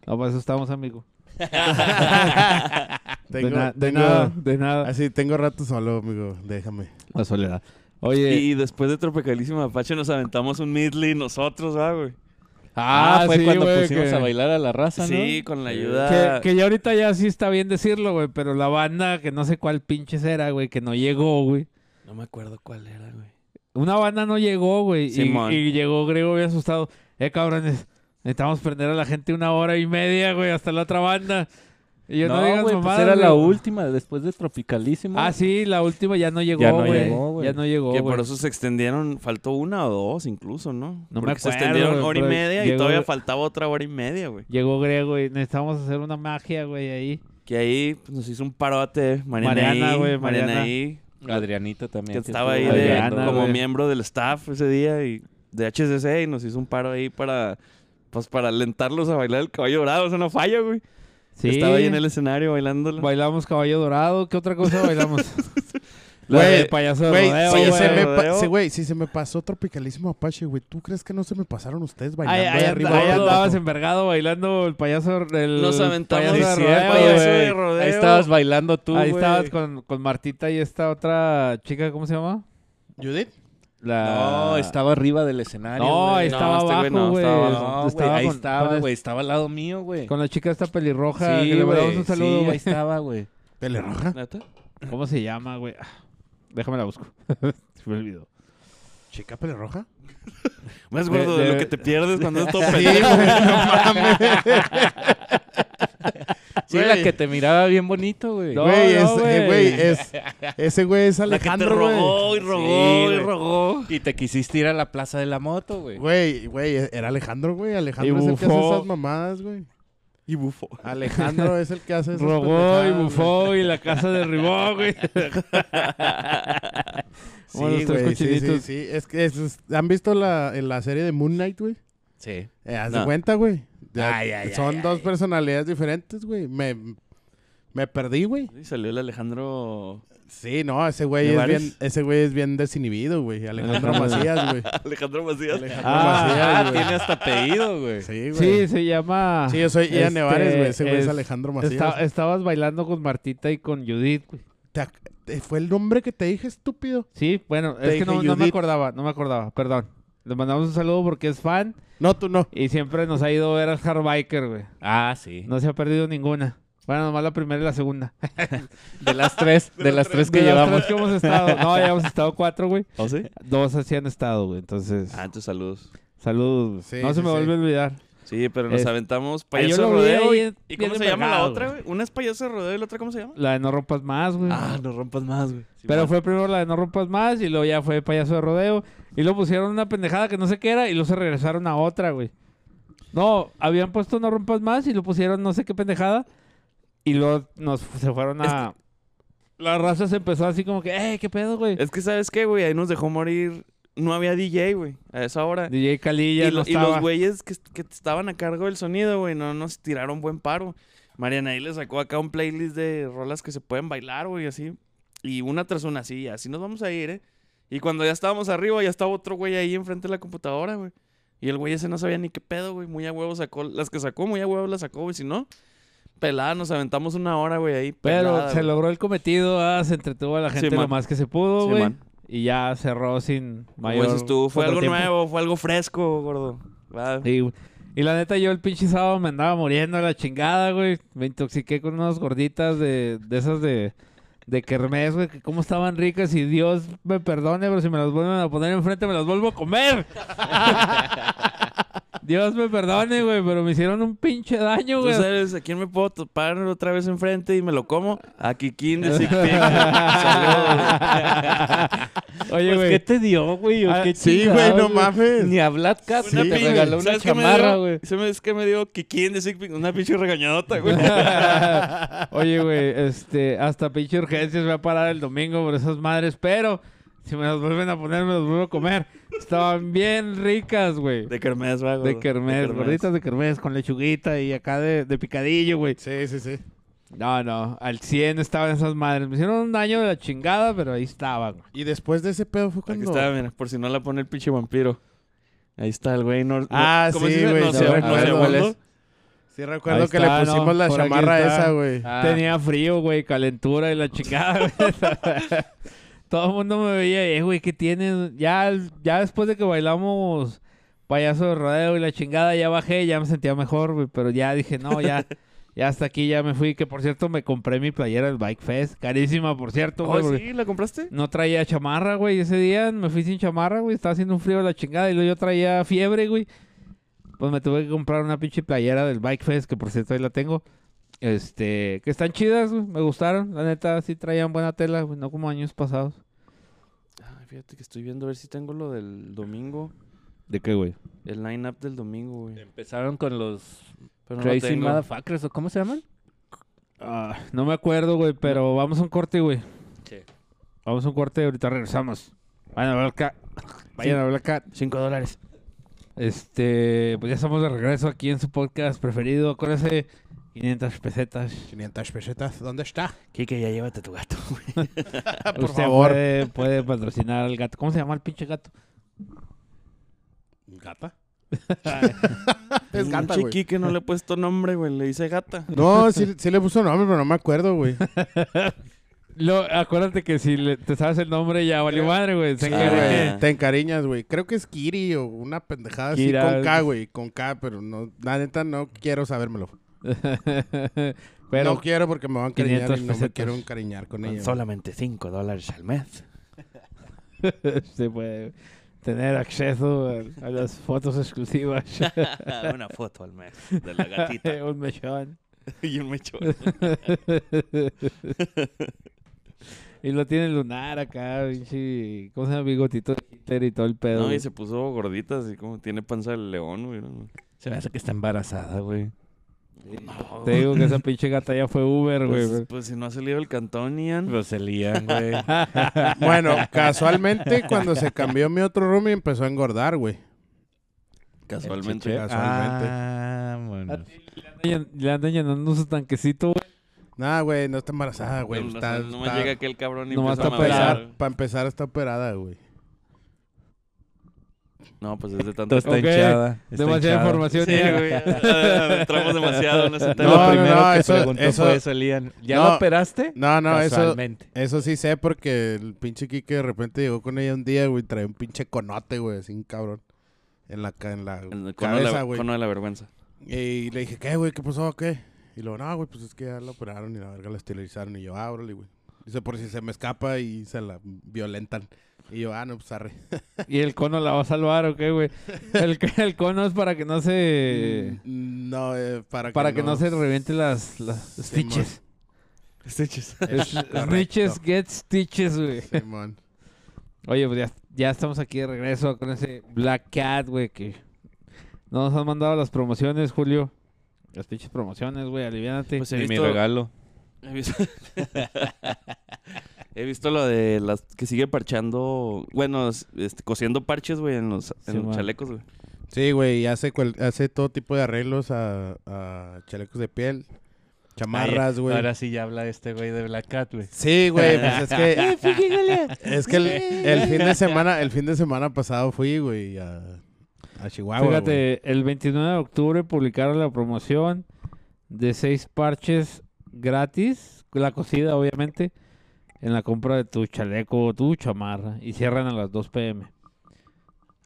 [SPEAKER 10] No, para eso estamos, amigo.
[SPEAKER 12] Tengo,
[SPEAKER 10] de, na- de
[SPEAKER 12] tengo-
[SPEAKER 5] Ah.
[SPEAKER 10] nada, de nada.
[SPEAKER 12] Así, tengo rato solo, amigo. Déjame.
[SPEAKER 10] La soledad. Oye.
[SPEAKER 5] Y después de Tropicalísima Apache nos aventamos un midley nosotros, ¿verdad, güey?
[SPEAKER 11] Ah, fue
[SPEAKER 10] sí,
[SPEAKER 11] cuando
[SPEAKER 10] güey,
[SPEAKER 11] pusimos
[SPEAKER 10] que-
[SPEAKER 11] a bailar a la raza, ¿no?
[SPEAKER 5] Sí, con la
[SPEAKER 10] Que,
[SPEAKER 5] ayuda...
[SPEAKER 10] que ya ahorita ya sí está bien decirlo, güey, pero la banda, que no sé cuál pinche era, güey, que no llegó, güey.
[SPEAKER 5] No me acuerdo cuál era, güey.
[SPEAKER 10] Una banda no llegó, güey. Y,
[SPEAKER 5] Simón.
[SPEAKER 10] y llegó Grego bien asustado. Eh, cabrones, necesitamos prender a la gente una hora y media, güey, hasta la otra banda. Y yo no,
[SPEAKER 11] no,
[SPEAKER 10] digas
[SPEAKER 11] güey, pues
[SPEAKER 10] mamadas,
[SPEAKER 11] era la
[SPEAKER 10] güey.
[SPEAKER 11] última, después de Tropicalísimo.
[SPEAKER 10] Ah, sí, la última ya no llegó,
[SPEAKER 11] Ya no
[SPEAKER 10] güey.
[SPEAKER 11] llegó, güey.
[SPEAKER 10] Ya no llegó,
[SPEAKER 5] que
[SPEAKER 10] Oh, güey.
[SPEAKER 5] por eso se extendieron, faltó una o dos incluso, ¿no?
[SPEAKER 10] No me
[SPEAKER 5] Porque se
[SPEAKER 10] acuerdo,
[SPEAKER 5] extendieron
[SPEAKER 10] güey,
[SPEAKER 5] hora y
[SPEAKER 10] pero
[SPEAKER 5] media
[SPEAKER 10] llegó-
[SPEAKER 5] y todavía faltaba otra hora y media, güey.
[SPEAKER 10] Llegó Grego y necesitamos hacer una magia, güey, ahí.
[SPEAKER 5] Que ahí pues, nos hizo un parote Mariana,
[SPEAKER 10] Mariana,
[SPEAKER 5] ahí,
[SPEAKER 10] güey,
[SPEAKER 5] Mariana
[SPEAKER 10] Mariana.
[SPEAKER 5] ahí,
[SPEAKER 11] Adrianita
[SPEAKER 5] que
[SPEAKER 11] también.
[SPEAKER 5] estaba ahí
[SPEAKER 11] estuvo
[SPEAKER 5] de-
[SPEAKER 10] Mariana,
[SPEAKER 5] como
[SPEAKER 10] güey.
[SPEAKER 5] miembro del staff ese día y de HCC y nos hizo un paro ahí para pues para alentarlos a bailar el caballo dorado, eso no falla, güey.
[SPEAKER 10] Sí.
[SPEAKER 5] Estaba ahí en el escenario bailándolo.
[SPEAKER 10] Bailamos Caballo Dorado. ¿Qué otra cosa bailamos? la
[SPEAKER 12] Güey,
[SPEAKER 10] del payaso de
[SPEAKER 12] Güey,
[SPEAKER 10] rodeo,
[SPEAKER 12] si,
[SPEAKER 5] güey.
[SPEAKER 12] se me pa-
[SPEAKER 5] Rodeo.
[SPEAKER 12] sí, güey, si se me pasó Tropicalísimo Apache, güey, ¿tú crees que no se me pasaron ustedes bailando
[SPEAKER 10] Ahí,
[SPEAKER 12] ahí,
[SPEAKER 10] ahí,
[SPEAKER 12] arriba?
[SPEAKER 10] and- ahí
[SPEAKER 12] güey?
[SPEAKER 10] andabas envergado bailando el payaso del
[SPEAKER 5] Nos aventamos
[SPEAKER 10] payaso
[SPEAKER 5] de
[SPEAKER 10] de rodeo,
[SPEAKER 5] cierto,
[SPEAKER 10] güey.
[SPEAKER 5] payaso de rodeo.
[SPEAKER 11] Ahí estabas bailando tú,
[SPEAKER 10] Ahí
[SPEAKER 11] güey.
[SPEAKER 10] estabas con, con Martita y esta otra chica, ¿cómo se llama?
[SPEAKER 12] ¿Judith?
[SPEAKER 10] La...
[SPEAKER 11] No, estaba arriba del escenario,
[SPEAKER 10] No,
[SPEAKER 11] güey.
[SPEAKER 10] ahí estaba
[SPEAKER 5] este güey
[SPEAKER 10] abajo,
[SPEAKER 5] no,
[SPEAKER 10] güey.
[SPEAKER 5] estaba
[SPEAKER 11] No,
[SPEAKER 5] abajo.
[SPEAKER 11] güey,
[SPEAKER 10] Estaba
[SPEAKER 11] ahí
[SPEAKER 10] con-
[SPEAKER 11] estaba,
[SPEAKER 10] con-
[SPEAKER 11] güey. Estaba al lado mío, güey.
[SPEAKER 10] Con la chica esta pelirroja,
[SPEAKER 11] Sí,
[SPEAKER 10] que le mandamos
[SPEAKER 11] güey,
[SPEAKER 10] un saludo,
[SPEAKER 11] sí, ahí
[SPEAKER 10] güey.
[SPEAKER 11] estaba, güey.
[SPEAKER 12] ¿Pelerroja?
[SPEAKER 5] ¿Neta?
[SPEAKER 10] ¿Cómo se llama, güey? Ah, Déjame la busco. Se me olvidó.
[SPEAKER 12] ¿Chica pelerroja?
[SPEAKER 5] Más
[SPEAKER 10] De-
[SPEAKER 5] gordo de,
[SPEAKER 10] de-
[SPEAKER 5] lo que te pierdes cuando es todo
[SPEAKER 12] Sí,
[SPEAKER 5] pendejo.
[SPEAKER 12] güey, no mames.
[SPEAKER 11] Sí, la que te miraba bien bonito, güey.
[SPEAKER 10] No,
[SPEAKER 12] Güey, es-
[SPEAKER 10] no,
[SPEAKER 12] eh, güey, es- ese güey es
[SPEAKER 5] La que te
[SPEAKER 12] Alejandro, güey.
[SPEAKER 5] rogó y
[SPEAKER 11] Sí,
[SPEAKER 5] rogó y
[SPEAKER 11] güey.
[SPEAKER 5] rogó.
[SPEAKER 11] Y te quisiste ir a la plaza de la moto, güey.
[SPEAKER 12] Güey, güey, e, era Alejandro, güey. Alejandro
[SPEAKER 10] Y
[SPEAKER 12] es el que hace
[SPEAKER 10] bufó.
[SPEAKER 12] esas mamadas, güey.
[SPEAKER 5] Y bufó.
[SPEAKER 12] Alejandro es el que hace esas
[SPEAKER 10] Rogó y
[SPEAKER 12] pendejadas,
[SPEAKER 10] bufó y la casa derribó, güey. Como
[SPEAKER 12] güey.
[SPEAKER 10] los
[SPEAKER 12] Sí,
[SPEAKER 10] tres
[SPEAKER 12] güey, sí, sí,
[SPEAKER 10] cochinitos.
[SPEAKER 12] sí. Es que es- es- ¿Han visto la, en la serie de Moon Knight, güey?
[SPEAKER 11] Sí.
[SPEAKER 12] Eh, haz de
[SPEAKER 5] No.
[SPEAKER 12] cuenta, güey. Ya-
[SPEAKER 11] Ay, ay, ay,
[SPEAKER 12] son
[SPEAKER 11] ay,
[SPEAKER 12] dos
[SPEAKER 11] ay.
[SPEAKER 12] personalidades diferentes, güey. Me, me perdí, güey.
[SPEAKER 5] Y salió el Alejandro...
[SPEAKER 12] Sí, no, ese güey
[SPEAKER 5] ¿De
[SPEAKER 12] es
[SPEAKER 5] varios?
[SPEAKER 12] bien, ese güey es bien desinhibido, güey. Alejandro
[SPEAKER 10] Alejandro.
[SPEAKER 12] Macías, güey.
[SPEAKER 5] Alejandro Macías.
[SPEAKER 12] Alejandro
[SPEAKER 11] Ah,
[SPEAKER 12] Macías, güey.
[SPEAKER 11] tiene hasta apellido, güey.
[SPEAKER 12] Sí, güey.
[SPEAKER 10] Sí,
[SPEAKER 12] Sí,
[SPEAKER 10] se llama...
[SPEAKER 12] yo soy Ian
[SPEAKER 10] Este,
[SPEAKER 12] Nevares, güey. Ese güey es,
[SPEAKER 10] es-
[SPEAKER 12] Alejandro Macías.
[SPEAKER 10] Esta- estabas bailando con Martita y con Judith, güey.
[SPEAKER 12] Te ac- te- Eh, Fue el nombre que te dije, estúpido.
[SPEAKER 10] Sí, bueno,
[SPEAKER 12] Te
[SPEAKER 10] es que
[SPEAKER 12] dije
[SPEAKER 10] no, no me
[SPEAKER 12] Judith.
[SPEAKER 10] acordaba, no me acordaba, perdón. Le mandamos un saludo porque es fan
[SPEAKER 12] No, tú no.
[SPEAKER 10] y siempre nos ha ido a ver al Hardbiker, güey.
[SPEAKER 11] Ah, sí.
[SPEAKER 10] No se ha perdido ninguna. Bueno, nomás la primera y la segunda.
[SPEAKER 11] De las tres, de las tres que
[SPEAKER 10] De las
[SPEAKER 11] llevamos.
[SPEAKER 10] tres que hemos estado. No, ya hemos estado cuatro, güey.
[SPEAKER 5] ¿Oh, sí?
[SPEAKER 10] Dos así han estado, güey. Entonces,
[SPEAKER 5] Ah, tus saludos.
[SPEAKER 10] saludos.
[SPEAKER 12] Sí,
[SPEAKER 10] no se
[SPEAKER 12] sí,
[SPEAKER 10] me
[SPEAKER 12] sí.
[SPEAKER 10] vuelve a olvidar.
[SPEAKER 5] Sí, pero nos
[SPEAKER 10] Es-
[SPEAKER 5] aventamos
[SPEAKER 10] Ah, yo
[SPEAKER 5] payaso de
[SPEAKER 10] lo vi
[SPEAKER 5] rodeo.
[SPEAKER 10] ahí
[SPEAKER 5] y-
[SPEAKER 10] en-
[SPEAKER 5] ¿Y
[SPEAKER 10] bien
[SPEAKER 5] cómo se llama la
[SPEAKER 10] envergado,
[SPEAKER 5] otra,
[SPEAKER 10] güey.
[SPEAKER 5] güey? Una es payaso de rodeo y la otra, ¿cómo se llama?
[SPEAKER 10] La de No Rompas Más, güey.
[SPEAKER 5] Ah, no rompas más, güey.
[SPEAKER 10] Pero fue primero la de No Rompas Más y luego ya fue Payaso de Rodeo. Y luego pusieron una pendejada que no sé qué era y luego se regresaron a otra, güey. No, habían puesto No Rompas Más y lo pusieron no sé qué pendejada. Y luego nos, se fueron a... la raza se empezó así como que, ¡eh, qué pedo, güey!
[SPEAKER 5] Es que, ¿sabes qué, güey? Ahí nos dejó morir. No había DJ, güey, a esa hora.
[SPEAKER 10] DJ Calilla
[SPEAKER 5] y,
[SPEAKER 10] no
[SPEAKER 5] lo- y
[SPEAKER 10] estaba.
[SPEAKER 5] los güeyes que, que estaban a cargo del sonido, güey, no nos tiraron buen paro. Mariana ahí le sacó acá un playlist de rolas que se pueden bailar, güey, así. Y una tras una, así, así nos vamos a ir, ¿eh? Y cuando ya estábamos arriba, ya estaba otro güey ahí enfrente de la computadora, güey. Y el güey ese no sabía ni qué pedo, güey. Muy a huevo sacó. Las que sacó, muy a huevo las sacó, güey. Si no, pelada, nos aventamos una hora, güey, ahí.
[SPEAKER 10] Pero
[SPEAKER 5] pelada,
[SPEAKER 10] se
[SPEAKER 5] güey.
[SPEAKER 10] logró el cometido, ah, se entretuvo a la gente lo
[SPEAKER 5] Simón.
[SPEAKER 10] más que se pudo, güey.
[SPEAKER 5] Simón.
[SPEAKER 10] y ya cerró sin
[SPEAKER 5] Como
[SPEAKER 10] mayor.
[SPEAKER 5] dices tú, fue algo
[SPEAKER 10] contratiempo.
[SPEAKER 5] nuevo, fue algo fresco, gordo. Va.
[SPEAKER 10] Y, y la neta, yo el pinche sábado me andaba muriendo a la chingada, güey. Me intoxiqué con unas gorditas de, de esas de, de kermés, güey, que cómo estaban ricas. Y Dios me perdone, pero si me las vuelven a poner enfrente, me las vuelvo a comer. Dios me perdone, güey, pero me hicieron un pinche daño,
[SPEAKER 5] ¿Tú
[SPEAKER 10] güey.
[SPEAKER 5] sabes a quién me puedo topar otra vez enfrente y me lo como? A Kikín de Sick Pig. Saludos.
[SPEAKER 10] Oye,
[SPEAKER 1] Pues,
[SPEAKER 10] güey.
[SPEAKER 1] ¿Qué te dio, güey? ¿O
[SPEAKER 10] Ah,
[SPEAKER 1] qué
[SPEAKER 3] sí,
[SPEAKER 1] chingados,
[SPEAKER 3] güey, no mames.
[SPEAKER 1] Ni a Vlad Cat
[SPEAKER 5] Una
[SPEAKER 1] se te
[SPEAKER 5] pinche-
[SPEAKER 1] regaló una
[SPEAKER 5] ¿sabes qué me
[SPEAKER 1] chamarra,
[SPEAKER 5] dio?
[SPEAKER 1] güey.
[SPEAKER 5] ¿Sabes qué me dio Kikín de Sick Pig? Una pinche regañadota, güey.
[SPEAKER 10] Oye, güey, este, hasta pinche urgencias voy a parar el domingo por esas madres, pero si me las vuelven a poner, me las vuelvo a comer. Estaban bien ricas, güey.
[SPEAKER 5] De Kermés, va, gordo.
[SPEAKER 10] De kermés, gorditas de kermés con lechuguita y acá de, de picadillo, güey.
[SPEAKER 3] Sí, sí, sí.
[SPEAKER 10] No, no, al 100 estaban esas madres. Me hicieron un daño de la chingada, pero ahí estaban. güey.
[SPEAKER 3] Y después de ese pedo fue
[SPEAKER 5] Aquí
[SPEAKER 3] cuando...
[SPEAKER 5] está, mira, por si no la pone el pinche vampiro. Ahí está el güey. No, no-
[SPEAKER 3] Ah,
[SPEAKER 5] ¿cómo
[SPEAKER 3] sí,
[SPEAKER 5] se dice?
[SPEAKER 3] güey,
[SPEAKER 5] No
[SPEAKER 3] no
[SPEAKER 5] se- no
[SPEAKER 3] recuerdo.
[SPEAKER 5] se huele.
[SPEAKER 3] Sí, recuerdo
[SPEAKER 10] Ahí
[SPEAKER 3] que
[SPEAKER 10] está,
[SPEAKER 3] le pusimos
[SPEAKER 10] ¿no?
[SPEAKER 3] la
[SPEAKER 10] Por aquí
[SPEAKER 3] chamarra
[SPEAKER 10] está.
[SPEAKER 3] esa, güey.
[SPEAKER 1] Ah,
[SPEAKER 10] Tenía frío, güey, calentura y la chingada. güey. Todo el mundo me veía, eh, güey, ¿qué tienes? Ya, ya después de que bailamos payaso de rodeo y la chingada, ya bajé, ya me sentía mejor, güey. Pero ya dije, no, ya, ya hasta aquí, ya me fui. Que por cierto, me compré mi playera del Bike Fest. Carísima, por cierto, güey.
[SPEAKER 5] Oh,
[SPEAKER 10] porque
[SPEAKER 5] sí, ¿la compraste?
[SPEAKER 10] No traía chamarra, güey. Ese día me fui sin chamarra, güey. Estaba haciendo un frío de la chingada y luego yo traía fiebre, güey. Pues me tuve que comprar una pinche playera del Bike Fest, que por cierto ahí la tengo. Este, que están chidas, güey. Me gustaron. La neta, sí traían buena tela, güey. No como años pasados.
[SPEAKER 5] Ay, fíjate que estoy viendo a ver si tengo lo del domingo.
[SPEAKER 10] ¿De qué, güey?
[SPEAKER 5] El line-up del domingo, güey.
[SPEAKER 1] Empezaron con los
[SPEAKER 5] Pero no lo
[SPEAKER 1] Crazy
[SPEAKER 5] tengo.
[SPEAKER 1] Motherfuckers, ¿o cómo se llaman?
[SPEAKER 10] Ah, no me acuerdo, güey, pero vamos a un corte, güey.
[SPEAKER 1] Sí.
[SPEAKER 10] Vamos a un corte y ahorita regresamos. Vayan a ver acá. Vayan a ver acá.
[SPEAKER 5] Cinco dólares.
[SPEAKER 10] Este, pues ya estamos de regreso aquí en su podcast preferido. Acuérdense, 500 pesetas.
[SPEAKER 3] 500 pesetas, ¿dónde está?
[SPEAKER 5] Kike, ya llévate tu gato.
[SPEAKER 10] Por Usted
[SPEAKER 3] favor.
[SPEAKER 10] Puede, puede patrocinar al gato. ¿Cómo se llama el pinche gato?
[SPEAKER 3] ¿Gata? es gata,
[SPEAKER 5] Pinche
[SPEAKER 3] güey.
[SPEAKER 5] Kike no le he puesto nombre, güey. Le dice gata.
[SPEAKER 3] No, sí, sí le puso nombre, pero no me acuerdo, güey.
[SPEAKER 10] Lo, acuérdate que si le- te sabes el nombre ya valió madre, güey. Se
[SPEAKER 3] Sí,
[SPEAKER 10] encarga
[SPEAKER 3] güey,
[SPEAKER 10] que-
[SPEAKER 3] Te encariñas, güey. Creo que es Kiri o una pendejada
[SPEAKER 10] Kira.
[SPEAKER 3] así con K, güey. Con K, pero no, la neta no quiero sabérmelo.
[SPEAKER 10] Pero
[SPEAKER 3] no quiero porque me van a encariñar
[SPEAKER 10] 500
[SPEAKER 3] y no me
[SPEAKER 10] pesetas.
[SPEAKER 3] quiero encariñar con ella. güey.
[SPEAKER 5] solamente 5 dólares al mes.
[SPEAKER 10] se puede tener acceso a, a las fotos exclusivas.
[SPEAKER 5] Una foto al mes de la gatita
[SPEAKER 10] Un mechón.
[SPEAKER 5] y un mechón.
[SPEAKER 10] y lo tiene lunar acá, pinche. ¿Cómo se llama? Bigotito de Hitler y todo el pedo.
[SPEAKER 5] No,
[SPEAKER 10] güey.
[SPEAKER 5] y se puso gordita, así como tiene panza de león, güey. ¿no?
[SPEAKER 1] Se me hace que está embarazada, güey.
[SPEAKER 10] Te digo que esa pinche gata ya fue Uber, güey.
[SPEAKER 5] Pues, pues si no ha salido el cantón, Ian.
[SPEAKER 1] Pero se lían, güey.
[SPEAKER 3] Bueno, casualmente cuando se cambió mi otro roomie empezó a engordar, güey.
[SPEAKER 5] Casualmente.
[SPEAKER 3] Casualmente.
[SPEAKER 1] Ah, bueno.
[SPEAKER 10] Le andan llen- Le andan llenando su tanquecito, güey.
[SPEAKER 3] Nah, güey, no está embarazada, Ah, güey.
[SPEAKER 5] No, no,
[SPEAKER 3] Está,
[SPEAKER 5] no me
[SPEAKER 3] está-
[SPEAKER 5] llega aquel cabrón y
[SPEAKER 10] Nomás
[SPEAKER 5] empieza a
[SPEAKER 10] está operado.
[SPEAKER 5] madrear.
[SPEAKER 3] Para empezar está operada, güey.
[SPEAKER 5] No, pues es de tanto.
[SPEAKER 1] Todo está
[SPEAKER 10] Ok, Eh,
[SPEAKER 1] hinchada. está
[SPEAKER 10] Demasiada
[SPEAKER 1] hinchada.
[SPEAKER 10] información.
[SPEAKER 5] Sí,
[SPEAKER 10] ya.
[SPEAKER 5] güey. Entramos demasiado en ese
[SPEAKER 1] No, lo
[SPEAKER 3] No, no,
[SPEAKER 5] tema.
[SPEAKER 1] primero
[SPEAKER 3] no,
[SPEAKER 1] que
[SPEAKER 3] eso-
[SPEAKER 1] preguntó
[SPEAKER 3] eso-
[SPEAKER 1] fue eso, Lian. ¿Ya
[SPEAKER 3] No.
[SPEAKER 1] lo operaste?
[SPEAKER 3] pues, No, no, eso,
[SPEAKER 1] Casualmente.
[SPEAKER 3] eso sí sé porque el pinche Kike de repente llegó con ella un día, güey, trae un pinche conote, güey, así un cabrón. En la, ca- en la
[SPEAKER 5] El cono de
[SPEAKER 3] cabeza,
[SPEAKER 5] la-
[SPEAKER 3] güey.
[SPEAKER 5] cono de la vergüenza.
[SPEAKER 3] Y le dije, ¿qué, güey? ¿Qué pasó? ¿Qué? Y luego, no, güey, pues es que ya la operaron y la verga la esterilizaron. Y yo, ah, órale, güey. Dice, por si se me escapa y se la violentan. Y yo, ah, no, pues arre.
[SPEAKER 10] ¿Y el cono la va a salvar o qué, güey? El, el cono es para que no se...
[SPEAKER 3] Mm, No, eh, para,
[SPEAKER 10] Para que no se reviente las, las stitches.
[SPEAKER 5] Stitches.
[SPEAKER 3] Es
[SPEAKER 10] Stitches get stitches, güey.
[SPEAKER 3] Simón.
[SPEAKER 10] Oye, pues ya, ya estamos aquí de regreso con ese Black Cat, güey, que... No nos han mandado las promociones, Julio. Las pinches promociones, güey, aliviánate.
[SPEAKER 5] Pues he
[SPEAKER 1] Y mi
[SPEAKER 5] visto-
[SPEAKER 1] regalo.
[SPEAKER 5] He visto- He visto lo de las que sigue parchando, bueno, es- este, cosiendo parches, güey, en los, en los
[SPEAKER 10] man.
[SPEAKER 5] chalecos, güey.
[SPEAKER 9] Sí, güey, y hace, cual- hace todo tipo de arreglos a, a chalecos de piel, chamarras, güey.
[SPEAKER 2] Ahora sí ya habla este güey de Black Cat, güey.
[SPEAKER 9] Sí, güey, pues es que. es que el, el fin de semana, el fin de semana pasado fui, güey, a, a Chihuahua. güey.
[SPEAKER 10] Fíjate, el 29 de octubre publicaron la promoción de seis parches gratis, la cocida obviamente, en la compra de tu chaleco o tu chamarra y cierran a las 2 pm.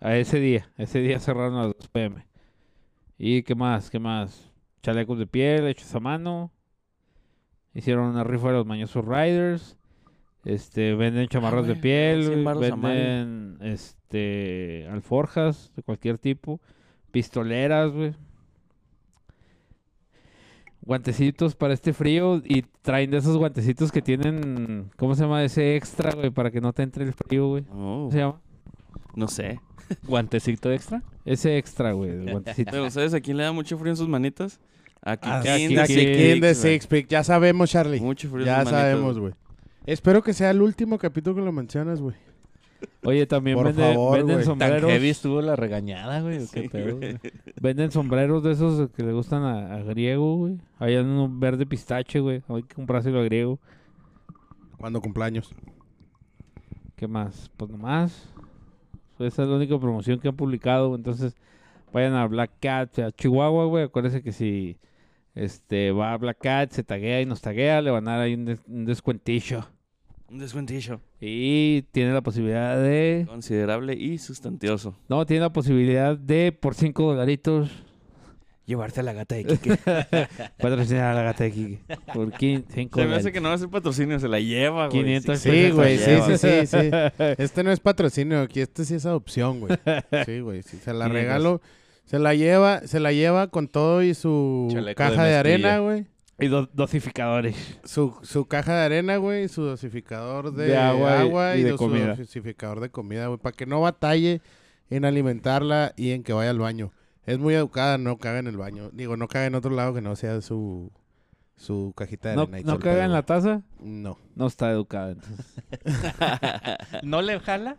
[SPEAKER 10] A ese día, ese día cerraron a las 2 pm. ¿Y qué más? ¿Qué más? Chalecos de piel hechos a mano. Hicieron una rifa de los mañosos riders. Este, venden chamarras de
[SPEAKER 5] güey,
[SPEAKER 10] piel,
[SPEAKER 5] cien
[SPEAKER 10] güey,
[SPEAKER 5] varos a Mario.
[SPEAKER 10] venden este alforjas de cualquier tipo, pistoleras, güey. Guantecitos para este frío y traen de esos guantecitos que tienen, ¿cómo se llama ese extra, güey? Para que no te entre el frío, güey.
[SPEAKER 5] Oh,
[SPEAKER 10] ¿Cómo se llama?
[SPEAKER 5] no sé.
[SPEAKER 2] Guantecito extra.
[SPEAKER 10] Ese extra, güey, el guantecito.
[SPEAKER 5] Pero ¿sabes a quién le da mucho frío en sus manitas? A
[SPEAKER 9] A
[SPEAKER 5] Kikín
[SPEAKER 10] Kikín
[SPEAKER 5] de
[SPEAKER 9] la
[SPEAKER 10] Six
[SPEAKER 9] Kikín
[SPEAKER 5] Six,
[SPEAKER 9] de
[SPEAKER 5] güey.
[SPEAKER 9] Six Pick, ya sabemos, Charlie.
[SPEAKER 5] Mucho frío en
[SPEAKER 9] ya
[SPEAKER 5] sus manitas,
[SPEAKER 9] sabemos, güey. Espero que sea el último capítulo que lo mencionas, güey.
[SPEAKER 10] Oye, también
[SPEAKER 9] Por
[SPEAKER 10] vende-
[SPEAKER 9] favor,
[SPEAKER 10] venden
[SPEAKER 9] güey. Tan
[SPEAKER 2] Tan heavy
[SPEAKER 10] sombreros.
[SPEAKER 2] estuvo la regañada, güey. ¿o
[SPEAKER 5] Sí,
[SPEAKER 2] Qué pedo.
[SPEAKER 5] güey.
[SPEAKER 10] Venden sombreros de esos que le gustan a, a griego, güey. Hay uno verde pistache, güey. Hay que comprárselo a griego.
[SPEAKER 9] Cuando cumpleaños.
[SPEAKER 10] ¿Qué más? Pues nomás. Esa es la única promoción que han publicado. Entonces, vayan a Black Cat, a Chihuahua, güey. Acuérdense que si este va a Black Cat, se taguea y nos taguea, le van a dar ahí un, des- un descuentillo.
[SPEAKER 5] Un descuentillo.
[SPEAKER 10] Y tiene la posibilidad de.
[SPEAKER 5] Considerable y sustantioso.
[SPEAKER 10] No, tiene la posibilidad de por 5 dolaritos
[SPEAKER 5] Llevarte a la gata de Kike.
[SPEAKER 10] patrocinar a la gata de Kike. Por 5
[SPEAKER 5] Se me hace que
[SPEAKER 10] dolaritos.
[SPEAKER 5] no va a ser patrocinio, se la lleva, güey.
[SPEAKER 10] 500
[SPEAKER 5] Sí,
[SPEAKER 9] Sí,
[SPEAKER 10] pesos
[SPEAKER 9] güey, sí,
[SPEAKER 5] lleva.
[SPEAKER 9] sí, sí, sí. Este no es patrocinio, aquí este sí es adopción, güey. Sí, güey, sí, se la
[SPEAKER 10] Mira,
[SPEAKER 9] regalo. Se la lleva, se la lleva con todo y su
[SPEAKER 2] Chaleco de
[SPEAKER 9] caja de,
[SPEAKER 2] mezclilla.
[SPEAKER 9] arena, güey.
[SPEAKER 10] Y do- dosificadores.
[SPEAKER 9] Su, su caja de arena, güey, su dosificador de,
[SPEAKER 10] De agua
[SPEAKER 9] agua,
[SPEAKER 10] y-
[SPEAKER 9] y,
[SPEAKER 10] y de
[SPEAKER 9] su
[SPEAKER 10] comida.
[SPEAKER 9] dosificador de comida, güey, para que no batalle en alimentarla y en que vaya al baño. Es muy educada, no caga en el baño. Digo, no caga en otro lado que no sea su, su cajita de
[SPEAKER 10] No,
[SPEAKER 9] arena. y todo
[SPEAKER 10] no
[SPEAKER 9] el
[SPEAKER 10] caga en
[SPEAKER 9] pedo,
[SPEAKER 10] la taza,
[SPEAKER 9] güey. No.
[SPEAKER 10] no está educada. Entonces.
[SPEAKER 2] ¿No le jala?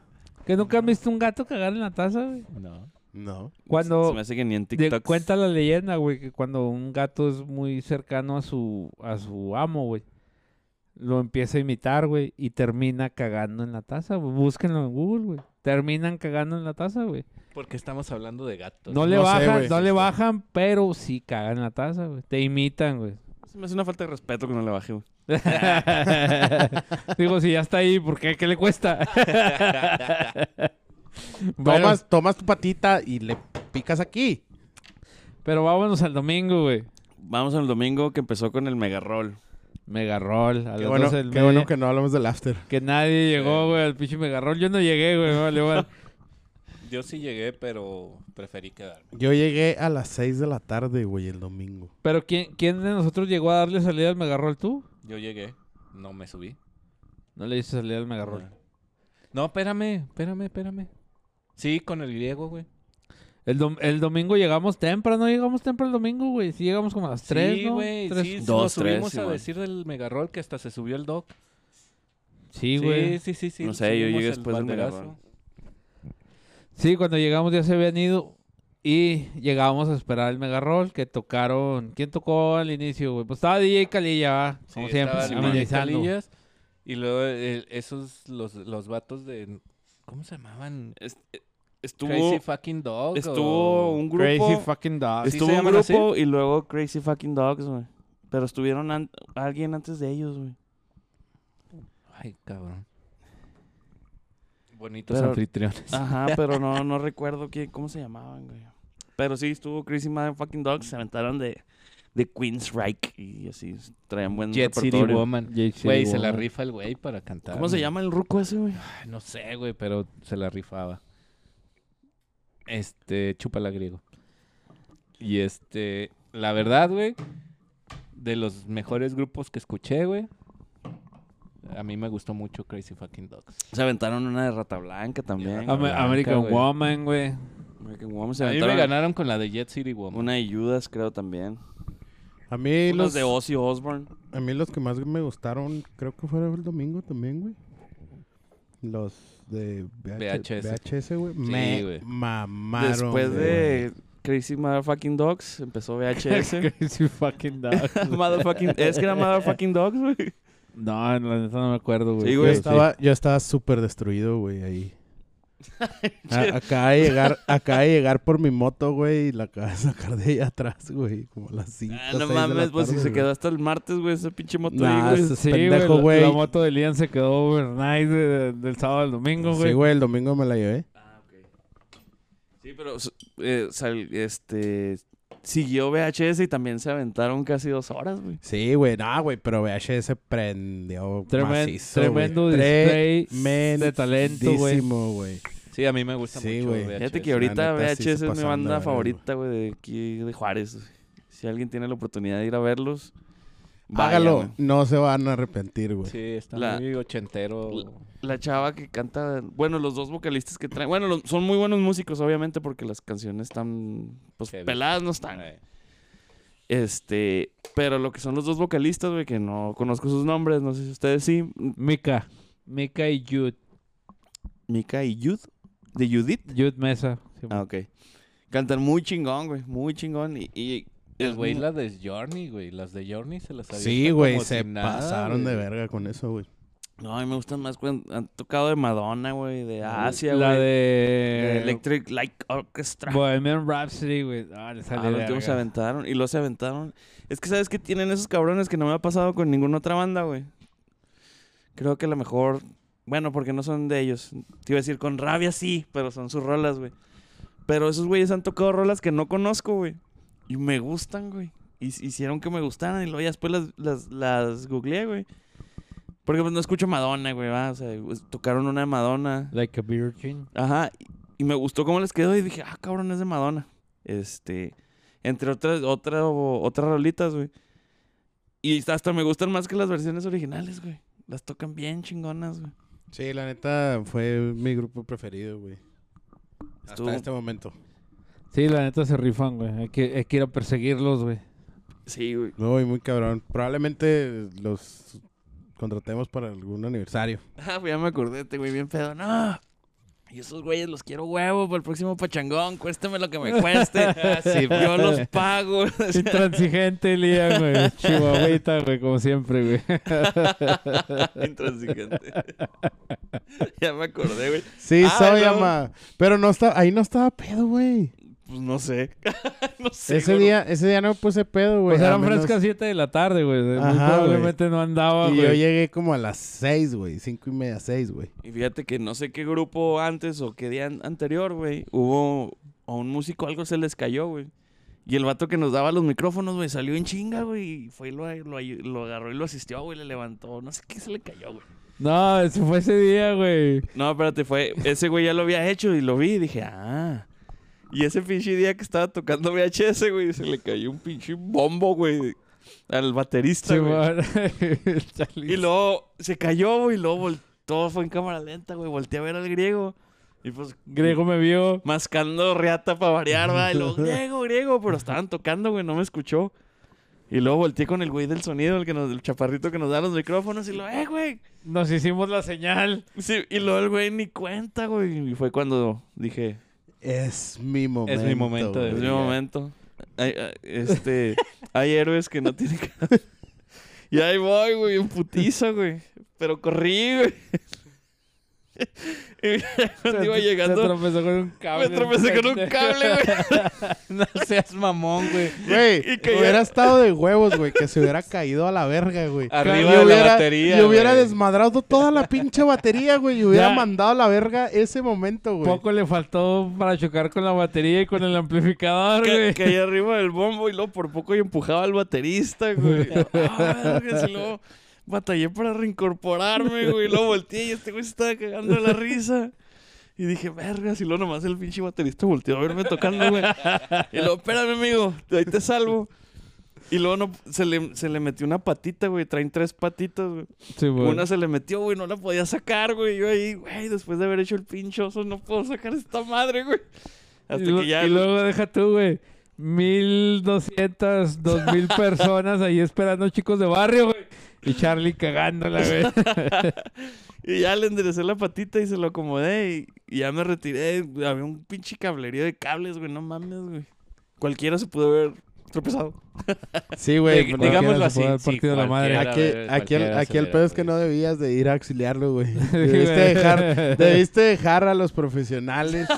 [SPEAKER 10] ¿Que nunca han visto un gato cagar en la taza, güey?
[SPEAKER 2] No.
[SPEAKER 9] No.
[SPEAKER 10] Cuando
[SPEAKER 5] Se me hace que ni en
[SPEAKER 10] de-
[SPEAKER 5] TikTok.
[SPEAKER 10] cuenta la leyenda, güey, que cuando un gato es muy cercano a su a su amo, güey, lo empieza a imitar, güey, y termina cagando en la taza. güey. Búsquenlo en Google, güey. Terminan cagando en la taza, güey.
[SPEAKER 2] Porque estamos hablando de gatos.
[SPEAKER 10] No le
[SPEAKER 9] no sé,
[SPEAKER 10] bajan,
[SPEAKER 9] güey.
[SPEAKER 10] no le bajan, pero sí cagan en la taza, güey. Te imitan, güey.
[SPEAKER 5] Se me hace una falta de respeto que no le baje, güey.
[SPEAKER 10] Digo, si ya está ahí, ¿por qué? ¿Qué le cuesta? Bueno,
[SPEAKER 9] Tomas, tomas tu patita y le picas aquí.
[SPEAKER 10] pero vámonos al domingo, güey.
[SPEAKER 5] Vamos al domingo que empezó con el mega roll.
[SPEAKER 10] Mega roll. A
[SPEAKER 9] Qué
[SPEAKER 10] las
[SPEAKER 9] bueno,
[SPEAKER 10] 12 del
[SPEAKER 9] qué bueno
[SPEAKER 10] media.
[SPEAKER 9] que no hablamos del after.
[SPEAKER 10] Que nadie llegó, güey, al pinche megarrol. Yo no llegué, güey, me vale, güey.
[SPEAKER 2] Yo sí llegué, pero preferí quedarme.
[SPEAKER 9] Yo llegué a las 6 de la tarde, güey, el domingo.
[SPEAKER 10] Pero ¿quién, ¿quién de nosotros llegó a darle salida al megarrol? ¿Tú?
[SPEAKER 2] Yo llegué. No me subí.
[SPEAKER 10] No le diste salida al megarrol.
[SPEAKER 2] No, espérame, espérame, espérame. Sí, con el griego, güey.
[SPEAKER 10] El, dom- el domingo llegamos temprano, no llegamos temprano el domingo, güey. Sí, llegamos como a las 3,
[SPEAKER 2] sí,
[SPEAKER 10] ¿no?
[SPEAKER 2] güey.
[SPEAKER 10] Tres.
[SPEAKER 2] Sí,
[SPEAKER 5] Dos,
[SPEAKER 2] nos subimos
[SPEAKER 5] tres,
[SPEAKER 2] a
[SPEAKER 5] sí,
[SPEAKER 2] decir del megarrol que hasta se subió el doc.
[SPEAKER 10] Sí, güey.
[SPEAKER 2] sí, sí, sí, sí.
[SPEAKER 5] No sé, yo
[SPEAKER 2] subimos
[SPEAKER 5] llegué
[SPEAKER 2] el
[SPEAKER 5] después del
[SPEAKER 2] banderazo.
[SPEAKER 5] Megarol.
[SPEAKER 10] Sí, cuando llegamos ya se habían ido y llegábamos a esperar el megarrol que tocaron. ¿Quién tocó al inicio, güey? Pues estaba DJ Calilla, ¿va?
[SPEAKER 2] Sí,
[SPEAKER 10] como siempre,
[SPEAKER 2] estaban
[SPEAKER 5] Simón.
[SPEAKER 10] amenizando.
[SPEAKER 2] Calillas, Y luego eh, esos, los, los vatos de... ¿Cómo se llamaban?
[SPEAKER 5] Est-
[SPEAKER 2] Crazy
[SPEAKER 5] Estuvo,
[SPEAKER 2] fucking dog.
[SPEAKER 5] estuvo
[SPEAKER 2] o-
[SPEAKER 5] un
[SPEAKER 10] Crazy
[SPEAKER 5] grupo.
[SPEAKER 10] fucking dog.
[SPEAKER 2] ¿Sí se
[SPEAKER 5] Estuvo un
[SPEAKER 2] llaman así?
[SPEAKER 5] grupo y luego Crazy Fucking Dogs, güey. Pero estuvieron an- alguien antes de ellos, güey.
[SPEAKER 2] Ay, cabrón. Bonitos
[SPEAKER 5] Pero-
[SPEAKER 2] anfitriones.
[SPEAKER 5] Ajá, pero no, no recuerdo qué, cómo se llamaban, güey. Pero sí, estuvo Crazy Mother Fucking Dogs. Se aventaron de, de Queen's Reich y así traían buen
[SPEAKER 2] Jet City
[SPEAKER 5] repertorio.
[SPEAKER 2] Woman. Güey, se la rifa el güey para cantar.
[SPEAKER 5] ¿Cómo se
[SPEAKER 2] güey.
[SPEAKER 5] llama el ruco ese, güey?
[SPEAKER 2] Ay, No sé, güey, pero se la rifaba. Este, chúpala griego. Y este, la verdad, güey, de los mejores grupos que escuché, güey. A mí me gustó mucho Crazy Fucking Dogs.
[SPEAKER 5] Se aventaron una de Rata Blanca también.
[SPEAKER 10] Am-
[SPEAKER 2] Blanca,
[SPEAKER 10] American
[SPEAKER 2] güey.
[SPEAKER 10] Woman, güey.
[SPEAKER 5] American Woman. Se
[SPEAKER 2] A mí me
[SPEAKER 5] aventaron
[SPEAKER 2] ganaron con la de Jet City Woman.
[SPEAKER 5] una de Judas, creo, también.
[SPEAKER 9] A mí
[SPEAKER 5] Unos
[SPEAKER 9] los,
[SPEAKER 5] de Ozzy Osbourne.
[SPEAKER 9] a mí los que más me gustaron, creo que fueron el domingo también, güey. Los de VH-
[SPEAKER 1] VHS.
[SPEAKER 9] VHS, güey. me
[SPEAKER 1] güey.
[SPEAKER 9] mamaron.
[SPEAKER 5] Después
[SPEAKER 9] güey.
[SPEAKER 5] de Crazy Motherfucking Dogs, empezó VHS.
[SPEAKER 10] Crazy fucking dog.
[SPEAKER 5] Motherfucking- es que era Motherfucking Dogs, güey.
[SPEAKER 10] No, la neta no me acuerdo, güey.
[SPEAKER 5] Sí,
[SPEAKER 9] Yo
[SPEAKER 5] güey,
[SPEAKER 9] estaba, yo estaba súper destruido, güey, ahí. A- acaba de llegar, acaba de llegar por mi moto, güey, y la acaba de sacar de ahí atrás, güey, como a las 5
[SPEAKER 5] Ah, no mames, pues si se quedó hasta el martes, güey, ese pinche moto ahí,
[SPEAKER 9] Nah,
[SPEAKER 5] güey.
[SPEAKER 9] es-
[SPEAKER 10] Sí,
[SPEAKER 9] pendejo,
[SPEAKER 10] güey,
[SPEAKER 9] güey.
[SPEAKER 10] La, la moto de Lian se quedó overnight de- de- del sábado al domingo, güey.
[SPEAKER 9] Sí, güey, el domingo me la llevé.
[SPEAKER 5] Sí, pero su- eh, sal- este siguió VHS y también se aventaron casi dos horas, güey.
[SPEAKER 9] Sí, güey, no, güey, pero VHS prendió
[SPEAKER 10] Tremen-
[SPEAKER 9] macizo,
[SPEAKER 10] tremendo
[SPEAKER 9] güey.
[SPEAKER 10] display
[SPEAKER 9] Tremendísimo,
[SPEAKER 10] de talento, güey.
[SPEAKER 9] güey.
[SPEAKER 1] Sí, a mí me gusta
[SPEAKER 9] Sí,
[SPEAKER 1] mucho
[SPEAKER 9] güey.
[SPEAKER 1] VHS.
[SPEAKER 5] Fíjate que
[SPEAKER 9] la
[SPEAKER 5] ahorita
[SPEAKER 9] neta, sí
[SPEAKER 5] VHS
[SPEAKER 9] se
[SPEAKER 5] es mi
[SPEAKER 9] pasaron de
[SPEAKER 5] banda
[SPEAKER 9] verga,
[SPEAKER 5] favorita, güey, de aquí de Juárez. güey. Si alguien tiene la oportunidad de ir a verlos, vayan,
[SPEAKER 9] Hágalo,
[SPEAKER 5] güey.
[SPEAKER 9] no se van a arrepentir, güey.
[SPEAKER 1] Sí, está
[SPEAKER 5] La-
[SPEAKER 1] muy ochentero.
[SPEAKER 5] La chava que canta, bueno, los dos vocalistas que traen, bueno, los- son muy buenos músicos, obviamente, porque las canciones están, pues,
[SPEAKER 1] Heavy.
[SPEAKER 5] peladas no están. Este, pero lo que son los dos vocalistas, güey, que no conozco sus nombres, no sé si ustedes sí,
[SPEAKER 10] Mika. Mika y Jude.
[SPEAKER 5] Mika y Yud, de Judith.
[SPEAKER 10] Jude Mesa. Sí,
[SPEAKER 5] Ah, ok. Cantan muy chingón, güey, muy chingón. Y, y
[SPEAKER 1] El güey, las de Journey, güey. Las de Journey se las había
[SPEAKER 9] Pues, Sí, güey, se pasaron de verga con eso, güey.
[SPEAKER 5] No, a mí me gustan más cuando han tocado de Madonna, güey, de Asia,
[SPEAKER 10] La
[SPEAKER 5] güey.
[SPEAKER 10] de...
[SPEAKER 5] de Electric Light Orchestra.
[SPEAKER 10] Eh, Bohemian Rhapsody, güey. Ah, le sale
[SPEAKER 5] Al último
[SPEAKER 10] verga.
[SPEAKER 5] se aventaron y luego se aventaron. Es que sabes que tienen esos cabrones que no me ha pasado con ninguna otra banda, güey. Creo que a lo mejor, bueno, porque no son de ellos. Te iba a decir con rabia sí, pero son sus rolas, güey. Pero esos güeyes han tocado rolas que no conozco, güey. Y me gustan, güey. Y s- hicieron que me gustaran y luego ya después las, las, las googleé, güey. Porque pues no escucho Madonna, güey, va. O sea, pues, tocaron una de Madonna.
[SPEAKER 10] Like a Virgin.
[SPEAKER 5] Ajá. y- Y me gustó cómo les quedó y dije, ah, cabrón, es de Madonna. Este. Entre otras, otra, otras rolitas, güey. Y hasta me gustan más que las versiones originales, güey. Las tocan bien chingonas, güey.
[SPEAKER 9] Sí, la neta fue mi grupo preferido, güey.
[SPEAKER 5] Estuvo-
[SPEAKER 9] Hasta este momento.
[SPEAKER 10] Sí, la neta se rifan, güey. Hay que, hay que ir a perseguirlos, güey.
[SPEAKER 5] Sí, güey.
[SPEAKER 9] No, y muy cabrón. Probablemente los contratemos para algún aniversario.
[SPEAKER 5] Ah, pues ya me acordé, este güey, bien pedo. No. Y esos güeyes los quiero huevo para el próximo pachangón. Cuésteme lo que me cueste. Yo los pago.
[SPEAKER 10] Intransigente, Lía, güey. Chihuahuita, güey, como siempre, güey.
[SPEAKER 5] Intransigente. ya me acordé, güey.
[SPEAKER 9] Sí,
[SPEAKER 5] Ah,
[SPEAKER 9] soy
[SPEAKER 5] no.
[SPEAKER 9] ama. Pero no está, ahí no estaba pedo, güey.
[SPEAKER 5] Pues no sé. no sé.
[SPEAKER 9] ese
[SPEAKER 5] güey.
[SPEAKER 9] día, ese día no me puse pedo, güey.
[SPEAKER 10] Pues
[SPEAKER 9] a
[SPEAKER 10] eran
[SPEAKER 9] menos-
[SPEAKER 10] frescas 7 de la tarde, güey. Muy
[SPEAKER 9] Ajá,
[SPEAKER 10] probablemente no andaba,
[SPEAKER 9] Y
[SPEAKER 10] güey.
[SPEAKER 9] yo llegué como a las seis, güey. Cinco y media, seis, güey.
[SPEAKER 5] Y fíjate que no sé qué grupo antes o qué día an- anterior, güey, hubo a un músico algo se les cayó, güey. Y el vato que nos daba los micrófonos, güey, salió en chinga, güey, y fue y lo, a- lo, ayu- lo agarró y lo asistió, güey, le levantó. No sé qué se le cayó, güey.
[SPEAKER 10] No, ese fue ese día, güey.
[SPEAKER 5] No, espérate, fue. Ese güey ya lo había hecho y lo vi y dije, ah. Y ese pinche día que estaba tocando VHS, güey, se le cayó un pinche bombo, güey, al baterista, güey.
[SPEAKER 10] Simón.
[SPEAKER 5] Y luego se cayó, güey, y luego vol- todo fue en cámara lenta, güey. Volteé a ver al griego. Y pues.
[SPEAKER 10] Griego me vio.
[SPEAKER 5] Mascando reata para variar, va. Y luego, griego, griego. Pero estaban tocando, güey, no me escuchó. Y luego volteé con el güey del sonido, el, que nos, el chaparrito que nos da los micrófonos. Y lo, eh, güey.
[SPEAKER 10] Nos hicimos la señal.
[SPEAKER 5] Sí, y luego el güey ni cuenta, güey. Y fue cuando dije,
[SPEAKER 9] Es mi momento.
[SPEAKER 1] momento de
[SPEAKER 5] es
[SPEAKER 9] güey.
[SPEAKER 5] mi
[SPEAKER 1] brillar.
[SPEAKER 5] momento. Hay, hay- este, hay héroes que no tienen que... Y ahí voy, güey, en putiza, güey. Pero corrí, güey. Y cuando iba
[SPEAKER 10] Se- Se
[SPEAKER 5] llegando,
[SPEAKER 10] tropezó con un
[SPEAKER 5] me
[SPEAKER 10] cable.
[SPEAKER 5] tropecé con un cable, güey.
[SPEAKER 1] No seas mamón, güey.
[SPEAKER 9] Güey,
[SPEAKER 5] Y que
[SPEAKER 9] hubiera
[SPEAKER 5] ya-
[SPEAKER 9] estado de huevos, güey, que se hubiera caído a la verga, güey.
[SPEAKER 1] Arriba
[SPEAKER 9] Y
[SPEAKER 1] de
[SPEAKER 9] hubiera-
[SPEAKER 1] la batería.
[SPEAKER 9] Y hubiera
[SPEAKER 1] güey.
[SPEAKER 9] desmadrado toda la pinche batería, güey. Y hubiera
[SPEAKER 10] Ya.
[SPEAKER 9] mandado a la verga ese momento, güey.
[SPEAKER 10] Poco le faltó para chocar con la batería y con el amplificador,
[SPEAKER 5] que,
[SPEAKER 10] güey.
[SPEAKER 5] que ahí arriba del bombo y luego por poco yo empujaba al baterista, güey. Ah, vergas, y luego batallé para reincorporarme, güey. Y luego volteé y este güey se estaba cagando de la risa. Y dije, vergas, y luego nomás el pinche baterista volteó a verme tocando, güey. Y luego, espérame, amigo, ahí te salvo. Y luego no, se, le, se le metió una patita, güey. Traen tres patitas, güey.
[SPEAKER 10] Simón.
[SPEAKER 5] Una se le metió, güey, no la podía sacar, güey. Yo ahí, güey, después de haber hecho el pinchoso, no puedo sacar esta madre, güey. Hasta
[SPEAKER 10] y, lo-
[SPEAKER 5] que ya.
[SPEAKER 10] y luego deja tú, güey. 1200, 2000 personas ahí esperando chicos de barrio, güey. Y Charlie cagándola, güey.
[SPEAKER 5] Y ya le enderecé la patita y se lo acomodé y, y ya me retiré. Había un pinche cablerío de cables, güey. No mames, güey. Cualquiera se pudo haber tropezado.
[SPEAKER 9] Sí, güey. pues,
[SPEAKER 5] Dig-
[SPEAKER 9] pero-
[SPEAKER 5] digámoslo
[SPEAKER 10] se
[SPEAKER 5] así.
[SPEAKER 10] puede haber
[SPEAKER 11] sí,
[SPEAKER 10] partido la madre.
[SPEAKER 11] cualquiera,
[SPEAKER 9] Aquí,
[SPEAKER 11] güey,
[SPEAKER 9] aquí, el,
[SPEAKER 11] cualquiera
[SPEAKER 9] aquí el
[SPEAKER 11] se
[SPEAKER 9] pedo es que
[SPEAKER 11] hubiera,
[SPEAKER 9] no
[SPEAKER 11] güey.
[SPEAKER 9] debías de ir a auxiliarlo, güey. Debiste dejar, debiste dejar a los profesionales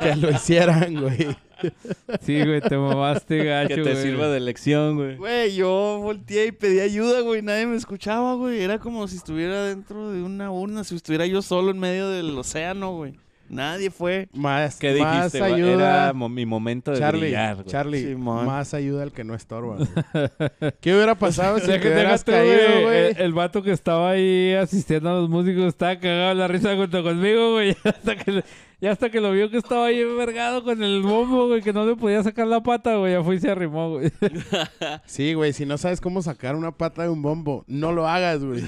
[SPEAKER 9] que lo hicieran, güey.
[SPEAKER 10] Sí, güey, te mamaste, gacho,
[SPEAKER 11] Que te
[SPEAKER 10] güey.
[SPEAKER 11] sirva de lección, güey.
[SPEAKER 5] Güey, yo volteé y pedí ayuda, güey. Nadie me escuchaba, güey. Era como si estuviera dentro de una urna, si estuviera yo solo en medio del océano, güey. Nadie fue.
[SPEAKER 9] Más,
[SPEAKER 11] ¿Qué
[SPEAKER 9] más
[SPEAKER 11] dijiste? güey?
[SPEAKER 9] ayuda.
[SPEAKER 11] Era mo- mi momento de
[SPEAKER 9] Charlie,
[SPEAKER 11] brillar, güey.
[SPEAKER 9] Charlie,
[SPEAKER 5] Simón.
[SPEAKER 9] más ayuda al que no estorba. güey. ¿Qué hubiera pasado si
[SPEAKER 10] Deja-
[SPEAKER 9] te hubieras
[SPEAKER 10] deja tú, güey,
[SPEAKER 9] caído, güey?
[SPEAKER 11] Eh,
[SPEAKER 10] El, el vato que estaba ahí asistiendo a los músicos estaba cagado en la risa junto conmigo, güey. Hasta que, le- ya hasta que lo vio que estaba ahí envergado con el bombo, güey, que no le podía sacar la pata, güey. Ya fue y se arrimó, güey.
[SPEAKER 9] Sí, güey, si no sabes cómo sacar una pata de un bombo, no lo hagas, güey.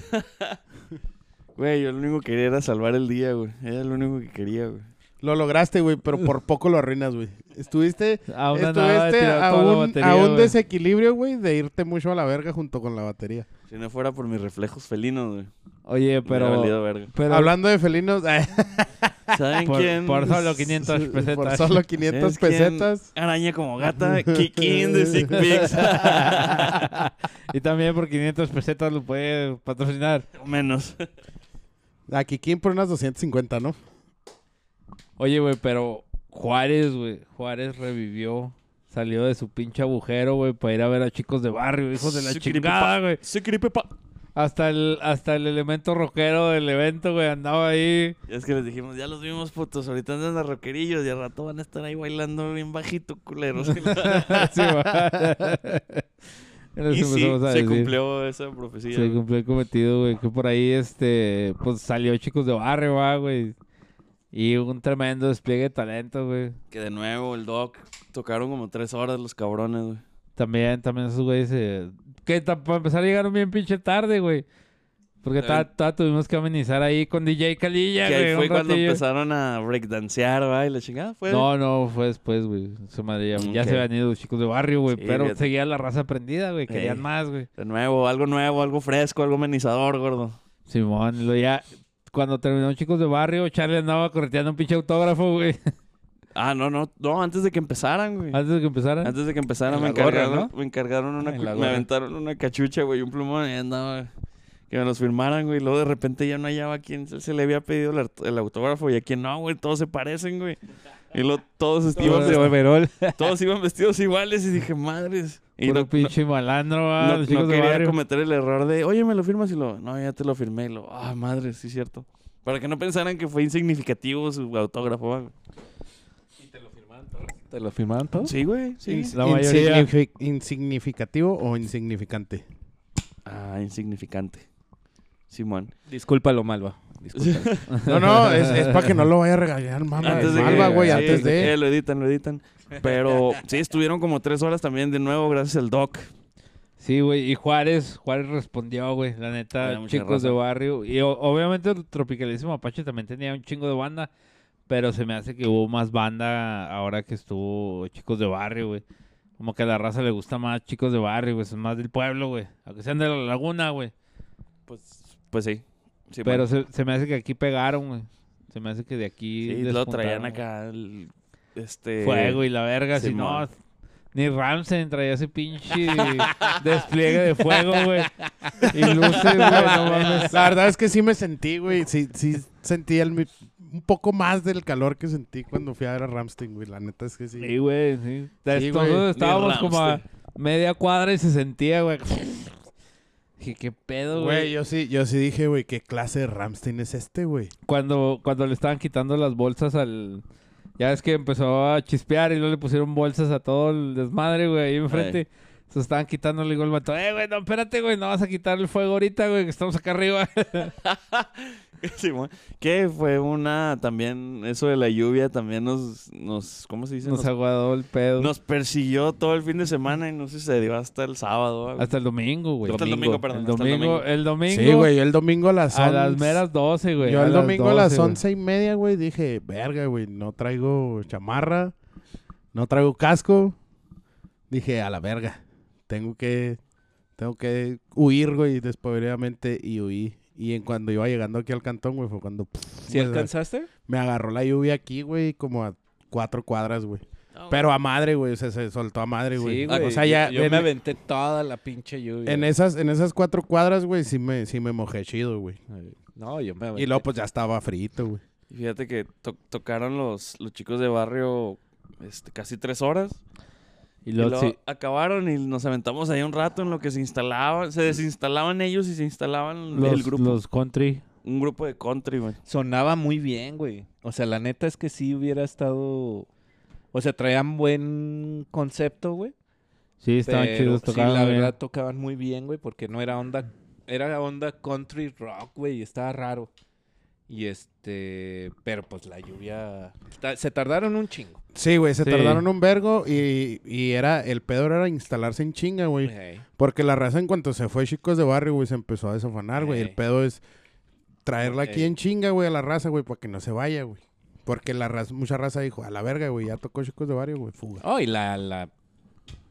[SPEAKER 5] Güey, yo lo único que quería era salvar el día, güey. Era lo único que quería, güey.
[SPEAKER 9] Lo lograste, güey, pero por poco lo arruinas, güey. Estuviste,
[SPEAKER 10] A una nada
[SPEAKER 9] estuviste
[SPEAKER 10] de tirar
[SPEAKER 9] este a
[SPEAKER 10] toda la
[SPEAKER 9] un,
[SPEAKER 10] batería,
[SPEAKER 9] a un
[SPEAKER 10] güey.
[SPEAKER 9] desequilibrio, güey, de irte mucho a la verga junto con la batería.
[SPEAKER 5] Si no fuera por mis reflejos felinos, güey.
[SPEAKER 10] Oye,
[SPEAKER 5] Pero...
[SPEAKER 10] pero...
[SPEAKER 5] verga.
[SPEAKER 10] pero
[SPEAKER 9] Hablando de felinos,
[SPEAKER 5] ¿Saben
[SPEAKER 10] por,
[SPEAKER 5] quién?
[SPEAKER 10] por solo 500 pesetas.
[SPEAKER 9] por solo 500
[SPEAKER 5] ¿Sabes quién
[SPEAKER 9] pesetas.
[SPEAKER 5] Araña como gata, Kikin de Sick Pigs.
[SPEAKER 10] y también por 500 pesetas lo puede patrocinar.
[SPEAKER 5] o menos.
[SPEAKER 9] Aquí quién por unas 250, ¿no?
[SPEAKER 10] Oye, güey, pero Juárez, güey. Juárez revivió. Salió de su pinche agujero, güey, para ir a ver a chicos de barrio, hijos de la
[SPEAKER 5] Sucripipa.
[SPEAKER 10] chingada, güey.
[SPEAKER 5] Sucripepa.
[SPEAKER 10] Hasta el, hasta el elemento rockero del evento, güey, andaba ahí.
[SPEAKER 5] Ya es que les dijimos, ya los vimos putos, ahorita andan a roquerillos y al rato van a estar ahí bailando bien bajito, culeros.
[SPEAKER 10] Sí, pues, güey. Era
[SPEAKER 5] y
[SPEAKER 10] eso que
[SPEAKER 5] sí,
[SPEAKER 10] empezamos a
[SPEAKER 5] se
[SPEAKER 10] decir.
[SPEAKER 5] cumplió esa profecía.
[SPEAKER 10] Se cumplió el cometido, güey. Que por ahí, este, pues salió chicos de barrio, va, güey. Y un tremendo despliegue de talento, güey.
[SPEAKER 5] Que de nuevo el Doc tocaron como tres horas los cabrones, güey.
[SPEAKER 10] También, también esos güeyes eh, que ta- para empezar llegaron bien pinche tarde, güey.
[SPEAKER 9] Eh.
[SPEAKER 10] Porque ta-
[SPEAKER 5] También.
[SPEAKER 10] ta- tuvimos que amenizar ahí con DJ Calilla,
[SPEAKER 5] que
[SPEAKER 10] güey.
[SPEAKER 5] ahí
[SPEAKER 10] un
[SPEAKER 5] fue cuando
[SPEAKER 10] ratillo.
[SPEAKER 5] empezaron a breakdancear, ¿va? Y la chingada fue.
[SPEAKER 10] No, no, fue después, güey. Su madre ya, ya
[SPEAKER 5] Ok.
[SPEAKER 10] se habían ido los chicos de barrio, güey.
[SPEAKER 5] Sí,
[SPEAKER 10] pero
[SPEAKER 5] fíjate.
[SPEAKER 10] seguía la raza prendida, güey. Querían
[SPEAKER 5] Ey.
[SPEAKER 10] más, Ah, güey.
[SPEAKER 5] De nuevo, algo nuevo, algo fresco, algo amenizador, gordo.
[SPEAKER 10] Simón, lo ya. Cuando terminó chicos de barrio, Charlie andaba correteando un pinche autógrafo, güey.
[SPEAKER 5] Ah, no, no, no, antes de que empezaran, güey.
[SPEAKER 10] Antes de que empezara.
[SPEAKER 5] Antes de que empezaran
[SPEAKER 11] En
[SPEAKER 5] me
[SPEAKER 11] la gorra,
[SPEAKER 5] encargaron, me encargaron una,
[SPEAKER 11] En
[SPEAKER 5] cu-
[SPEAKER 11] la
[SPEAKER 5] me
[SPEAKER 11] gorra.
[SPEAKER 5] aventaron una cachucha, güey, un plumón y andaba que me los firmaran, güey. y Luego de repente ya no hallaba a quién se se le había pedido el, art- el autógrafo y a quién no, güey. Todos se parecen, güey. Y luego todos, iban,
[SPEAKER 11] Iban de overol.
[SPEAKER 5] vest- todos iban vestidos iguales y dije, madres. Y
[SPEAKER 10] Puro
[SPEAKER 5] no,
[SPEAKER 10] pinche malandro,
[SPEAKER 5] no-
[SPEAKER 10] va,
[SPEAKER 5] no-
[SPEAKER 10] los
[SPEAKER 5] no
[SPEAKER 10] chicos de
[SPEAKER 5] quería
[SPEAKER 10] barrio.
[SPEAKER 5] cometer el error de, oye, me lo firmas y lo, no, ya te lo firmé. Y lo, ah, madres, sí, cierto. Para que no pensaran que fue insignificativo su autógrafo, güey.
[SPEAKER 11] ¿Te lo firmaban todos?
[SPEAKER 5] Sí, güey, sí.
[SPEAKER 9] Ins-
[SPEAKER 10] La mayoría.
[SPEAKER 9] insignifi- insignificativo o insignificante.
[SPEAKER 5] Ah, insignificante. Simón.
[SPEAKER 11] Discúlpalo, Malva. Discúlpalo.
[SPEAKER 9] No, no, es, es para que no lo vaya a regalar, mamá.
[SPEAKER 5] Antes de
[SPEAKER 9] Ah, pues Malva,
[SPEAKER 5] que-
[SPEAKER 9] güey,
[SPEAKER 5] sí,
[SPEAKER 9] antes de.
[SPEAKER 5] eh, lo editan, lo editan. Pero sí, estuvieron como tres horas también de nuevo, gracias al doc.
[SPEAKER 10] Sí, güey, y Juárez, Juárez respondió, güey, la
[SPEAKER 5] Había
[SPEAKER 10] neta,
[SPEAKER 5] mucha
[SPEAKER 10] chicos
[SPEAKER 5] raza.
[SPEAKER 10] de barrio. Y o- obviamente el Tropicalísimo Apache también tenía un chingo de banda, pero se me hace que hubo más banda ahora que estuvo chicos de barrio, güey. Como que a la raza le gusta más chicos de barrio, güey, son más del pueblo, güey. Aunque sean de la laguna, güey.
[SPEAKER 5] Pues, pues sí. sí
[SPEAKER 10] pero
[SPEAKER 5] bueno.
[SPEAKER 10] se, se me hace que aquí pegaron, güey. Se me hace que de aquí.
[SPEAKER 5] sí, lo traían
[SPEAKER 10] despuntaron,
[SPEAKER 5] acá el, este
[SPEAKER 10] güey. Fuego y la verga, si no.
[SPEAKER 5] Simón.
[SPEAKER 10] Ni Ramsen traía ese pinche despliegue de fuego, güey. Y luces, güey, no mames.
[SPEAKER 9] La verdad es que sí me sentí, güey. Sí, sí sentí el mi- un poco más del calor que sentí cuando fui a ver a Ramstein, güey. La neta es que sí.
[SPEAKER 10] Sí, güey, sí.
[SPEAKER 9] Sí,
[SPEAKER 10] Nosotros
[SPEAKER 9] güey.
[SPEAKER 10] estábamos
[SPEAKER 5] Ni
[SPEAKER 10] como a media cuadra y se sentía, güey. Dije, qué pedo,
[SPEAKER 9] Güey,
[SPEAKER 10] güey.
[SPEAKER 9] yo sí, yo sí dije, güey, ¿qué clase de Ramstein es este, güey?
[SPEAKER 10] Cuando, cuando le estaban quitando las bolsas al... Ya es que empezó a chispear y luego le pusieron bolsas a todo el desmadre, güey, ahí enfrente. Se estaban quitando, le digo al vato, eh, güey, no, espérate, güey, no vas a quitar el fuego ahorita, güey, que estamos acá arriba.
[SPEAKER 5] Simón. que fue una también eso de la lluvia también nos nos ¿cómo se dice?
[SPEAKER 10] Nos
[SPEAKER 5] Nos,
[SPEAKER 10] aguadó el pedo.
[SPEAKER 5] nos persiguió todo el fin de semana y no sucedió hasta el sábado. güey.
[SPEAKER 10] Hasta el domingo, güey.
[SPEAKER 5] Hasta el domingo, perdón,
[SPEAKER 10] El
[SPEAKER 5] hasta el
[SPEAKER 10] domingo,
[SPEAKER 5] domingo.
[SPEAKER 10] el domingo.
[SPEAKER 9] Sí, güey, yo el domingo a las
[SPEAKER 10] A
[SPEAKER 9] 11.
[SPEAKER 10] las meras 12, güey.
[SPEAKER 9] Yo el
[SPEAKER 10] las
[SPEAKER 9] domingo a las
[SPEAKER 10] 12, güey.
[SPEAKER 9] once y media, güey, dije, verga, güey, no traigo chamarra, no traigo casco, dije, a la verga, tengo que, tengo que huir, güey, despabiladamente, y huí. Y en cuando iba llegando aquí al cantón, güey, fue cuando pff,
[SPEAKER 11] ¿Sí
[SPEAKER 9] me-
[SPEAKER 11] alcanzaste?
[SPEAKER 9] me agarró la lluvia aquí, güey, como a cuatro cuadras, güey. Pero a madre, güey, o sea, se soltó a madre, güey. Ah,
[SPEAKER 11] Sí, güey.
[SPEAKER 9] O sea, ya
[SPEAKER 11] yo, yo
[SPEAKER 9] en,
[SPEAKER 11] me aventé toda la pinche lluvia.
[SPEAKER 9] en esas, en esas cuatro cuadras, güey, sí me, sí me mojé chido, güey.
[SPEAKER 11] No, yo me aventé.
[SPEAKER 9] Y luego pues ya estaba frito, güey.
[SPEAKER 5] Y fíjate que to- tocaron los, los chicos de barrio este, casi tres horas.
[SPEAKER 10] Y
[SPEAKER 5] Y
[SPEAKER 10] luego,
[SPEAKER 5] luego
[SPEAKER 10] sí,
[SPEAKER 5] acabaron y nos aventamos ahí un rato en lo que se instalaban, se desinstalaban ellos y se instalaban
[SPEAKER 10] los,
[SPEAKER 5] el grupo.
[SPEAKER 10] los country.
[SPEAKER 5] Un grupo de country, güey.
[SPEAKER 11] Sonaba muy bien, güey. O sea, la neta es que sí hubiera estado. O sea, traían buen concepto, güey.
[SPEAKER 10] Sí, estaban
[SPEAKER 11] Pero
[SPEAKER 10] chidos,
[SPEAKER 11] sí,
[SPEAKER 10] tocaban
[SPEAKER 11] la
[SPEAKER 10] bien.
[SPEAKER 11] verdad tocaban muy bien, güey, porque no era onda, era onda country rock, güey, y estaba raro. Y este, pero pues la lluvia, ta- se tardaron un chingo.
[SPEAKER 9] Sí, güey, se
[SPEAKER 10] Sí.
[SPEAKER 9] tardaron un vergo y, y era, el pedo era instalarse en chinga, güey.
[SPEAKER 11] Ey.
[SPEAKER 9] Porque la raza en cuanto se fue chicos de barrio, güey, se empezó a desafanar, güey.
[SPEAKER 11] Ey.
[SPEAKER 9] El pedo es traerla aquí
[SPEAKER 11] Ey.
[SPEAKER 9] en chinga, güey, a la raza, güey, para que no se vaya, güey. Porque la raza, mucha raza dijo, a la verga, güey, ya tocó chicos de barrio, güey, fuga.
[SPEAKER 11] Oh, y la, la,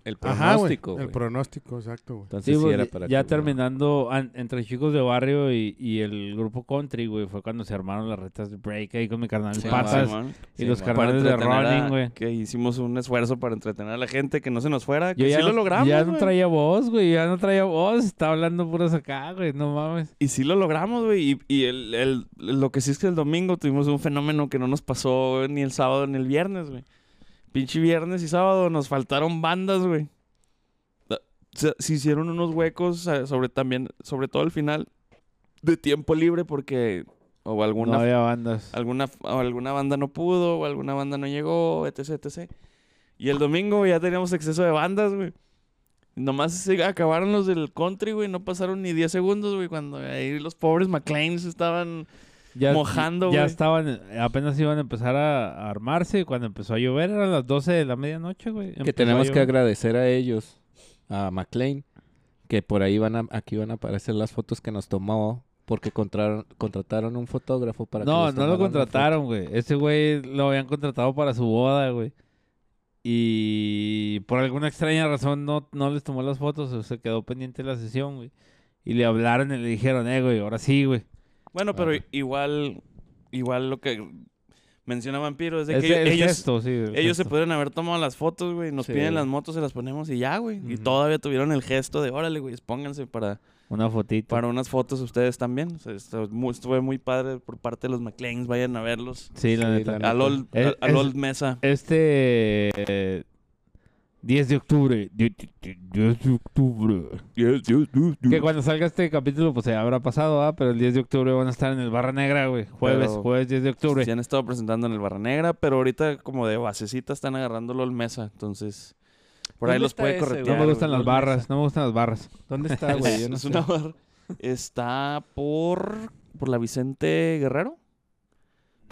[SPEAKER 11] el
[SPEAKER 9] Ajá, güey.
[SPEAKER 11] pronóstico, güey.
[SPEAKER 9] El pronóstico, exacto, güey.
[SPEAKER 11] Entonces
[SPEAKER 10] Sí,
[SPEAKER 11] sí
[SPEAKER 10] güey,
[SPEAKER 11] era
[SPEAKER 10] ya-
[SPEAKER 11] para
[SPEAKER 10] ya
[SPEAKER 11] que-
[SPEAKER 10] terminando an- entre chicos de barrio y, y el grupo country, güey, fue cuando se armaron las retas de break ahí con mi carnal
[SPEAKER 11] Sí,
[SPEAKER 10] Patas
[SPEAKER 5] Simón.
[SPEAKER 10] y
[SPEAKER 11] sí,
[SPEAKER 10] los
[SPEAKER 11] man.
[SPEAKER 10] carnales de
[SPEAKER 5] entretener a-
[SPEAKER 10] Running, güey.
[SPEAKER 5] Que hicimos un esfuerzo para entretener a la gente, que no se nos fuera. Que
[SPEAKER 10] Yo ya,
[SPEAKER 5] sí
[SPEAKER 10] no,
[SPEAKER 5] lo logramos.
[SPEAKER 10] ya no
[SPEAKER 5] güey.
[SPEAKER 10] traía voz, güey, ya no traía voz, estaba hablando puras acá, güey, no mames.
[SPEAKER 5] Y sí lo logramos, güey. Y, y el, el- lo que sí es que el domingo tuvimos un fenómeno que no nos pasó ni el sábado ni el viernes, güey. Pinche viernes y sábado nos faltaron bandas, güey. Da- Se, se hicieron unos huecos eh, sobre también, sobre todo al final, de tiempo libre porque o alguna,
[SPEAKER 10] no eh. había bandas.
[SPEAKER 5] alguna, o alguna banda no pudo, o alguna banda no llegó, etc, etc. Y el domingo güey, ya teníamos exceso de bandas, güey. Nomás se acabaron los del country, güey. No pasaron ni 10 segundos, güey. Cuando ahí los pobres McLeans estaban...
[SPEAKER 10] Ya,
[SPEAKER 5] mojando,
[SPEAKER 10] Ya
[SPEAKER 5] güey.
[SPEAKER 10] estaban, apenas iban a empezar a, a armarse y cuando empezó a llover, eran las 12 de la medianoche, güey.
[SPEAKER 11] Que tenemos que agradecer a ellos, a McLean, que por ahí van a, aquí van a aparecer las fotos que nos tomó, porque contrataron, contrataron un fotógrafo para que
[SPEAKER 10] No,
[SPEAKER 11] les
[SPEAKER 10] no
[SPEAKER 11] tomara
[SPEAKER 10] lo
[SPEAKER 11] una foto.
[SPEAKER 10] contrataron, güey. Ese güey lo habían contratado para su boda, güey. Y por alguna extraña razón no, no les tomó las fotos, o se quedó pendiente la sesión, güey. Y le hablaron y le dijeron, eh, güey, ahora sí, güey.
[SPEAKER 5] Bueno, pero
[SPEAKER 10] Ajá.
[SPEAKER 5] igual... Igual lo que menciona Vampiro es de
[SPEAKER 10] Es
[SPEAKER 5] que
[SPEAKER 10] el
[SPEAKER 5] ellos...
[SPEAKER 10] gesto, sí. el
[SPEAKER 5] Ellos se
[SPEAKER 10] gesto.
[SPEAKER 5] pudieron haber tomado las fotos, güey. Nos
[SPEAKER 11] Sí.
[SPEAKER 5] piden las motos, se las ponemos y ya, güey. Y
[SPEAKER 10] Ujú.
[SPEAKER 5] todavía tuvieron el gesto de, órale, güey, pónganse para,
[SPEAKER 10] Una fotito.
[SPEAKER 5] para unas fotos ustedes también. O sea, esto- mu- estuvo muy padre por parte de los McLeans. Vayan a verlos.
[SPEAKER 10] Sí, la
[SPEAKER 11] Sí,
[SPEAKER 10] neta.
[SPEAKER 11] la
[SPEAKER 5] Al Old,
[SPEAKER 10] Es-
[SPEAKER 5] al- al
[SPEAKER 10] es-
[SPEAKER 5] Old Mesa.
[SPEAKER 10] Este... eh, 10 de octubre. 10 de- 10 de octubre. Que cuando salga este capítulo, pues ya habrá pasado, ¿ah? Pero el 10 de octubre van a estar en el Barra Negra, güey. Jueves,
[SPEAKER 5] Pero-
[SPEAKER 10] jueves 10 de octubre.
[SPEAKER 5] Se han estado presentando en el Barra Negra, pero ahorita como de basecita están agarrando el Old Mesa. Entonces, por ahí
[SPEAKER 11] ¿Dónde
[SPEAKER 5] los
[SPEAKER 11] está
[SPEAKER 5] puede
[SPEAKER 11] ese, güey?
[SPEAKER 5] corretear.
[SPEAKER 10] No me
[SPEAKER 11] güey,
[SPEAKER 10] gustan las
[SPEAKER 11] ¿dónde
[SPEAKER 10] barras,
[SPEAKER 11] está?
[SPEAKER 10] no me gustan las barras.
[SPEAKER 11] ¿Dónde está, Ah, güey? Yo no
[SPEAKER 5] es
[SPEAKER 11] sé.
[SPEAKER 5] una barra. Está por, por la Vicente Guerrero.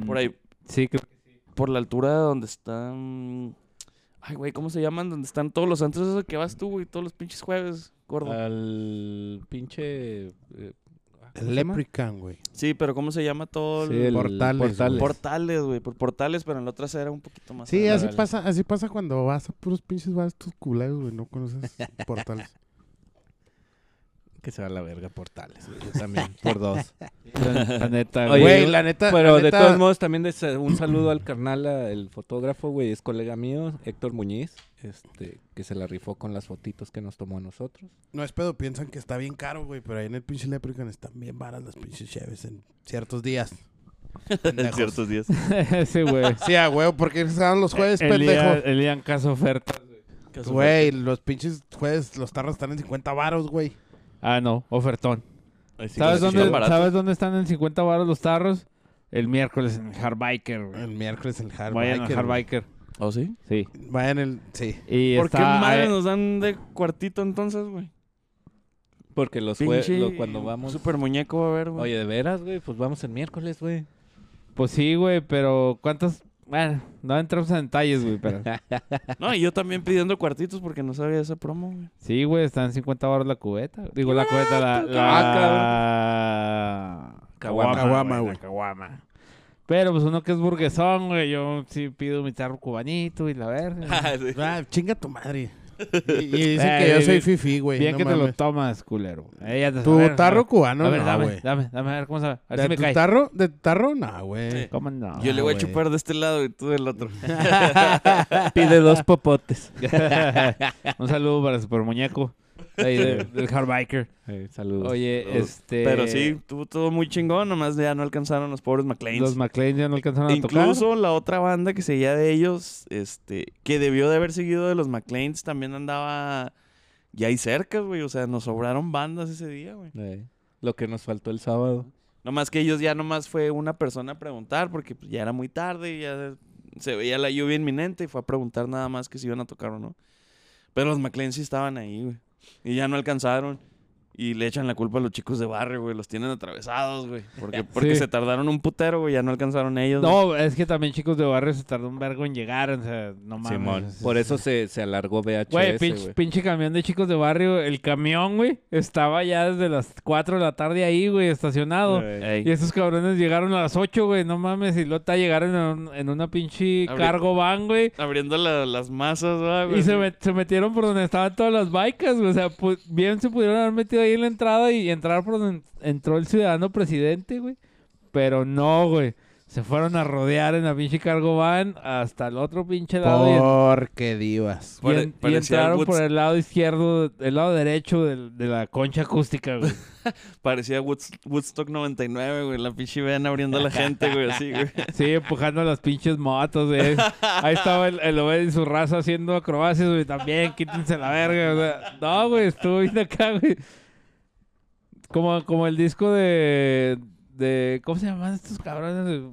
[SPEAKER 5] Por ahí,
[SPEAKER 11] Mm.
[SPEAKER 10] Sí, creo que
[SPEAKER 5] por la altura donde están. Ay, güey, ¿cómo se llaman? Donde están todos los antros esos que vas tú, güey, todos los pinches jueves, gordo.
[SPEAKER 11] Ah. Al pinche... eh, ¿cómo se
[SPEAKER 9] El
[SPEAKER 11] llama?
[SPEAKER 9] Leprechaun, güey.
[SPEAKER 5] Sí, pero ¿cómo se llama todo?
[SPEAKER 11] Sí,
[SPEAKER 5] el-
[SPEAKER 11] el
[SPEAKER 9] Portales, güey.
[SPEAKER 11] portales.
[SPEAKER 5] Portales, güey, por portales, pero en la otra era un poquito más.
[SPEAKER 9] Sí,
[SPEAKER 5] adelante.
[SPEAKER 9] así
[SPEAKER 11] Órale.
[SPEAKER 9] pasa, así pasa cuando vas a puros pinches vas tus culeros, güey, no conoces portales.
[SPEAKER 11] Que se va a la verga, portales, güey. Yo también, por dos.
[SPEAKER 10] la la neta,
[SPEAKER 11] Oye,
[SPEAKER 10] güey.
[SPEAKER 11] Güey,
[SPEAKER 9] la neta,
[SPEAKER 11] Pero
[SPEAKER 9] la
[SPEAKER 11] de
[SPEAKER 9] neta-
[SPEAKER 11] todos modos, también des- un saludo al carnal, a- el fotógrafo, güey, es colega mío, Héctor Muñiz, este, que se la rifó con las fotitos que nos tomó a nosotros.
[SPEAKER 9] no es pedo, piensan que está bien caro, güey, pero ahí en el pinche Leprechaun están bien varas las pinches cheves en ciertos días.
[SPEAKER 5] en
[SPEAKER 9] Pendejos.
[SPEAKER 5] ciertos días.
[SPEAKER 10] Ese güey.
[SPEAKER 9] Sí, a huevo, porque estaban los jueves,
[SPEAKER 10] Eh, Elian,
[SPEAKER 9] pendejo.
[SPEAKER 10] Elian Caso Oferta.
[SPEAKER 9] Güey, los pinches jueves, los tarros están en 50 varos, güey.
[SPEAKER 10] Ah, no, ofertón.
[SPEAKER 5] Así que
[SPEAKER 10] ¿Sabes,
[SPEAKER 5] sí,
[SPEAKER 10] dónde,
[SPEAKER 5] están baratos.
[SPEAKER 10] ¿Sabes dónde están en 50 baros los tarros? El miércoles en el Hardbiker, güey.
[SPEAKER 9] El miércoles el Hard
[SPEAKER 10] Vayan al
[SPEAKER 9] Biker,
[SPEAKER 10] Hardbiker.
[SPEAKER 5] ¿Oh, sí?
[SPEAKER 10] Sí.
[SPEAKER 9] güey. Vayan el, sí.
[SPEAKER 10] Y
[SPEAKER 5] ¿Por
[SPEAKER 10] está,
[SPEAKER 5] qué madre
[SPEAKER 10] eh,
[SPEAKER 5] nos dan de cuartito entonces, güey?
[SPEAKER 11] Porque los
[SPEAKER 5] Pinche
[SPEAKER 11] jueves, cuando vamos...
[SPEAKER 5] Super muñeco va a ver, güey.
[SPEAKER 11] Oye, de veras, güey, pues vamos el miércoles, güey.
[SPEAKER 10] Pues sí, güey, pero ¿cuántas? Bueno, no entramos en detalles, güey, pero...
[SPEAKER 5] No, y yo también pidiendo cuartitos porque no sabía esa promo, güey.
[SPEAKER 10] Sí, güey, están 50 baros la cubeta. Digo, la cubeta, la... la...
[SPEAKER 11] Caguama,
[SPEAKER 10] Caguama, güey. la Caguama. Pero pues uno que es burguesón, güey, yo sí pido mi tarro cubanito y la verga.
[SPEAKER 5] sí.
[SPEAKER 9] Ah, chinga tu madre. Y, y dicen
[SPEAKER 10] Eh,
[SPEAKER 9] que yo
[SPEAKER 10] bien-
[SPEAKER 9] soy fifi, güey.
[SPEAKER 10] Bien
[SPEAKER 9] no
[SPEAKER 10] que te lo
[SPEAKER 9] mames.
[SPEAKER 10] tomas, culero. Eh, ya te- a
[SPEAKER 9] Tu
[SPEAKER 10] ver,
[SPEAKER 9] tarro cubano,
[SPEAKER 10] A ver,
[SPEAKER 9] no,
[SPEAKER 10] dame,
[SPEAKER 9] güey.
[SPEAKER 10] dame, dame, a ver cómo sabe. A ver
[SPEAKER 9] ¿De
[SPEAKER 10] si me
[SPEAKER 9] tu
[SPEAKER 10] cae.
[SPEAKER 9] tarro? ¿De tu tarro? No, güey.
[SPEAKER 11] Sí.
[SPEAKER 10] ¿Cómo no?
[SPEAKER 5] Yo le voy a
[SPEAKER 9] güey.
[SPEAKER 5] chupar de este lado y tú del otro.
[SPEAKER 11] Pide dos popotes.
[SPEAKER 10] Un saludo para Super Muñeco. ahí de- del Hard Biker.
[SPEAKER 11] saludos.
[SPEAKER 10] Oye,
[SPEAKER 5] Saludos.
[SPEAKER 10] este.
[SPEAKER 5] Pero sí, tuvo todo muy chingón, nomás ya no alcanzaron los pobres McLeans.
[SPEAKER 10] Los McLean ya no alcanzaron a tocar.
[SPEAKER 5] Incluso la otra banda que seguía de ellos, este, que debió de haber seguido de los McLeans, también andaba ya ahí cerca, güey. O sea, nos sobraron bandas ese día, güey.
[SPEAKER 11] Eh, lo que nos faltó el sábado.
[SPEAKER 5] Nomás que ellos ya nomás fue una persona a preguntar, porque pues, ya era muy tarde, ya se veía la lluvia inminente y fue a preguntar nada más que si iban a tocar o no. Pero los McLean sí estaban ahí, güey. Y ya no alcanzaron. Y le echan la culpa a los chicos de barrio, güey. Los tienen atravesados, güey. Porque, porque
[SPEAKER 10] Sí.
[SPEAKER 5] se tardaron un putero, güey. Ya no alcanzaron ellos. güey.
[SPEAKER 10] No, es que también chicos de barrio se tardó un vergo en llegar, o sea, no mames.
[SPEAKER 11] Simón.
[SPEAKER 10] Sí,
[SPEAKER 11] Por
[SPEAKER 10] sí.
[SPEAKER 11] eso se, se alargó VHS,
[SPEAKER 10] Güey,
[SPEAKER 11] güey.
[SPEAKER 10] pinche, pinche camión de chicos de barrio, el camión, güey, estaba ya desde las 4 de la tarde ahí, güey, estacionado.
[SPEAKER 5] Ey.
[SPEAKER 10] Y estos cabrones llegaron a las 8, güey, no mames, y Lota llegaron en, un- en una pinche
[SPEAKER 5] Abri-
[SPEAKER 10] cargo van, güey.
[SPEAKER 5] Abriendo la- las masas, ¿verdad, güey.
[SPEAKER 10] Y se, met- se metieron por donde estaban todas las bicas, güey. O sea, pu- bien se pudieron haber metido ahí en la entrada y entrar por donde entró el ciudadano presidente, güey. Pero no, güey. Se fueron a rodear en la pinche cargo van hasta el otro pinche lado y en-
[SPEAKER 9] Porque divas.
[SPEAKER 10] y, en-
[SPEAKER 5] Oh, Pare-
[SPEAKER 10] y
[SPEAKER 5] parecía
[SPEAKER 10] entraron
[SPEAKER 5] Woods-
[SPEAKER 10] por el lado izquierdo, el lado derecho del- de, la concha acústica, güey.
[SPEAKER 5] Parecía Woods- Woodstock 99, güey. La pinche vean abriendo a la gente, güey. Así, güey.
[SPEAKER 10] Sí, empujando a las pinches motos, güey. Ahí estaba el, el Obed y su raza haciendo acrobacias, güey. También, quítense la verga, o sea, No, güey, estuvo bien acá, güey. Como, como el disco de, de... ¿Cómo se llaman estos cabrones?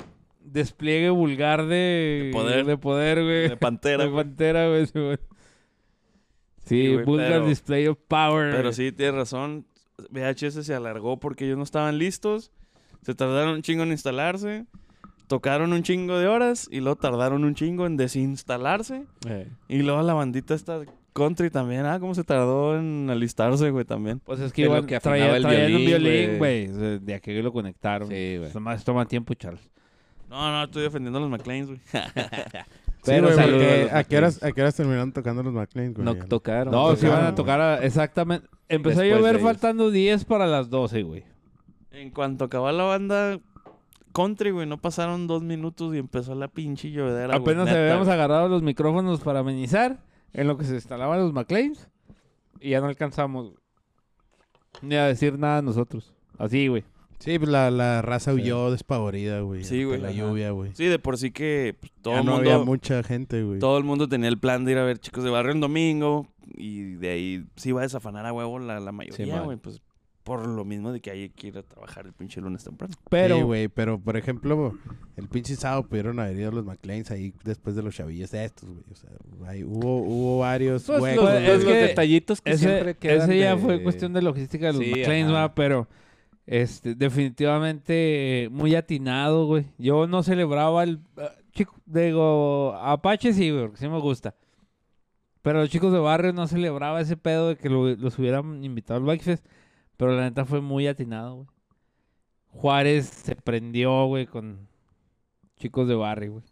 [SPEAKER 10] Despliegue vulgar de...
[SPEAKER 5] De poder.
[SPEAKER 10] De poder, güey.
[SPEAKER 5] De pantera,
[SPEAKER 10] De
[SPEAKER 5] güey.
[SPEAKER 10] pantera, güey. sí, güey. Sí,
[SPEAKER 5] güey,
[SPEAKER 10] vulgar
[SPEAKER 5] pero-
[SPEAKER 10] display of power.
[SPEAKER 5] Pero
[SPEAKER 10] güey.
[SPEAKER 5] sí, tienes razón. VHS se alargó porque ellos no estaban listos. Se tardaron un chingo en instalarse. Tocaron un chingo de horas y luego tardaron un chingo en desinstalarse.
[SPEAKER 11] Eh.
[SPEAKER 5] Y luego la bandita esta country también. Ah, cómo se tardó en alistarse, güey, también.
[SPEAKER 10] Pues es que
[SPEAKER 11] Es lo
[SPEAKER 10] iban,
[SPEAKER 11] que afinaba
[SPEAKER 10] traía,
[SPEAKER 11] el
[SPEAKER 10] traían un
[SPEAKER 11] violín,
[SPEAKER 10] violín,
[SPEAKER 11] güey.
[SPEAKER 10] güey. o sea, De aquí que lo conectaron.
[SPEAKER 11] Sí, güey.
[SPEAKER 10] Nomás toma tiempo, Charles.
[SPEAKER 5] No, no, estoy defendiendo a los McLeans, güey.
[SPEAKER 10] Pero
[SPEAKER 9] sí, güey,
[SPEAKER 10] saludos
[SPEAKER 9] porque
[SPEAKER 10] a los
[SPEAKER 9] ¿a, qué horas, ¿A qué horas terminaron tocando los McLean, güey?
[SPEAKER 11] No tocaron.
[SPEAKER 10] No,
[SPEAKER 9] sí
[SPEAKER 10] se iban
[SPEAKER 9] tocaron,
[SPEAKER 10] a tocar a- exactamente.
[SPEAKER 11] Después
[SPEAKER 10] Empezó a
[SPEAKER 11] de
[SPEAKER 10] llover
[SPEAKER 11] ellos.
[SPEAKER 10] faltando 10 para las 12, güey.
[SPEAKER 5] En cuanto acabó la banda country, güey, no pasaron dos minutos y empezó la pinche llovedera, güey,
[SPEAKER 10] Apenas
[SPEAKER 5] neta,
[SPEAKER 10] habíamos
[SPEAKER 5] güey.
[SPEAKER 10] agarrado los micrófonos para amenizar en lo que se instalaban los McLeans y ya no alcanzamos güey, ni a decir nada nosotros. Así, güey.
[SPEAKER 9] Sí, pues la, la raza huyó despavorida, güey.
[SPEAKER 5] Sí,
[SPEAKER 9] ante
[SPEAKER 5] güey,
[SPEAKER 9] La
[SPEAKER 5] ajá.
[SPEAKER 9] lluvia, güey.
[SPEAKER 5] Sí, de por sí que pues, todo
[SPEAKER 9] Ya
[SPEAKER 5] el
[SPEAKER 9] no
[SPEAKER 5] mundo...
[SPEAKER 9] había mucha gente, güey.
[SPEAKER 5] Todo el mundo tenía el plan de ir a ver chicos de barrio el domingo y de ahí se iba a desafanar a huevo la, la mayoría,
[SPEAKER 11] Simón.
[SPEAKER 5] güey, pues por lo mismo de que hay que ir a trabajar el pinche lunes temprano.
[SPEAKER 10] Pero
[SPEAKER 9] Sí, güey, pero por ejemplo, el pinche sábado pudieron haber ido los McLeans ahí después de los chavillos estos, güey. O sea, ahí hubo, hubo varios
[SPEAKER 11] Pues
[SPEAKER 9] huecos.
[SPEAKER 11] los,
[SPEAKER 9] güey.
[SPEAKER 10] es
[SPEAKER 11] los
[SPEAKER 10] que
[SPEAKER 11] detallitos que
[SPEAKER 10] ese,
[SPEAKER 11] siempre quedan
[SPEAKER 10] ese ya
[SPEAKER 11] de-
[SPEAKER 10] fue cuestión de logística de los
[SPEAKER 11] Sí,
[SPEAKER 10] McLeans,
[SPEAKER 11] ajá.
[SPEAKER 10] va, pero este, definitivamente eh, muy atinado, güey. Yo no celebraba el... ah, Chico, digo, Apache sí, güey, porque sí me gusta. Pero los chicos de barrio no celebraba ese pedo de que lo- los hubieran invitado al Bikefest. Pero la neta fue muy atinado, güey. Juárez se prendió, güey, con chicos de barrio, güey.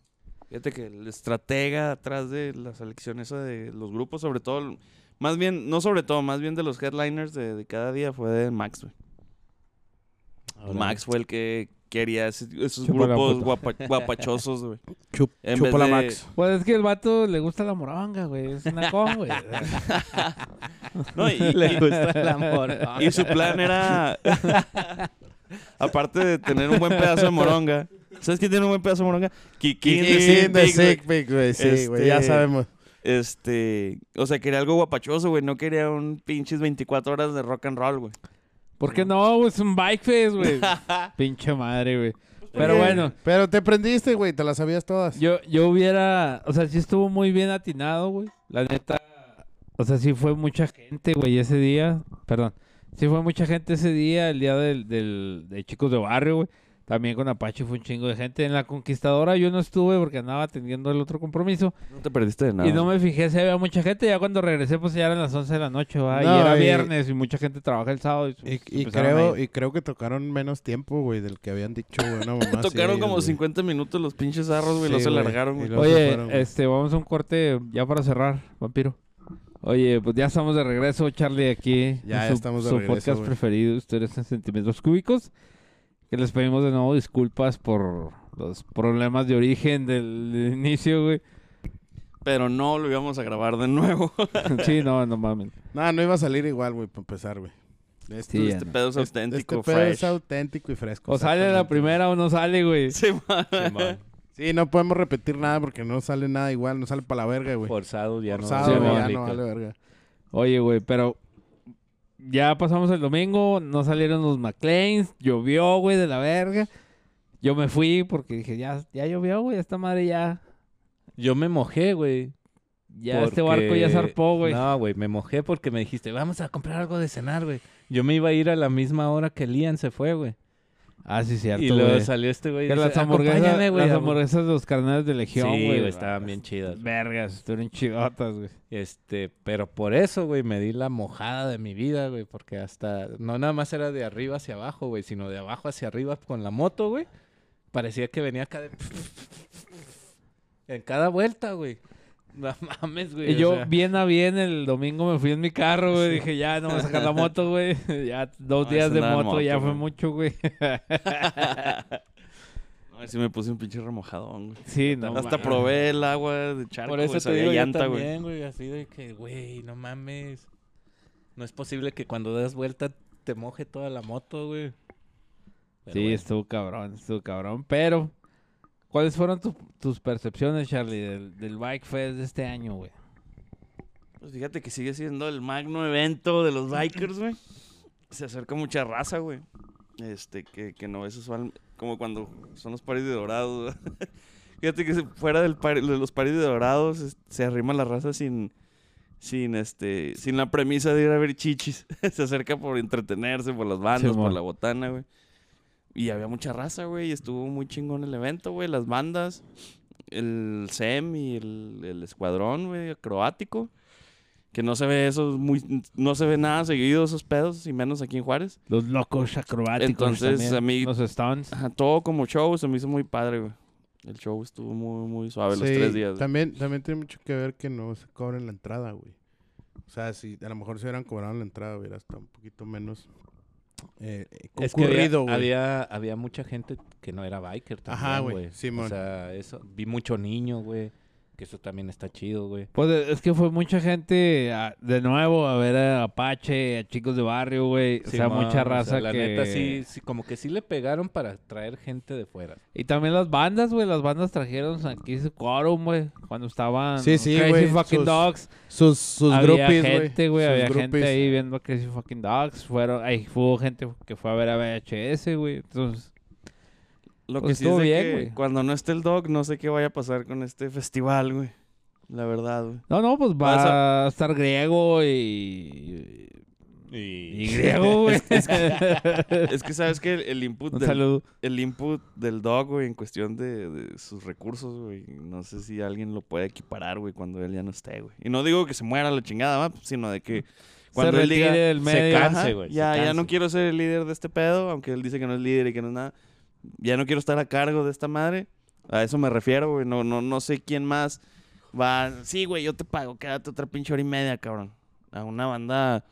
[SPEAKER 5] Fíjate que el estratega atrás de la selección esa de los grupos, sobre todo, más bien, no sobre todo, más bien de los headliners de, de cada día fue de Max, güey. Max fue el que quería ese- esos
[SPEAKER 10] Chupa la
[SPEAKER 5] grupos
[SPEAKER 10] puta.
[SPEAKER 5] guapa- guapachosos, güey.
[SPEAKER 9] Chup-
[SPEAKER 5] en
[SPEAKER 9] chupa
[SPEAKER 5] vez
[SPEAKER 9] la
[SPEAKER 5] de-
[SPEAKER 9] Max.
[SPEAKER 10] Pues es que el vato le gusta la moronga, güey. Es una con, güey.
[SPEAKER 5] No, y,
[SPEAKER 11] Le gusta el amor.
[SPEAKER 5] Y su plan era. Aparte de tener un buen pedazo de moronga. ¿Sabes quién tiene un buen pedazo de moronga? Kikín de Sick Pick, güey.
[SPEAKER 9] Sick Pick, güey. Sí, güey, ya
[SPEAKER 5] Este-
[SPEAKER 9] sabemos.
[SPEAKER 5] Este. O sea, quería algo guapachoso, güey. No quería un pinches 24 horas de rock and roll, güey.
[SPEAKER 10] ¿Por qué no? güey? Es un bike face, güey. Pinche madre, güey.
[SPEAKER 5] Pues,
[SPEAKER 10] Pero bueno,
[SPEAKER 9] Pero te prendiste, güey, te las sabías todas.
[SPEAKER 10] yo, yo hubiera... O sea, sí estuvo muy bien atinado, güey. La neta... O sea, sí fue mucha gente, güey, ese día. Perdón. Sí fue mucha gente ese día, el día del, del, de Chicos de Barrio, güey. También con Apache fue un chingo de gente. En La Conquistadora yo no estuve porque andaba atendiendo el otro compromiso.
[SPEAKER 5] No te perdiste de
[SPEAKER 10] Y no me fijé si había mucha gente. Ya cuando regresé, pues ya eran las 11 de la noche, ¿va?
[SPEAKER 9] No,
[SPEAKER 10] y era
[SPEAKER 9] y-
[SPEAKER 10] viernes y mucha gente trabaja el sábado. Y,
[SPEAKER 9] Y,
[SPEAKER 10] pues,
[SPEAKER 9] y
[SPEAKER 10] empezaron a
[SPEAKER 9] creo,
[SPEAKER 10] ir.
[SPEAKER 9] y creo que tocaron menos tiempo, güey, del que habían dicho, güey. una mamá así,
[SPEAKER 5] Tocaron como
[SPEAKER 9] güey.
[SPEAKER 5] 50 minutos los pinches arros, güey.
[SPEAKER 9] Sí,
[SPEAKER 5] los se
[SPEAKER 9] güey.
[SPEAKER 5] largaron,
[SPEAKER 9] Y
[SPEAKER 5] güey.
[SPEAKER 9] luego se
[SPEAKER 10] Oye,
[SPEAKER 9] fueron, güey.
[SPEAKER 10] este, vamos a un corte ya para cerrar, vampiro. Oye, pues ya estamos de regreso, Charlie, aquí.
[SPEAKER 9] Ya, ya
[SPEAKER 10] en
[SPEAKER 9] estamos de
[SPEAKER 10] su
[SPEAKER 9] regreso,
[SPEAKER 10] podcast
[SPEAKER 9] güey.
[SPEAKER 10] preferido, ustedes en centímetros cúbicos. Que les pedimos de nuevo disculpas por los problemas de origen del inicio, güey.
[SPEAKER 5] Pero no lo íbamos a grabar de nuevo.
[SPEAKER 10] Sí, no, no mames.
[SPEAKER 9] No, no iba a salir igual, güey, para empezar, güey. Esto-
[SPEAKER 10] Sí, ya
[SPEAKER 5] Este
[SPEAKER 10] no.
[SPEAKER 5] pedo es
[SPEAKER 9] este-
[SPEAKER 5] auténtico,
[SPEAKER 9] este pedo
[SPEAKER 5] fresh.
[SPEAKER 9] es auténtico y fresco.
[SPEAKER 10] O sale la
[SPEAKER 9] exactamente.
[SPEAKER 10] primera o no sale, güey.
[SPEAKER 5] Sí, man.
[SPEAKER 9] Sí, no podemos repetir nada porque no sale nada igual, no sale para la verga, güey.
[SPEAKER 11] Forzado Pues ya
[SPEAKER 9] Forzado,
[SPEAKER 10] sí,
[SPEAKER 11] no.
[SPEAKER 9] güey,
[SPEAKER 10] man.
[SPEAKER 9] ya
[SPEAKER 11] aplica.
[SPEAKER 9] no vale verga.
[SPEAKER 10] Oye, güey, pero ya pasamos el domingo, no salieron los McLeans, llovió, güey, de la verga. Yo me fui porque dije, ya, ya llovió, güey, esta madre ya,
[SPEAKER 11] Yo me mojé, güey.
[SPEAKER 10] ya este barco ya
[SPEAKER 11] porque-
[SPEAKER 10] zarpó, güey.
[SPEAKER 11] No, güey, me mojé porque me dijiste, vamos a comprar algo de cenar, güey. Yo me iba a ir a la misma hora que Lian se fue, güey.
[SPEAKER 10] Ah, sí, cierto,
[SPEAKER 11] Y luego
[SPEAKER 10] güey.
[SPEAKER 11] salió este güey. y
[SPEAKER 10] Que
[SPEAKER 11] dice,
[SPEAKER 10] las hamburguesas,
[SPEAKER 11] "Acompáñame, güey,
[SPEAKER 10] las
[SPEAKER 11] a-
[SPEAKER 10] hamburguesas de los carnales de
[SPEAKER 11] Sí,
[SPEAKER 10] Legión, güey.
[SPEAKER 11] güey, estaban bien chidas. güey.
[SPEAKER 10] Vergas, estuvieron chidotas, güey.
[SPEAKER 11] Este, pero por eso, güey, me di la mojada de mi vida, güey, porque hasta no nada más era de arriba hacia abajo, güey, sino de abajo hacia arriba con la moto, güey. Parecía que venía acá de en cada vuelta, güey. No mames, güey.
[SPEAKER 10] Y
[SPEAKER 11] o
[SPEAKER 10] yo,
[SPEAKER 11] sea,
[SPEAKER 10] bien a bien, el domingo me fui en mi carro, güey. Dije, ya, no voy a sacar la moto, güey. Ya dos
[SPEAKER 5] No,
[SPEAKER 10] días
[SPEAKER 5] es
[SPEAKER 10] de
[SPEAKER 5] andar en
[SPEAKER 10] moto, ya
[SPEAKER 5] moto,
[SPEAKER 10] fue
[SPEAKER 5] güey.
[SPEAKER 10] mucho, güey.
[SPEAKER 5] A ver si me puse un pinche remojadón, güey.
[SPEAKER 10] Sí, no.
[SPEAKER 5] Hasta
[SPEAKER 10] mames.
[SPEAKER 5] probé el agua de charco,
[SPEAKER 11] por eso
[SPEAKER 5] güey,
[SPEAKER 11] te
[SPEAKER 5] sabía
[SPEAKER 11] digo yo
[SPEAKER 5] llanta, güey.
[SPEAKER 11] también, güey, así de que, güey, no mames. No es posible que cuando das vuelta te moje toda la moto, güey. Pero
[SPEAKER 10] Sí,
[SPEAKER 11] bueno.
[SPEAKER 10] estuvo cabrón, estuvo cabrón. Pero, ¿cuáles fueron tu- tus percepciones, Charlie, del, del Bike Fest de este año, güey?
[SPEAKER 5] Pues fíjate que sigue siendo el magno evento de los bikers, güey. Se acerca mucha raza, güey. Este, que, que no es usual, como cuando son los paris de dorados. güey. fíjate que se- fuera del pari- de los paris de dorados es- se arrima la raza sin, sin, este, sin la premisa de ir a ver chichis. se acerca por entretenerse, por las bandas,
[SPEAKER 10] Simón.
[SPEAKER 5] por la botana, güey. Y había mucha raza, güey. Y estuvo muy chingón el evento, güey. Las bandas, el SEM y el, el escuadrón, güey, croático. Que no se ve eso, muy, no se ve nada seguido esos pedos, y menos aquí en Juárez.
[SPEAKER 10] Los locos acrobáticos.
[SPEAKER 5] Entonces,
[SPEAKER 10] también,
[SPEAKER 5] a mí-
[SPEAKER 10] Los stunts.
[SPEAKER 5] Ajá, todo como show, se me hizo muy padre, güey. El show estuvo muy, muy suave los
[SPEAKER 9] Sí,
[SPEAKER 5] tres días. güey.
[SPEAKER 9] También, también tiene mucho que ver que no se cobren la entrada, güey. O sea, si a lo mejor se hubieran cobrado la entrada, hubiera estado un poquito menos eh, eh,
[SPEAKER 11] Es que había,
[SPEAKER 9] concurrido, güey.
[SPEAKER 11] había, había mucha gente que no era biker también,
[SPEAKER 9] Ajá, güey,
[SPEAKER 11] güey.
[SPEAKER 9] Simón.
[SPEAKER 11] O sea, eso. Vi mucho niño, güey. Que eso también está chido, güey.
[SPEAKER 10] Pues eh, es que fue mucha gente a- de nuevo a ver a Apache, a chicos de barrio, güey. o sea,
[SPEAKER 11] Simón,
[SPEAKER 10] mucha raza
[SPEAKER 11] la
[SPEAKER 10] que.
[SPEAKER 11] neta, sí, sí, como que sí le pegaron para traer gente de fuera.
[SPEAKER 10] Y también las bandas, güey. Las bandas trajeron aquí su quórum, güey. Cuando estaban
[SPEAKER 9] Sí, sí,
[SPEAKER 10] Crazy
[SPEAKER 9] güey,
[SPEAKER 10] Fucking
[SPEAKER 9] sus-
[SPEAKER 10] Dogs.
[SPEAKER 9] Sus, sus
[SPEAKER 10] había
[SPEAKER 9] groupies, güey.
[SPEAKER 10] gente, güey.
[SPEAKER 9] Sus
[SPEAKER 10] Había
[SPEAKER 9] groupies.
[SPEAKER 10] gente ahí viendo a Crazy Fucking Dogs. Fueron, ahí hubo gente que fue a ver a VHS, güey. Entonces,
[SPEAKER 5] Lo
[SPEAKER 10] pues
[SPEAKER 5] que sí es
[SPEAKER 10] estuvo
[SPEAKER 5] de
[SPEAKER 10] bien,
[SPEAKER 5] que
[SPEAKER 10] güey.
[SPEAKER 5] cuando no esté el dog, no sé qué vaya a pasar con este festival, güey. La verdad, güey.
[SPEAKER 10] no, no, pues
[SPEAKER 5] Vas
[SPEAKER 10] va a estar griego y. Y griego, güey.
[SPEAKER 5] Es que sabes que el, el input
[SPEAKER 10] Un
[SPEAKER 5] del,
[SPEAKER 10] saludo.
[SPEAKER 5] el input del dog, güey, en cuestión de, de sus recursos, güey. No sé si alguien lo puede equiparar, güey, cuando él ya no esté, güey. Y no digo que se muera la chingada, va, sino de que cuando
[SPEAKER 10] se
[SPEAKER 5] él
[SPEAKER 10] retire
[SPEAKER 5] diga,
[SPEAKER 10] del medio.
[SPEAKER 11] cansa,
[SPEAKER 5] Ajá,
[SPEAKER 11] canse, güey, se
[SPEAKER 5] Ya, ya no
[SPEAKER 11] canse.
[SPEAKER 5] quiero ser el líder de este pedo, aunque él dice que no es líder y que no es nada. Ya no quiero estar a cargo de esta madre. A eso me refiero, güey. No, no, no sé quién más va. Sí, güey, yo te pago, quédate otra pinche hora y media, cabrón. A una banda.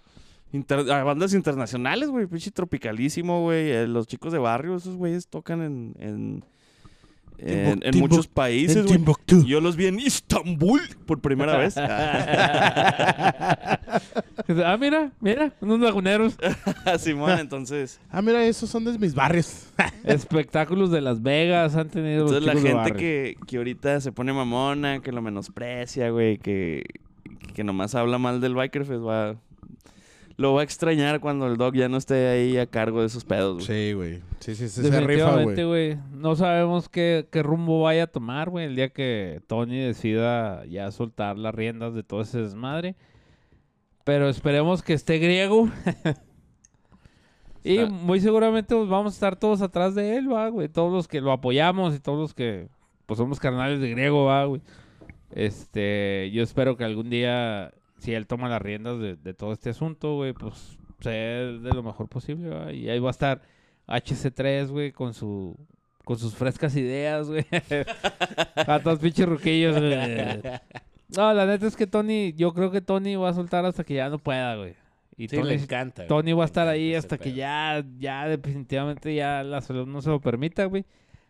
[SPEAKER 5] inter- a bandas internacionales, güey. Pinche tropicalísimo, güey. eh, los chicos de barrio, esos güeyes tocan en. en en- en
[SPEAKER 9] Timbuk-
[SPEAKER 5] muchos
[SPEAKER 9] Timbuk-
[SPEAKER 5] países,
[SPEAKER 9] en
[SPEAKER 5] güey.
[SPEAKER 9] Timbuktu.
[SPEAKER 5] Yo los vi en Istambul por primera vez.
[SPEAKER 10] ah, mira, mira, unos laguneros.
[SPEAKER 5] Simón, entonces.
[SPEAKER 9] Ah, mira, esos son de mis barrios.
[SPEAKER 10] Espectáculos de Las Vegas han tenido los
[SPEAKER 5] Entonces la
[SPEAKER 10] chicos de
[SPEAKER 5] gente
[SPEAKER 10] barrio.
[SPEAKER 5] que, que ahorita se pone mamona, que lo menosprecia, güey, que, que nomás habla mal del Bikerfest, va, lo va a extrañar cuando el Doc ya no esté ahí a cargo de esos pedos, güey.
[SPEAKER 9] Sí, güey. Sí, sí, sí, se rifa,
[SPEAKER 10] Definitivamente,
[SPEAKER 9] güey.
[SPEAKER 10] güey. No sabemos qué, qué rumbo vaya a tomar, güey, el día que Tony decida ya soltar las riendas de todo ese desmadre. Pero esperemos que esté griego. y
[SPEAKER 5] Está-
[SPEAKER 10] muy seguramente pues, vamos a estar todos atrás de él, va, güey. Todos los que lo apoyamos y todos los que pues somos carnales de griego, va, güey. Este, yo espero que algún día, si él toma las riendas de, de todo este asunto, güey, pues sea de lo mejor posible, ¿va? Y ahí va a estar HC3, güey, con su con sus frescas ideas, güey. a todos pinches ruquillos, güey. No, la neta es que Tony, yo creo que Tony va a soltar hasta que ya no pueda, güey. Y
[SPEAKER 13] Sí,
[SPEAKER 10] Tony,
[SPEAKER 13] le encanta. güey.
[SPEAKER 10] Tony va a estar
[SPEAKER 13] Le
[SPEAKER 10] ahí
[SPEAKER 13] encanta
[SPEAKER 10] hasta
[SPEAKER 13] ese
[SPEAKER 10] que
[SPEAKER 13] pedo.
[SPEAKER 10] ya, ya definitivamente ya la salud no se lo permita, güey.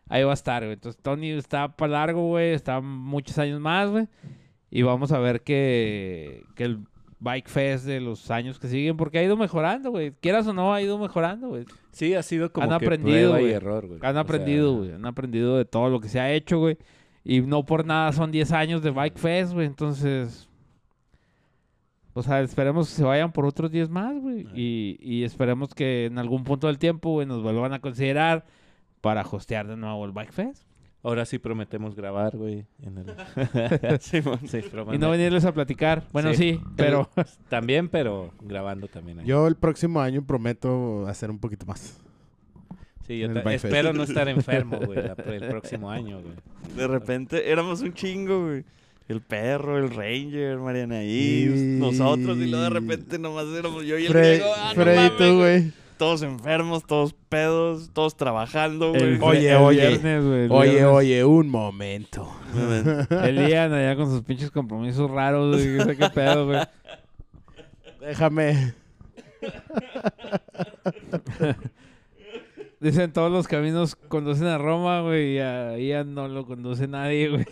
[SPEAKER 10] Ahí va a estar, güey. Entonces Tony está para largo, güey. Está muchos años más, güey. Y vamos a ver que, que el Bike Fest de los años que siguen, porque ha ido mejorando, güey. Quieras o no, ha ido mejorando, güey.
[SPEAKER 13] Sí, ha sido como
[SPEAKER 10] Han
[SPEAKER 13] que
[SPEAKER 10] aprendido,
[SPEAKER 13] prueba y
[SPEAKER 10] güey.
[SPEAKER 13] error, güey. O
[SPEAKER 10] Han
[SPEAKER 13] sea,
[SPEAKER 10] aprendido, güey. Han aprendido de todo lo que se ha hecho, güey. Y no por nada son 10 años de Bike Fest, güey. Entonces. O sea, esperemos que se vayan por otros 10 más, güey. Y, y esperemos que en algún punto del tiempo, güey, nos vuelvan a considerar para hostear de nuevo el Bike Fest.
[SPEAKER 13] Ahora sí prometemos grabar, güey. en el- Sí, broma,
[SPEAKER 10] Y no venirles a platicar. Bueno, sí,
[SPEAKER 13] Sí.
[SPEAKER 10] pero.
[SPEAKER 13] También, pero grabando también. ahí.
[SPEAKER 9] Yo el próximo año prometo hacer un poquito más.
[SPEAKER 13] sí, yo
[SPEAKER 9] en el
[SPEAKER 13] ta-
[SPEAKER 9] Bike Fest.
[SPEAKER 13] espero no estar enfermo, güey, la- el próximo año, güey.
[SPEAKER 5] De repente éramos un chingo, güey. El perro, el ranger, Mariana Ives,
[SPEAKER 9] Y-
[SPEAKER 5] nosotros, y luego de repente nomás éramos yo y el
[SPEAKER 9] Fre-
[SPEAKER 5] griego. Ah, no
[SPEAKER 9] Freddy,
[SPEAKER 5] mames,
[SPEAKER 9] tú, güey.
[SPEAKER 5] Todos enfermos, todos pedos, todos trabajando, güey.
[SPEAKER 9] Oye,
[SPEAKER 10] el
[SPEAKER 9] oye.
[SPEAKER 10] viernes, güey, el
[SPEAKER 9] Oye,
[SPEAKER 10] viernes.
[SPEAKER 9] oye, un momento.
[SPEAKER 10] El Ian allá con sus pinches compromisos raros, güey. que sé qué pedo, güey.
[SPEAKER 9] Déjame.
[SPEAKER 10] Dicen todos los caminos conducen a Roma, güey, y a Ian no lo conduce nadie, güey.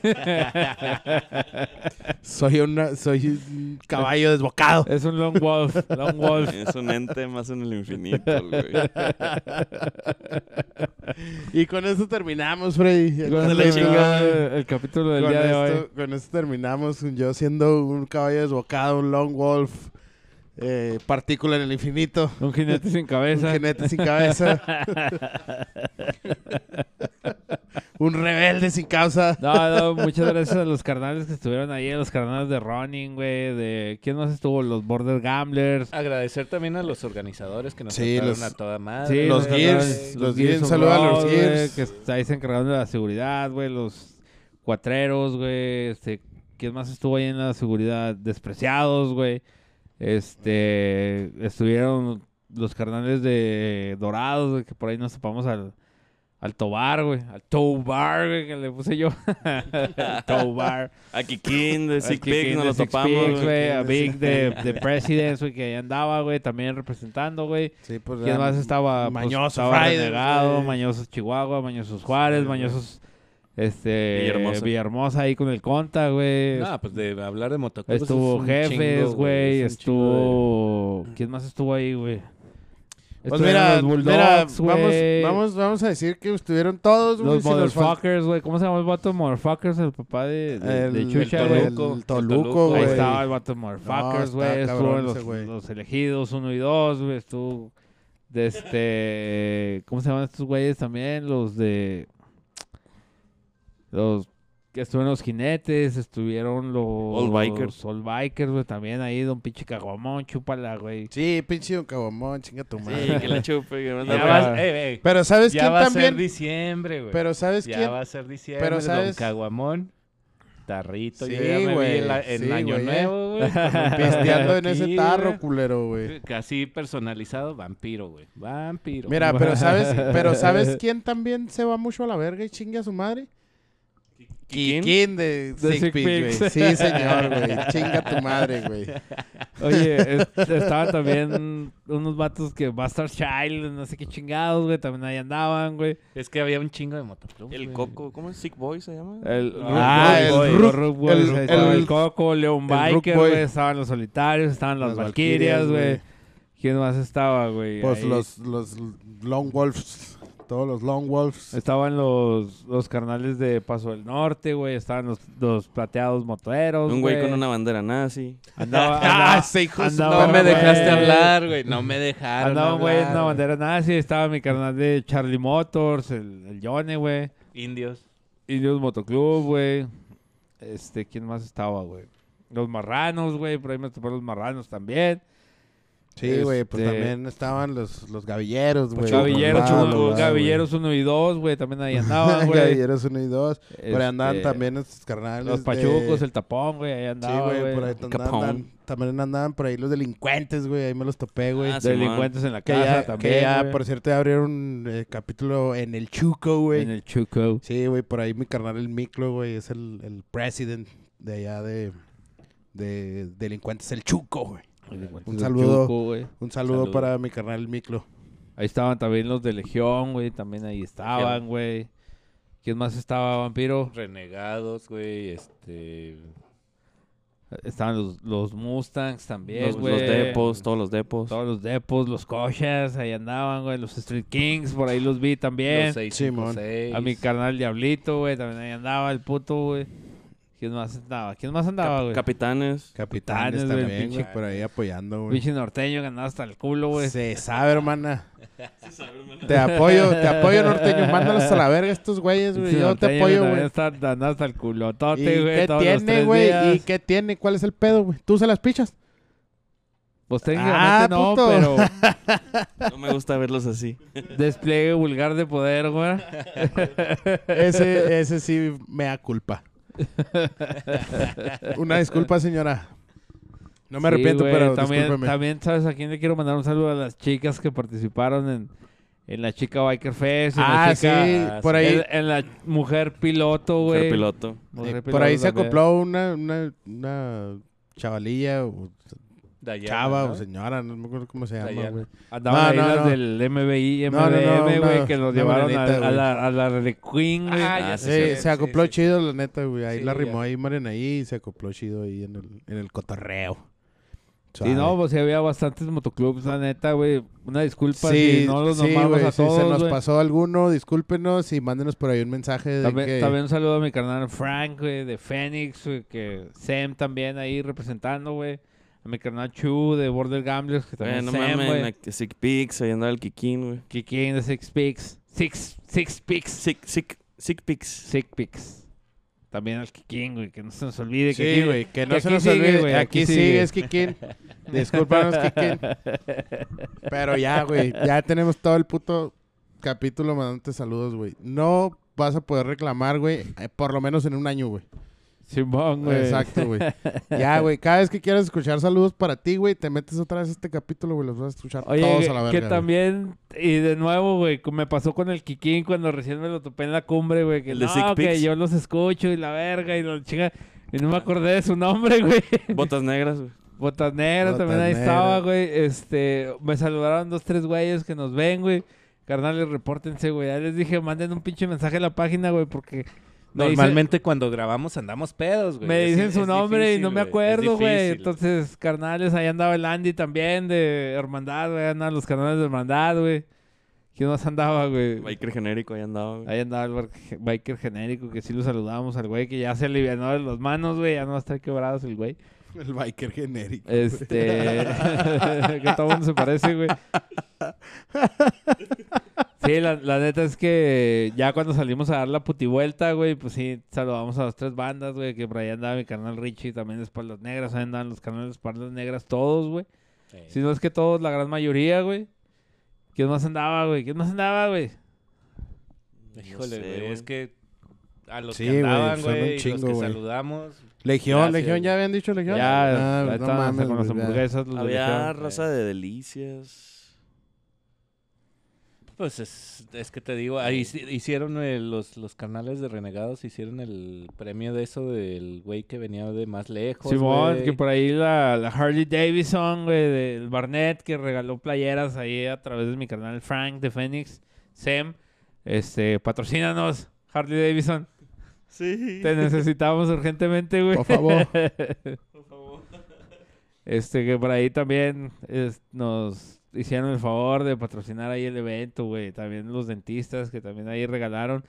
[SPEAKER 9] Soy una, soy un caballo desbocado.
[SPEAKER 10] Es un long wolf, long wolf.
[SPEAKER 5] Es un ente más en el infinito, güey.
[SPEAKER 9] Y con eso terminamos, Freddy. El
[SPEAKER 10] Con
[SPEAKER 9] capítulo-
[SPEAKER 10] el, el capítulo del
[SPEAKER 9] con
[SPEAKER 10] día de
[SPEAKER 9] esto-
[SPEAKER 10] hoy.
[SPEAKER 9] con esto terminamos. Yo siendo un caballo desbocado, un long wolf, eh, partícula en el infinito,
[SPEAKER 10] Un jinete sin
[SPEAKER 9] un
[SPEAKER 10] cabeza.
[SPEAKER 9] jinete sin cabeza, un rebelde sin causa.
[SPEAKER 10] No, no, muchas gracias a los carnales que estuvieron ahí, a los carnales de Running, güey, de... ¿Quién más estuvo? Los Border Gamblers.
[SPEAKER 13] Agradecer también a los organizadores que nos
[SPEAKER 9] Sí,
[SPEAKER 13] trataron
[SPEAKER 9] los-
[SPEAKER 13] a toda madre.
[SPEAKER 10] Sí,
[SPEAKER 9] los
[SPEAKER 13] güey.
[SPEAKER 9] Gears, los Gears,
[SPEAKER 10] on
[SPEAKER 9] saluda a los
[SPEAKER 10] Road, güey,
[SPEAKER 9] Gears.
[SPEAKER 10] Que est- ahí se encargaron de la seguridad, güey, los cuatreros, güey, este, ¿quién más estuvo ahí en la seguridad? Despreciados, güey, este, estuvieron los carnales de Dorados, güey, que por ahí nos topamos al, al Tobar, güey, al Tobar, güey, que le puse yo, Tobar.
[SPEAKER 5] A Kikín de Sick
[SPEAKER 10] Al Kikín
[SPEAKER 5] Pig nos
[SPEAKER 10] de
[SPEAKER 5] lo
[SPEAKER 10] Six
[SPEAKER 5] topamos,
[SPEAKER 10] Pigs,
[SPEAKER 5] güey.
[SPEAKER 10] güey, a Big de, de Presidents, güey, que ahí andaba, güey, también representando, güey.
[SPEAKER 9] Sí, pues,
[SPEAKER 10] ¿Quién más estaba? Pues,
[SPEAKER 9] Mañoso
[SPEAKER 10] estaba
[SPEAKER 9] Fridays,
[SPEAKER 10] Renegado,
[SPEAKER 9] güey.
[SPEAKER 10] Mañosos Chihuahua, Mañosos Juárez, Mañosos este,
[SPEAKER 5] Villahermosa.
[SPEAKER 10] Villahermosa ahí con el Conta, güey.
[SPEAKER 13] No, pues de hablar de motocross.
[SPEAKER 10] estuvo
[SPEAKER 13] es un
[SPEAKER 10] Jefes,
[SPEAKER 13] chingo,
[SPEAKER 10] güey.
[SPEAKER 13] es un chingo
[SPEAKER 10] Estuvo... ¿Quién más estuvo ahí, güey?
[SPEAKER 9] Pues
[SPEAKER 10] Estuvieron
[SPEAKER 9] mira,
[SPEAKER 10] los Bulldogs,
[SPEAKER 9] mira, vamos,
[SPEAKER 10] güey,
[SPEAKER 9] vamos, vamos a decir que estuvieron todos, güey,
[SPEAKER 10] Los
[SPEAKER 9] si nos fal-
[SPEAKER 10] Motherfuckers, güey. ¿Cómo se llama el vato de Motherfuckers? El papá de, de,
[SPEAKER 9] el,
[SPEAKER 10] de
[SPEAKER 9] el
[SPEAKER 10] Chucha, güey.
[SPEAKER 9] Toluco, el Toluco,
[SPEAKER 13] Toluco,
[SPEAKER 10] Ahí
[SPEAKER 9] güey.
[SPEAKER 10] estaba el vato de Motherfuckers,
[SPEAKER 9] está
[SPEAKER 10] güey. estuvo
[SPEAKER 9] cabrón
[SPEAKER 10] en
[SPEAKER 9] ese güey.
[SPEAKER 10] los, los elegidos 1 y 2, güey. Estuvo de este. ¿Cómo se llaman estos güeyes también? Los de. Los. Que estuvieron los jinetes, estuvieron los.
[SPEAKER 5] Old Bikers.
[SPEAKER 10] Old Bikers, güey. También ahí, don pinche caguamón, chúpala, güey.
[SPEAKER 9] Sí, pinche Don Cabomón, chinga tu madre.
[SPEAKER 5] Sí, que la chupe, que
[SPEAKER 13] de-
[SPEAKER 5] manda-
[SPEAKER 13] Ya
[SPEAKER 10] Ah,
[SPEAKER 13] va,
[SPEAKER 10] güey.
[SPEAKER 13] eh, eh,
[SPEAKER 9] Pero ¿sabes
[SPEAKER 13] ya
[SPEAKER 9] quién
[SPEAKER 13] va a ser
[SPEAKER 9] también?
[SPEAKER 13] diciembre, güey.
[SPEAKER 9] Pero ¿sabes
[SPEAKER 13] ya
[SPEAKER 9] quién?
[SPEAKER 13] va a ser diciembre.
[SPEAKER 9] pero ¿sabes?
[SPEAKER 13] Don Caguamón, Tarrito.
[SPEAKER 9] Sí,
[SPEAKER 13] yo ya me
[SPEAKER 9] güey,
[SPEAKER 13] vi en, la- en
[SPEAKER 9] sí,
[SPEAKER 13] Año
[SPEAKER 9] güey, eh.
[SPEAKER 13] Nuevo, güey.
[SPEAKER 9] Pisteando en ese
[SPEAKER 13] Aquí,
[SPEAKER 9] tarro,
[SPEAKER 13] güey.
[SPEAKER 9] culero, güey.
[SPEAKER 13] Casi personalizado, vampiro, güey. Vampiro.
[SPEAKER 9] Mira, pero ¿sabes, pero ¿sabes quién también se va mucho a la verga y chingue a su madre? ¿Quién de
[SPEAKER 10] De
[SPEAKER 9] Sick
[SPEAKER 10] Sick
[SPEAKER 9] Pig, güey?
[SPEAKER 10] Pigs.
[SPEAKER 9] Sí, señor, güey. Chinga tu madre, güey.
[SPEAKER 10] Oye, es- estaban también unos vatos que Bastard Child, no sé qué chingados, güey. También ahí andaban, güey.
[SPEAKER 13] Es que había un chingo de motoclub.
[SPEAKER 5] El
[SPEAKER 13] güey.
[SPEAKER 5] coco, ¿cómo es? Sick Boy se llama.
[SPEAKER 10] El
[SPEAKER 9] Ah, el
[SPEAKER 10] Boy,
[SPEAKER 9] Rook-
[SPEAKER 10] los Rook Boys,
[SPEAKER 9] el-
[SPEAKER 10] ahí estaba
[SPEAKER 9] el-
[SPEAKER 10] el Coco, León
[SPEAKER 9] el Rook
[SPEAKER 10] Biker,
[SPEAKER 9] Boy.
[SPEAKER 10] güey, estaban los solitarios, estaban las,
[SPEAKER 9] Las
[SPEAKER 10] Valquirias,
[SPEAKER 9] Valquirias,
[SPEAKER 10] güey.
[SPEAKER 9] güey.
[SPEAKER 10] ¿Quién más estaba, güey?
[SPEAKER 9] Pues
[SPEAKER 10] Ahí
[SPEAKER 9] los, los Long Wolves. Todos los Long Wolves.
[SPEAKER 10] Estaban los, los carnales de Paso del Norte, güey, estaban los, los plateados motoreros,
[SPEAKER 5] Un güey con una bandera nazi.
[SPEAKER 10] Andaba,
[SPEAKER 9] Ah,
[SPEAKER 10] andaba-
[SPEAKER 9] ese hijo de su-
[SPEAKER 10] andaba-
[SPEAKER 13] No me dejaste
[SPEAKER 10] güey.
[SPEAKER 13] hablar, güey. No me dejaron.
[SPEAKER 10] andaba un güey en
[SPEAKER 13] hablar,
[SPEAKER 10] una bandera nazi, estaba mi carnal de Charlie Motors, el, el Johnny, güey.
[SPEAKER 13] Indios.
[SPEAKER 10] Indios Motoclub, güey. Este, ¿quién más estaba, güey? Los marranos, güey. Por ahí me toparon los marranos también.
[SPEAKER 9] Sí, güey. Pues
[SPEAKER 10] este-
[SPEAKER 9] también estaban los, los gavilleros, güey.
[SPEAKER 10] Gavilleros,
[SPEAKER 9] Los
[SPEAKER 10] uno,
[SPEAKER 9] Pablos,
[SPEAKER 10] Gavilleros 1 y 2, güey. También ahí andaban,
[SPEAKER 9] güey.
[SPEAKER 10] güey.
[SPEAKER 9] Gavilleros 1 y 2. Por ahí andaban
[SPEAKER 10] Este,
[SPEAKER 9] también estos carnales.
[SPEAKER 10] Los
[SPEAKER 9] de-
[SPEAKER 10] pachucos, el tapón, güey. Ahí
[SPEAKER 9] Sí,
[SPEAKER 10] andaban,
[SPEAKER 9] güey,
[SPEAKER 10] güey.
[SPEAKER 9] por ahí andaban,
[SPEAKER 5] Capone.
[SPEAKER 9] andaban- también andaban por ahí los delincuentes, güey, ahí me los topé, güey.
[SPEAKER 5] Ah, sí,
[SPEAKER 10] Delincuentes en la
[SPEAKER 9] que
[SPEAKER 10] casa
[SPEAKER 9] ya,
[SPEAKER 10] también,
[SPEAKER 9] que ya,
[SPEAKER 10] güey.
[SPEAKER 9] por cierto, ya abrieron un eh, capítulo en el Chuco,
[SPEAKER 10] En
[SPEAKER 9] güey.
[SPEAKER 10] el chuco.
[SPEAKER 9] Sí, güey, por ahí mi carnal el Miclo, güey, es el, el president de allá de, de Delincuentes el Chuco, güey.
[SPEAKER 1] Delincuentes
[SPEAKER 9] Un
[SPEAKER 1] del
[SPEAKER 9] saludo.
[SPEAKER 1] Chuco, güey.
[SPEAKER 9] Un saludo,
[SPEAKER 1] Saludo.
[SPEAKER 9] para mi carnal Miclo.
[SPEAKER 1] Ahí estaban también los de Legión, güey. También ahí estaban, güey. ¿Quién más estaba, vampiro?
[SPEAKER 13] Renegados, güey, este...
[SPEAKER 1] Estaban los, los Mustangs también,
[SPEAKER 5] Los, los
[SPEAKER 1] güey.
[SPEAKER 5] depos, todos los depos.
[SPEAKER 1] Todos los Depos, los Cochas, ahí andaban, güey. Los Street Kings, por ahí los vi también.
[SPEAKER 13] Los seis,
[SPEAKER 9] Simón.
[SPEAKER 1] A mi carnal Diablito, güey. También ahí andaba el puto, güey. ¿Quién más andaba? ¿Quién más andaba, güey?
[SPEAKER 5] Capitanes.
[SPEAKER 9] Capitanes
[SPEAKER 1] Capitanes, güey,
[SPEAKER 9] también,
[SPEAKER 1] pinche-
[SPEAKER 9] güey, por ahí apoyando, güey.
[SPEAKER 1] Pinche norteño que andaba hasta el culo, güey.
[SPEAKER 9] Se sabe, hermana. Te apoyo, te apoyo, norteño. Mándalos a la verga estos güeyes, güey.
[SPEAKER 1] Pinche
[SPEAKER 9] Yo te
[SPEAKER 1] norteño
[SPEAKER 9] apoyo,
[SPEAKER 1] que
[SPEAKER 9] güey.
[SPEAKER 1] también está- Andaba hasta el
[SPEAKER 9] ¿Y
[SPEAKER 1] culotote, güey.
[SPEAKER 9] qué
[SPEAKER 1] todos los
[SPEAKER 9] tiene,
[SPEAKER 1] tres
[SPEAKER 9] güey? ¿Y
[SPEAKER 1] días.
[SPEAKER 9] qué tiene? ¿Cuál es el pedo, güey? ¿Tú se las pichas?
[SPEAKER 1] Pues
[SPEAKER 9] Ah,
[SPEAKER 1] técnicamente no,
[SPEAKER 9] puto.
[SPEAKER 1] pero...
[SPEAKER 5] No me gusta verlos así.
[SPEAKER 1] Despliegue vulgar de poder, güey.
[SPEAKER 9] Ese, ese sí me da culpa. Una disculpa, señora. No me
[SPEAKER 1] Sí,
[SPEAKER 9] arrepiento,
[SPEAKER 1] güey,
[SPEAKER 9] pero
[SPEAKER 1] también,
[SPEAKER 9] discúlpeme.
[SPEAKER 1] también, ¿sabes a quién le quiero mandar un saludo? A las chicas que participaron en, en la chica Biker Fest. en la
[SPEAKER 9] ah,
[SPEAKER 1] chica-
[SPEAKER 9] sí,
[SPEAKER 13] ah,
[SPEAKER 9] por
[SPEAKER 13] sí.
[SPEAKER 9] ahí,
[SPEAKER 1] En, en la mujer piloto,
[SPEAKER 5] Ser
[SPEAKER 1] güey.
[SPEAKER 5] piloto.
[SPEAKER 1] Mujer
[SPEAKER 9] eh, por
[SPEAKER 1] piloto
[SPEAKER 9] ahí se
[SPEAKER 1] también.
[SPEAKER 9] acopló una, una, una chavalilla o
[SPEAKER 13] Dayana,
[SPEAKER 9] chava
[SPEAKER 13] ¿no?
[SPEAKER 9] o señora, no me acuerdo cómo se llama,
[SPEAKER 13] Dayana.
[SPEAKER 9] güey.
[SPEAKER 1] Andaban ahí
[SPEAKER 9] No, no,
[SPEAKER 1] las
[SPEAKER 9] no.
[SPEAKER 1] del MBI,
[SPEAKER 9] No, no, no,
[SPEAKER 1] MBM, güey,
[SPEAKER 9] una-
[SPEAKER 1] que los
[SPEAKER 9] una
[SPEAKER 1] llevaron a,
[SPEAKER 9] morenita,
[SPEAKER 1] a
[SPEAKER 9] güey.
[SPEAKER 1] la, a la Red Queen, güey.
[SPEAKER 13] Ah, ya
[SPEAKER 5] Ah,
[SPEAKER 13] sé,
[SPEAKER 9] Sí,
[SPEAKER 13] sí,
[SPEAKER 9] Eh, se acopló
[SPEAKER 13] sí, sí.
[SPEAKER 9] chido, la neta, güey. Ahí
[SPEAKER 13] Sí,
[SPEAKER 9] la
[SPEAKER 13] ya.
[SPEAKER 9] rimó ahí Marianaí y se acopló chido ahí en el, en el cotorreo.
[SPEAKER 1] Sí, no, pues sí había bastantes motoclubs, la neta, güey. Una disculpa si pues, no los
[SPEAKER 9] sí,
[SPEAKER 1] nombramos
[SPEAKER 9] güey,
[SPEAKER 1] a
[SPEAKER 9] si se
[SPEAKER 1] todos,
[SPEAKER 9] nos
[SPEAKER 1] güey.
[SPEAKER 9] pasó alguno, discúlpenos y mándenos por ahí un mensaje de
[SPEAKER 1] También,
[SPEAKER 9] que...
[SPEAKER 1] también un saludo a mi carnal Frank, güey, de Phoenix, güey, que Sam también ahí representando, güey. A mi carnal Chu de Border Gamblers, que
[SPEAKER 5] Güey,
[SPEAKER 1] también
[SPEAKER 5] no
[SPEAKER 1] Sam,
[SPEAKER 5] mames,
[SPEAKER 1] güey.
[SPEAKER 5] la- Sick Pigs, ahí andaba el Kikín, güey.
[SPEAKER 1] Kikín de Six Picks. Six, Six Picks.
[SPEAKER 5] Sick, sick, sick Pigs.
[SPEAKER 1] Six Picks. También al Kikín, güey, que no se nos olvide.
[SPEAKER 9] Sí,
[SPEAKER 1] Kikín.
[SPEAKER 9] güey, que no
[SPEAKER 1] que
[SPEAKER 9] se
[SPEAKER 1] aquí
[SPEAKER 9] nos
[SPEAKER 1] sigue,
[SPEAKER 9] olvide.
[SPEAKER 1] güey,
[SPEAKER 9] aquí
[SPEAKER 1] aquí sigue.
[SPEAKER 9] sigues, Kikín. Discúlpanos, Kikín. Pero ya, güey, ya tenemos todo el puto capítulo mandándote saludos, güey. No vas a poder reclamar, güey, eh, por lo menos en un año, güey.
[SPEAKER 1] Simón, güey.
[SPEAKER 9] Exacto, güey. Ya, güey, cada vez que quieras escuchar saludos para ti, güey, te metes otra vez a este capítulo, güey, los vas a escuchar
[SPEAKER 1] Oye,
[SPEAKER 9] todos
[SPEAKER 1] que,
[SPEAKER 9] a la verga.
[SPEAKER 1] que
[SPEAKER 9] güey.
[SPEAKER 1] también, y de nuevo, güey, co- me pasó con el Kikín cuando recién me lo topé en la cumbre, güey. Que
[SPEAKER 5] El de
[SPEAKER 1] no,
[SPEAKER 5] Sick
[SPEAKER 1] que
[SPEAKER 5] Pics.
[SPEAKER 1] yo los escucho y la verga y la chinga. Y no me acordé de su nombre, güey.
[SPEAKER 5] Botas negras, güey.
[SPEAKER 1] Botanero también ahí
[SPEAKER 9] Botanero.
[SPEAKER 1] estaba, güey. Este, me saludaron dos, tres güeyes que nos ven, güey. Carnales, repórtense, güey. Ya les dije, manden un pinche mensaje a la página, güey, porque me dicen-
[SPEAKER 13] Normalmente cuando grabamos andamos pedos, güey.
[SPEAKER 1] me
[SPEAKER 13] Es-
[SPEAKER 1] dicen
[SPEAKER 13] es
[SPEAKER 1] su nombre
[SPEAKER 13] difícil,
[SPEAKER 1] y no me
[SPEAKER 13] güey. Es
[SPEAKER 1] acuerdo, güey.
[SPEAKER 13] difícil.
[SPEAKER 1] Entonces, carnales, ahí andaba el Andy también de Hermandad, güey. Andaban los carnales de Hermandad, güey. ¿Quién más andaba, güey?
[SPEAKER 5] Biker genérico, ahí andaba, güey.
[SPEAKER 1] Ahí andaba el bar- biker genérico, que sí lo saludábamos al güey, que ya se alivianó de las manos, güey. Ya no va a estar quebrados el güey.
[SPEAKER 9] El biker genérico.
[SPEAKER 1] Este. que todo mundo se parece, güey. Sí, la, la neta es que ya cuando salimos a dar la putivuelta, güey, pues sí, saludamos a las tres bandas, güey, que por ahí andaba mi canal Richie, también de Espaldas Negras, ahí andaban los canales de Espaldas Negras, todos, güey.
[SPEAKER 13] Sí.
[SPEAKER 1] Si no es que todos, la gran mayoría, güey. ¿Quién más andaba, güey? ¿Quién más andaba, güey?
[SPEAKER 13] Híjole,
[SPEAKER 5] sé,
[SPEAKER 13] güey,
[SPEAKER 5] güey.
[SPEAKER 13] es que a los
[SPEAKER 9] Sí,
[SPEAKER 13] que
[SPEAKER 9] güey, son un
[SPEAKER 13] andaban, güey, y los
[SPEAKER 9] chingo,
[SPEAKER 13] que
[SPEAKER 9] güey.
[SPEAKER 13] saludamos.
[SPEAKER 9] Legión,
[SPEAKER 13] Gracias,
[SPEAKER 9] Legión,
[SPEAKER 13] güey.
[SPEAKER 9] ¿ya habían dicho Legión?
[SPEAKER 1] Ya,
[SPEAKER 9] Ah,
[SPEAKER 1] ahí estaban hasta con las
[SPEAKER 9] güey, ya.
[SPEAKER 1] hamburguesas, los de
[SPEAKER 5] Había
[SPEAKER 1] Legión.
[SPEAKER 5] raza de delicias.
[SPEAKER 13] Pues es, es que te digo, ahí hici- hicieron el- los, los canales de Renegados, hicieron el premio de eso del güey que venía de más lejos.
[SPEAKER 1] Simón,
[SPEAKER 13] güey.
[SPEAKER 1] que por ahí la, la Harley Davidson, güey, del Barnett, que regaló playeras ahí a través de mi canal Frank de Phoenix, Sam, este, patrocínanos, Harley Davidson.
[SPEAKER 5] Sí.
[SPEAKER 1] Te necesitamos urgentemente, güey.
[SPEAKER 9] Por favor.
[SPEAKER 1] Este, que por ahí también es- nos hicieron el favor de patrocinar ahí el evento, güey. También los dentistas que también ahí regalaron.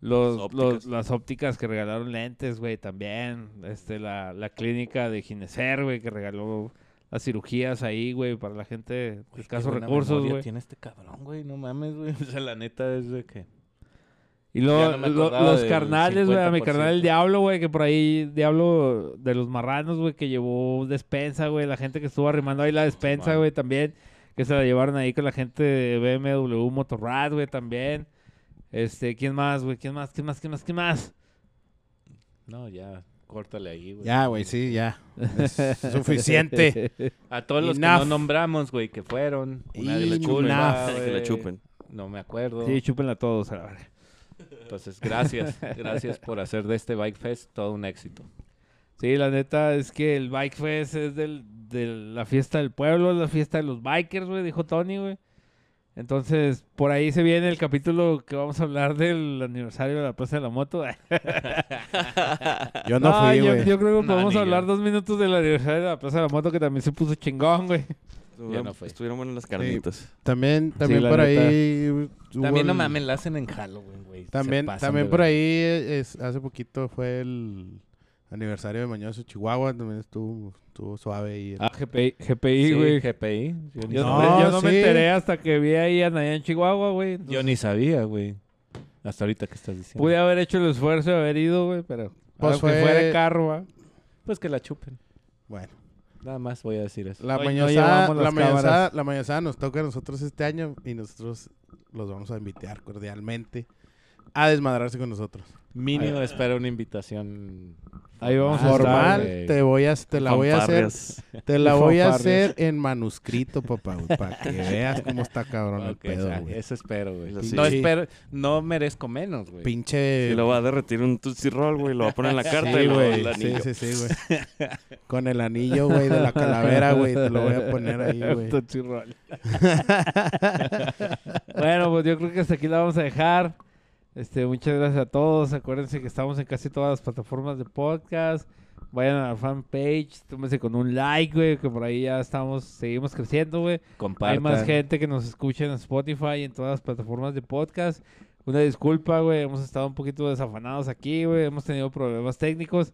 [SPEAKER 1] Los,
[SPEAKER 5] Las
[SPEAKER 1] los-
[SPEAKER 5] ópticas.
[SPEAKER 1] las ópticas que regalaron lentes, güey, también. Este, la, la clínica de Ginecer, güey, que regaló las cirugías ahí, güey, para la gente de
[SPEAKER 13] Güey, Pues qué
[SPEAKER 1] escasos
[SPEAKER 13] buena
[SPEAKER 1] recursos,
[SPEAKER 13] memoria
[SPEAKER 1] güey.
[SPEAKER 13] Tiene este cabrón, güey, no mames, güey. O sea, la neta es de que.
[SPEAKER 1] Y luego
[SPEAKER 13] Ya no me
[SPEAKER 1] lo-
[SPEAKER 13] acordaba
[SPEAKER 1] los
[SPEAKER 13] del
[SPEAKER 1] carnales, güey, a mi
[SPEAKER 13] 50%.
[SPEAKER 1] carnal el Diablo, güey, que por ahí, Diablo de los Marranos, güey, que llevó despensa, güey, la gente que estuvo arrimando ahí la despensa,
[SPEAKER 13] man.
[SPEAKER 1] güey, también, que se la llevaron ahí con la gente de BMW Motorrad, güey, también. Este, ¿quién más, güey? ¿Quién más? ¿Quién más? ¿Quién más? ¿Quién más?
[SPEAKER 13] No, ya, córtale ahí, güey.
[SPEAKER 9] Ya, güey, sí, ya. Es suficiente.
[SPEAKER 13] A todos los
[SPEAKER 9] Enough.
[SPEAKER 13] que no nombramos, güey, que fueron. Una
[SPEAKER 9] Enough.
[SPEAKER 13] disculpa,
[SPEAKER 5] De que la
[SPEAKER 13] güey.
[SPEAKER 5] chupen.
[SPEAKER 13] No me acuerdo.
[SPEAKER 1] Sí, chúpenla todos, a la verga.
[SPEAKER 13] Entonces, gracias. gracias por hacer de este Bike Fest todo un éxito.
[SPEAKER 1] Sí, la neta es que el Bike Fest es del, de la fiesta del pueblo, es la fiesta de los bikers, güey, dijo Tony, güey. Entonces, por ahí se viene el capítulo que vamos a hablar del aniversario de la Plaza de la Moto.
[SPEAKER 3] Yo no, fui,
[SPEAKER 1] Ah, yo,
[SPEAKER 3] güey.
[SPEAKER 1] yo creo que
[SPEAKER 10] No,
[SPEAKER 1] podemos
[SPEAKER 10] ni
[SPEAKER 1] hablar
[SPEAKER 10] yo.
[SPEAKER 1] dos minutos del aniversario de la Plaza de la Moto, que también se puso chingón, güey.
[SPEAKER 2] Estuvieron,
[SPEAKER 13] no fui.
[SPEAKER 2] estuvieron buenas las carnitas.
[SPEAKER 3] También, también
[SPEAKER 1] la
[SPEAKER 3] por
[SPEAKER 1] neta.
[SPEAKER 3] ahí. hubo
[SPEAKER 13] También no
[SPEAKER 3] el-
[SPEAKER 13] mames, la hacen en Halloween, güey. Se
[SPEAKER 3] También,
[SPEAKER 13] pasan
[SPEAKER 3] también
[SPEAKER 13] de
[SPEAKER 3] por
[SPEAKER 13] verga.
[SPEAKER 3] ahí, eh, es- hace poquito fue el aniversario de Mañoso Chihuahua. También estuvo, estuvo suave ahí. el-
[SPEAKER 1] Ah, GPI, GPI,
[SPEAKER 13] Sí,
[SPEAKER 1] güey.
[SPEAKER 13] GPI. Yo ni,
[SPEAKER 1] Yo
[SPEAKER 13] sabía,
[SPEAKER 1] no, me- yo no me
[SPEAKER 3] sí.
[SPEAKER 1] enteré hasta que vi ahí a Nayan Chihuahua, güey. Entonces,
[SPEAKER 13] yo ni sabía, güey. Hasta ahorita que estás diciendo.
[SPEAKER 1] Pude haber hecho el esfuerzo de haber ido, güey, pero...
[SPEAKER 3] Pues
[SPEAKER 1] aunque
[SPEAKER 3] fue-
[SPEAKER 1] fuera carro, va.
[SPEAKER 13] Pues que la chupen.
[SPEAKER 3] Bueno,
[SPEAKER 13] Nada más voy a decir eso.
[SPEAKER 3] la
[SPEAKER 1] Hoy no
[SPEAKER 3] mañosada,
[SPEAKER 1] llevamos
[SPEAKER 3] la,
[SPEAKER 1] las
[SPEAKER 3] mañosada,
[SPEAKER 1] cámaras.
[SPEAKER 3] la mañosada nos toca a nosotros este año y nosotros los vamos a invitar cordialmente a desmadrarse con nosotros.
[SPEAKER 13] Mínimo espero una invitación.
[SPEAKER 1] Ahí vamos a estar,
[SPEAKER 3] Formal,
[SPEAKER 1] güey.
[SPEAKER 13] güey.
[SPEAKER 3] te voy a, te la voy a hacer,
[SPEAKER 2] Fanfarrias.
[SPEAKER 3] te la voy a
[SPEAKER 1] Fanfarrias.
[SPEAKER 3] hacer en manuscrito, papá, güey, para que veas cómo está cabrón
[SPEAKER 13] Ok, o
[SPEAKER 3] el pedo,
[SPEAKER 13] sea,
[SPEAKER 3] güey.
[SPEAKER 13] eso espero, güey.
[SPEAKER 2] Sí.
[SPEAKER 13] No espero, no merezco menos, güey.
[SPEAKER 3] Pinche
[SPEAKER 2] Y lo va a derretir un Tootsie Roll, güey. Lo va a poner en la carta
[SPEAKER 3] Sí,
[SPEAKER 2] y luego
[SPEAKER 3] güey.
[SPEAKER 2] el
[SPEAKER 3] Sí,
[SPEAKER 2] anillo.
[SPEAKER 3] sí, sí, güey. Con el anillo, güey, de la calavera, güey. Te lo voy a poner ahí, güey.
[SPEAKER 1] Tootsie Roll. bueno, pues yo creo que hasta aquí la vamos a dejar. Este, muchas gracias a todos. Acuérdense que estamos en casi todas las plataformas de podcast. Vayan a la fanpage, tómense con un like, güey, que por ahí ya estamos, seguimos creciendo, güey.
[SPEAKER 13] Compartan.
[SPEAKER 1] Hay más gente que nos escucha en Spotify y en todas las plataformas de podcast. Una disculpa, güey, hemos estado un poquito desafanados aquí, güey, hemos tenido problemas técnicos,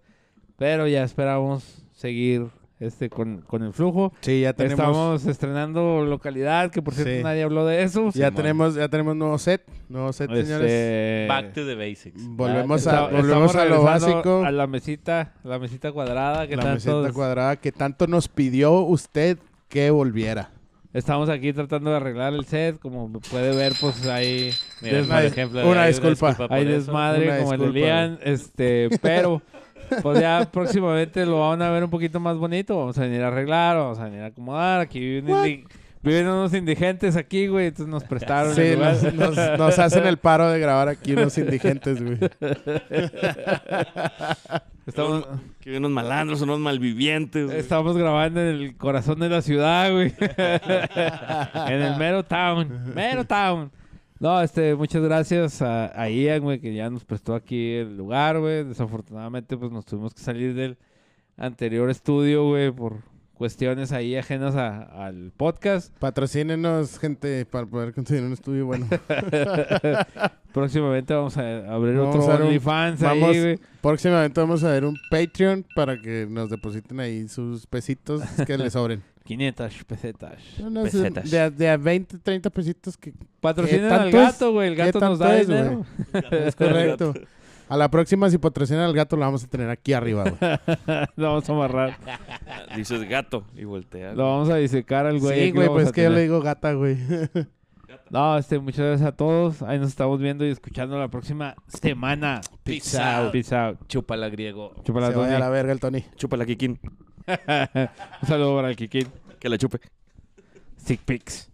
[SPEAKER 1] pero ya esperamos seguir este con, con el flujo.
[SPEAKER 3] Sí, ya tenemos.
[SPEAKER 1] Estamos estrenando localidad, que por cierto
[SPEAKER 3] Sí.
[SPEAKER 1] nadie habló de eso.
[SPEAKER 3] ya tenemos, ya tenemos nuevo set. Nuevo set,
[SPEAKER 1] Este,
[SPEAKER 3] señores.
[SPEAKER 13] Back to the basics.
[SPEAKER 3] Volvemos
[SPEAKER 1] esta-
[SPEAKER 3] a,
[SPEAKER 1] Ah,
[SPEAKER 3] volvemos
[SPEAKER 1] estamos
[SPEAKER 3] a lo
[SPEAKER 1] regresando
[SPEAKER 3] básico.
[SPEAKER 1] A la mesita, a la mesita cuadrada que
[SPEAKER 3] la
[SPEAKER 1] tanto-
[SPEAKER 3] meseta cuadrada que tanto nos pidió usted que volviera.
[SPEAKER 1] Estamos aquí tratando de arreglar el set, como puede ver, pues ahí
[SPEAKER 13] Mira,
[SPEAKER 3] Una
[SPEAKER 13] por
[SPEAKER 3] dis-
[SPEAKER 13] ejemplo,
[SPEAKER 3] una
[SPEAKER 13] hay
[SPEAKER 3] disculpa.
[SPEAKER 13] por
[SPEAKER 1] hay
[SPEAKER 13] eso.
[SPEAKER 1] desmadre
[SPEAKER 3] una
[SPEAKER 1] como el de
[SPEAKER 3] disculpa,
[SPEAKER 1] Lian, este, pero pues ya próximamente lo van a ver un poquito más bonito, vamos a venir a arreglar, vamos a venir a acomodar, aquí viven, indi- viven unos indigentes aquí, güey, entonces nos prestaron el
[SPEAKER 3] Sí,
[SPEAKER 1] lugar.
[SPEAKER 3] nos, nos- nos hacen el paro de grabar aquí unos indigentes, güey.
[SPEAKER 1] Estamos,
[SPEAKER 2] Que unos malandros, unos malvivientes. güey.
[SPEAKER 1] estamos grabando en el corazón de la ciudad, güey. en el mero town, mero town. No, este, muchas gracias a, a Ian, güey, que ya nos prestó aquí el lugar, güey. Desafortunadamente, pues nos tuvimos que salir del anterior estudio, güey, por cuestiones ahí ajenas a- al podcast.
[SPEAKER 3] Patrocínenos, gente, para poder conseguir un estudio bueno.
[SPEAKER 1] Próximamente vamos a abrir
[SPEAKER 3] Vamos a
[SPEAKER 1] otro
[SPEAKER 3] dar un-
[SPEAKER 1] OnlyFans ahí,
[SPEAKER 3] vamos-
[SPEAKER 1] güey.
[SPEAKER 3] Próximamente vamos a ver un Patreon para que nos depositen ahí sus pesitos que le sobren.
[SPEAKER 1] 500 pesetas.
[SPEAKER 3] No, no, es
[SPEAKER 2] Pesetas.
[SPEAKER 3] De, a- de a 20, 30 pesitos que
[SPEAKER 1] Patrocinen
[SPEAKER 3] tanto
[SPEAKER 1] al
[SPEAKER 3] es?
[SPEAKER 1] gato, güey. El
[SPEAKER 3] ¿Qué
[SPEAKER 1] gato nos
[SPEAKER 3] tanto
[SPEAKER 1] da
[SPEAKER 3] es, güey?
[SPEAKER 1] dinero.
[SPEAKER 3] es correcto. A la próxima, si patrocinan al gato, lo vamos a tener aquí arriba, güey.
[SPEAKER 1] Lo vamos a amarrar.
[SPEAKER 2] Dices gato y voltea.
[SPEAKER 1] Lo vamos a disecar al güey.
[SPEAKER 3] Sí,
[SPEAKER 1] aquí lo
[SPEAKER 3] güey,
[SPEAKER 1] vamos
[SPEAKER 3] pues
[SPEAKER 1] a
[SPEAKER 3] es que yo
[SPEAKER 1] tener.
[SPEAKER 3] le digo gata, güey.
[SPEAKER 1] No, este, muchas gracias a todos. Ahí nos estamos viendo y escuchando la próxima semana.
[SPEAKER 13] Peace out.
[SPEAKER 1] Peace out.
[SPEAKER 13] Chúpala, griego.
[SPEAKER 1] Chúpala,
[SPEAKER 3] Se vaya a la
[SPEAKER 1] Tony.
[SPEAKER 3] verga el Tony.
[SPEAKER 2] Chúpala, Kikín.
[SPEAKER 1] Un saludo para el Kikín.
[SPEAKER 2] Que la chupe.
[SPEAKER 1] Stick pics.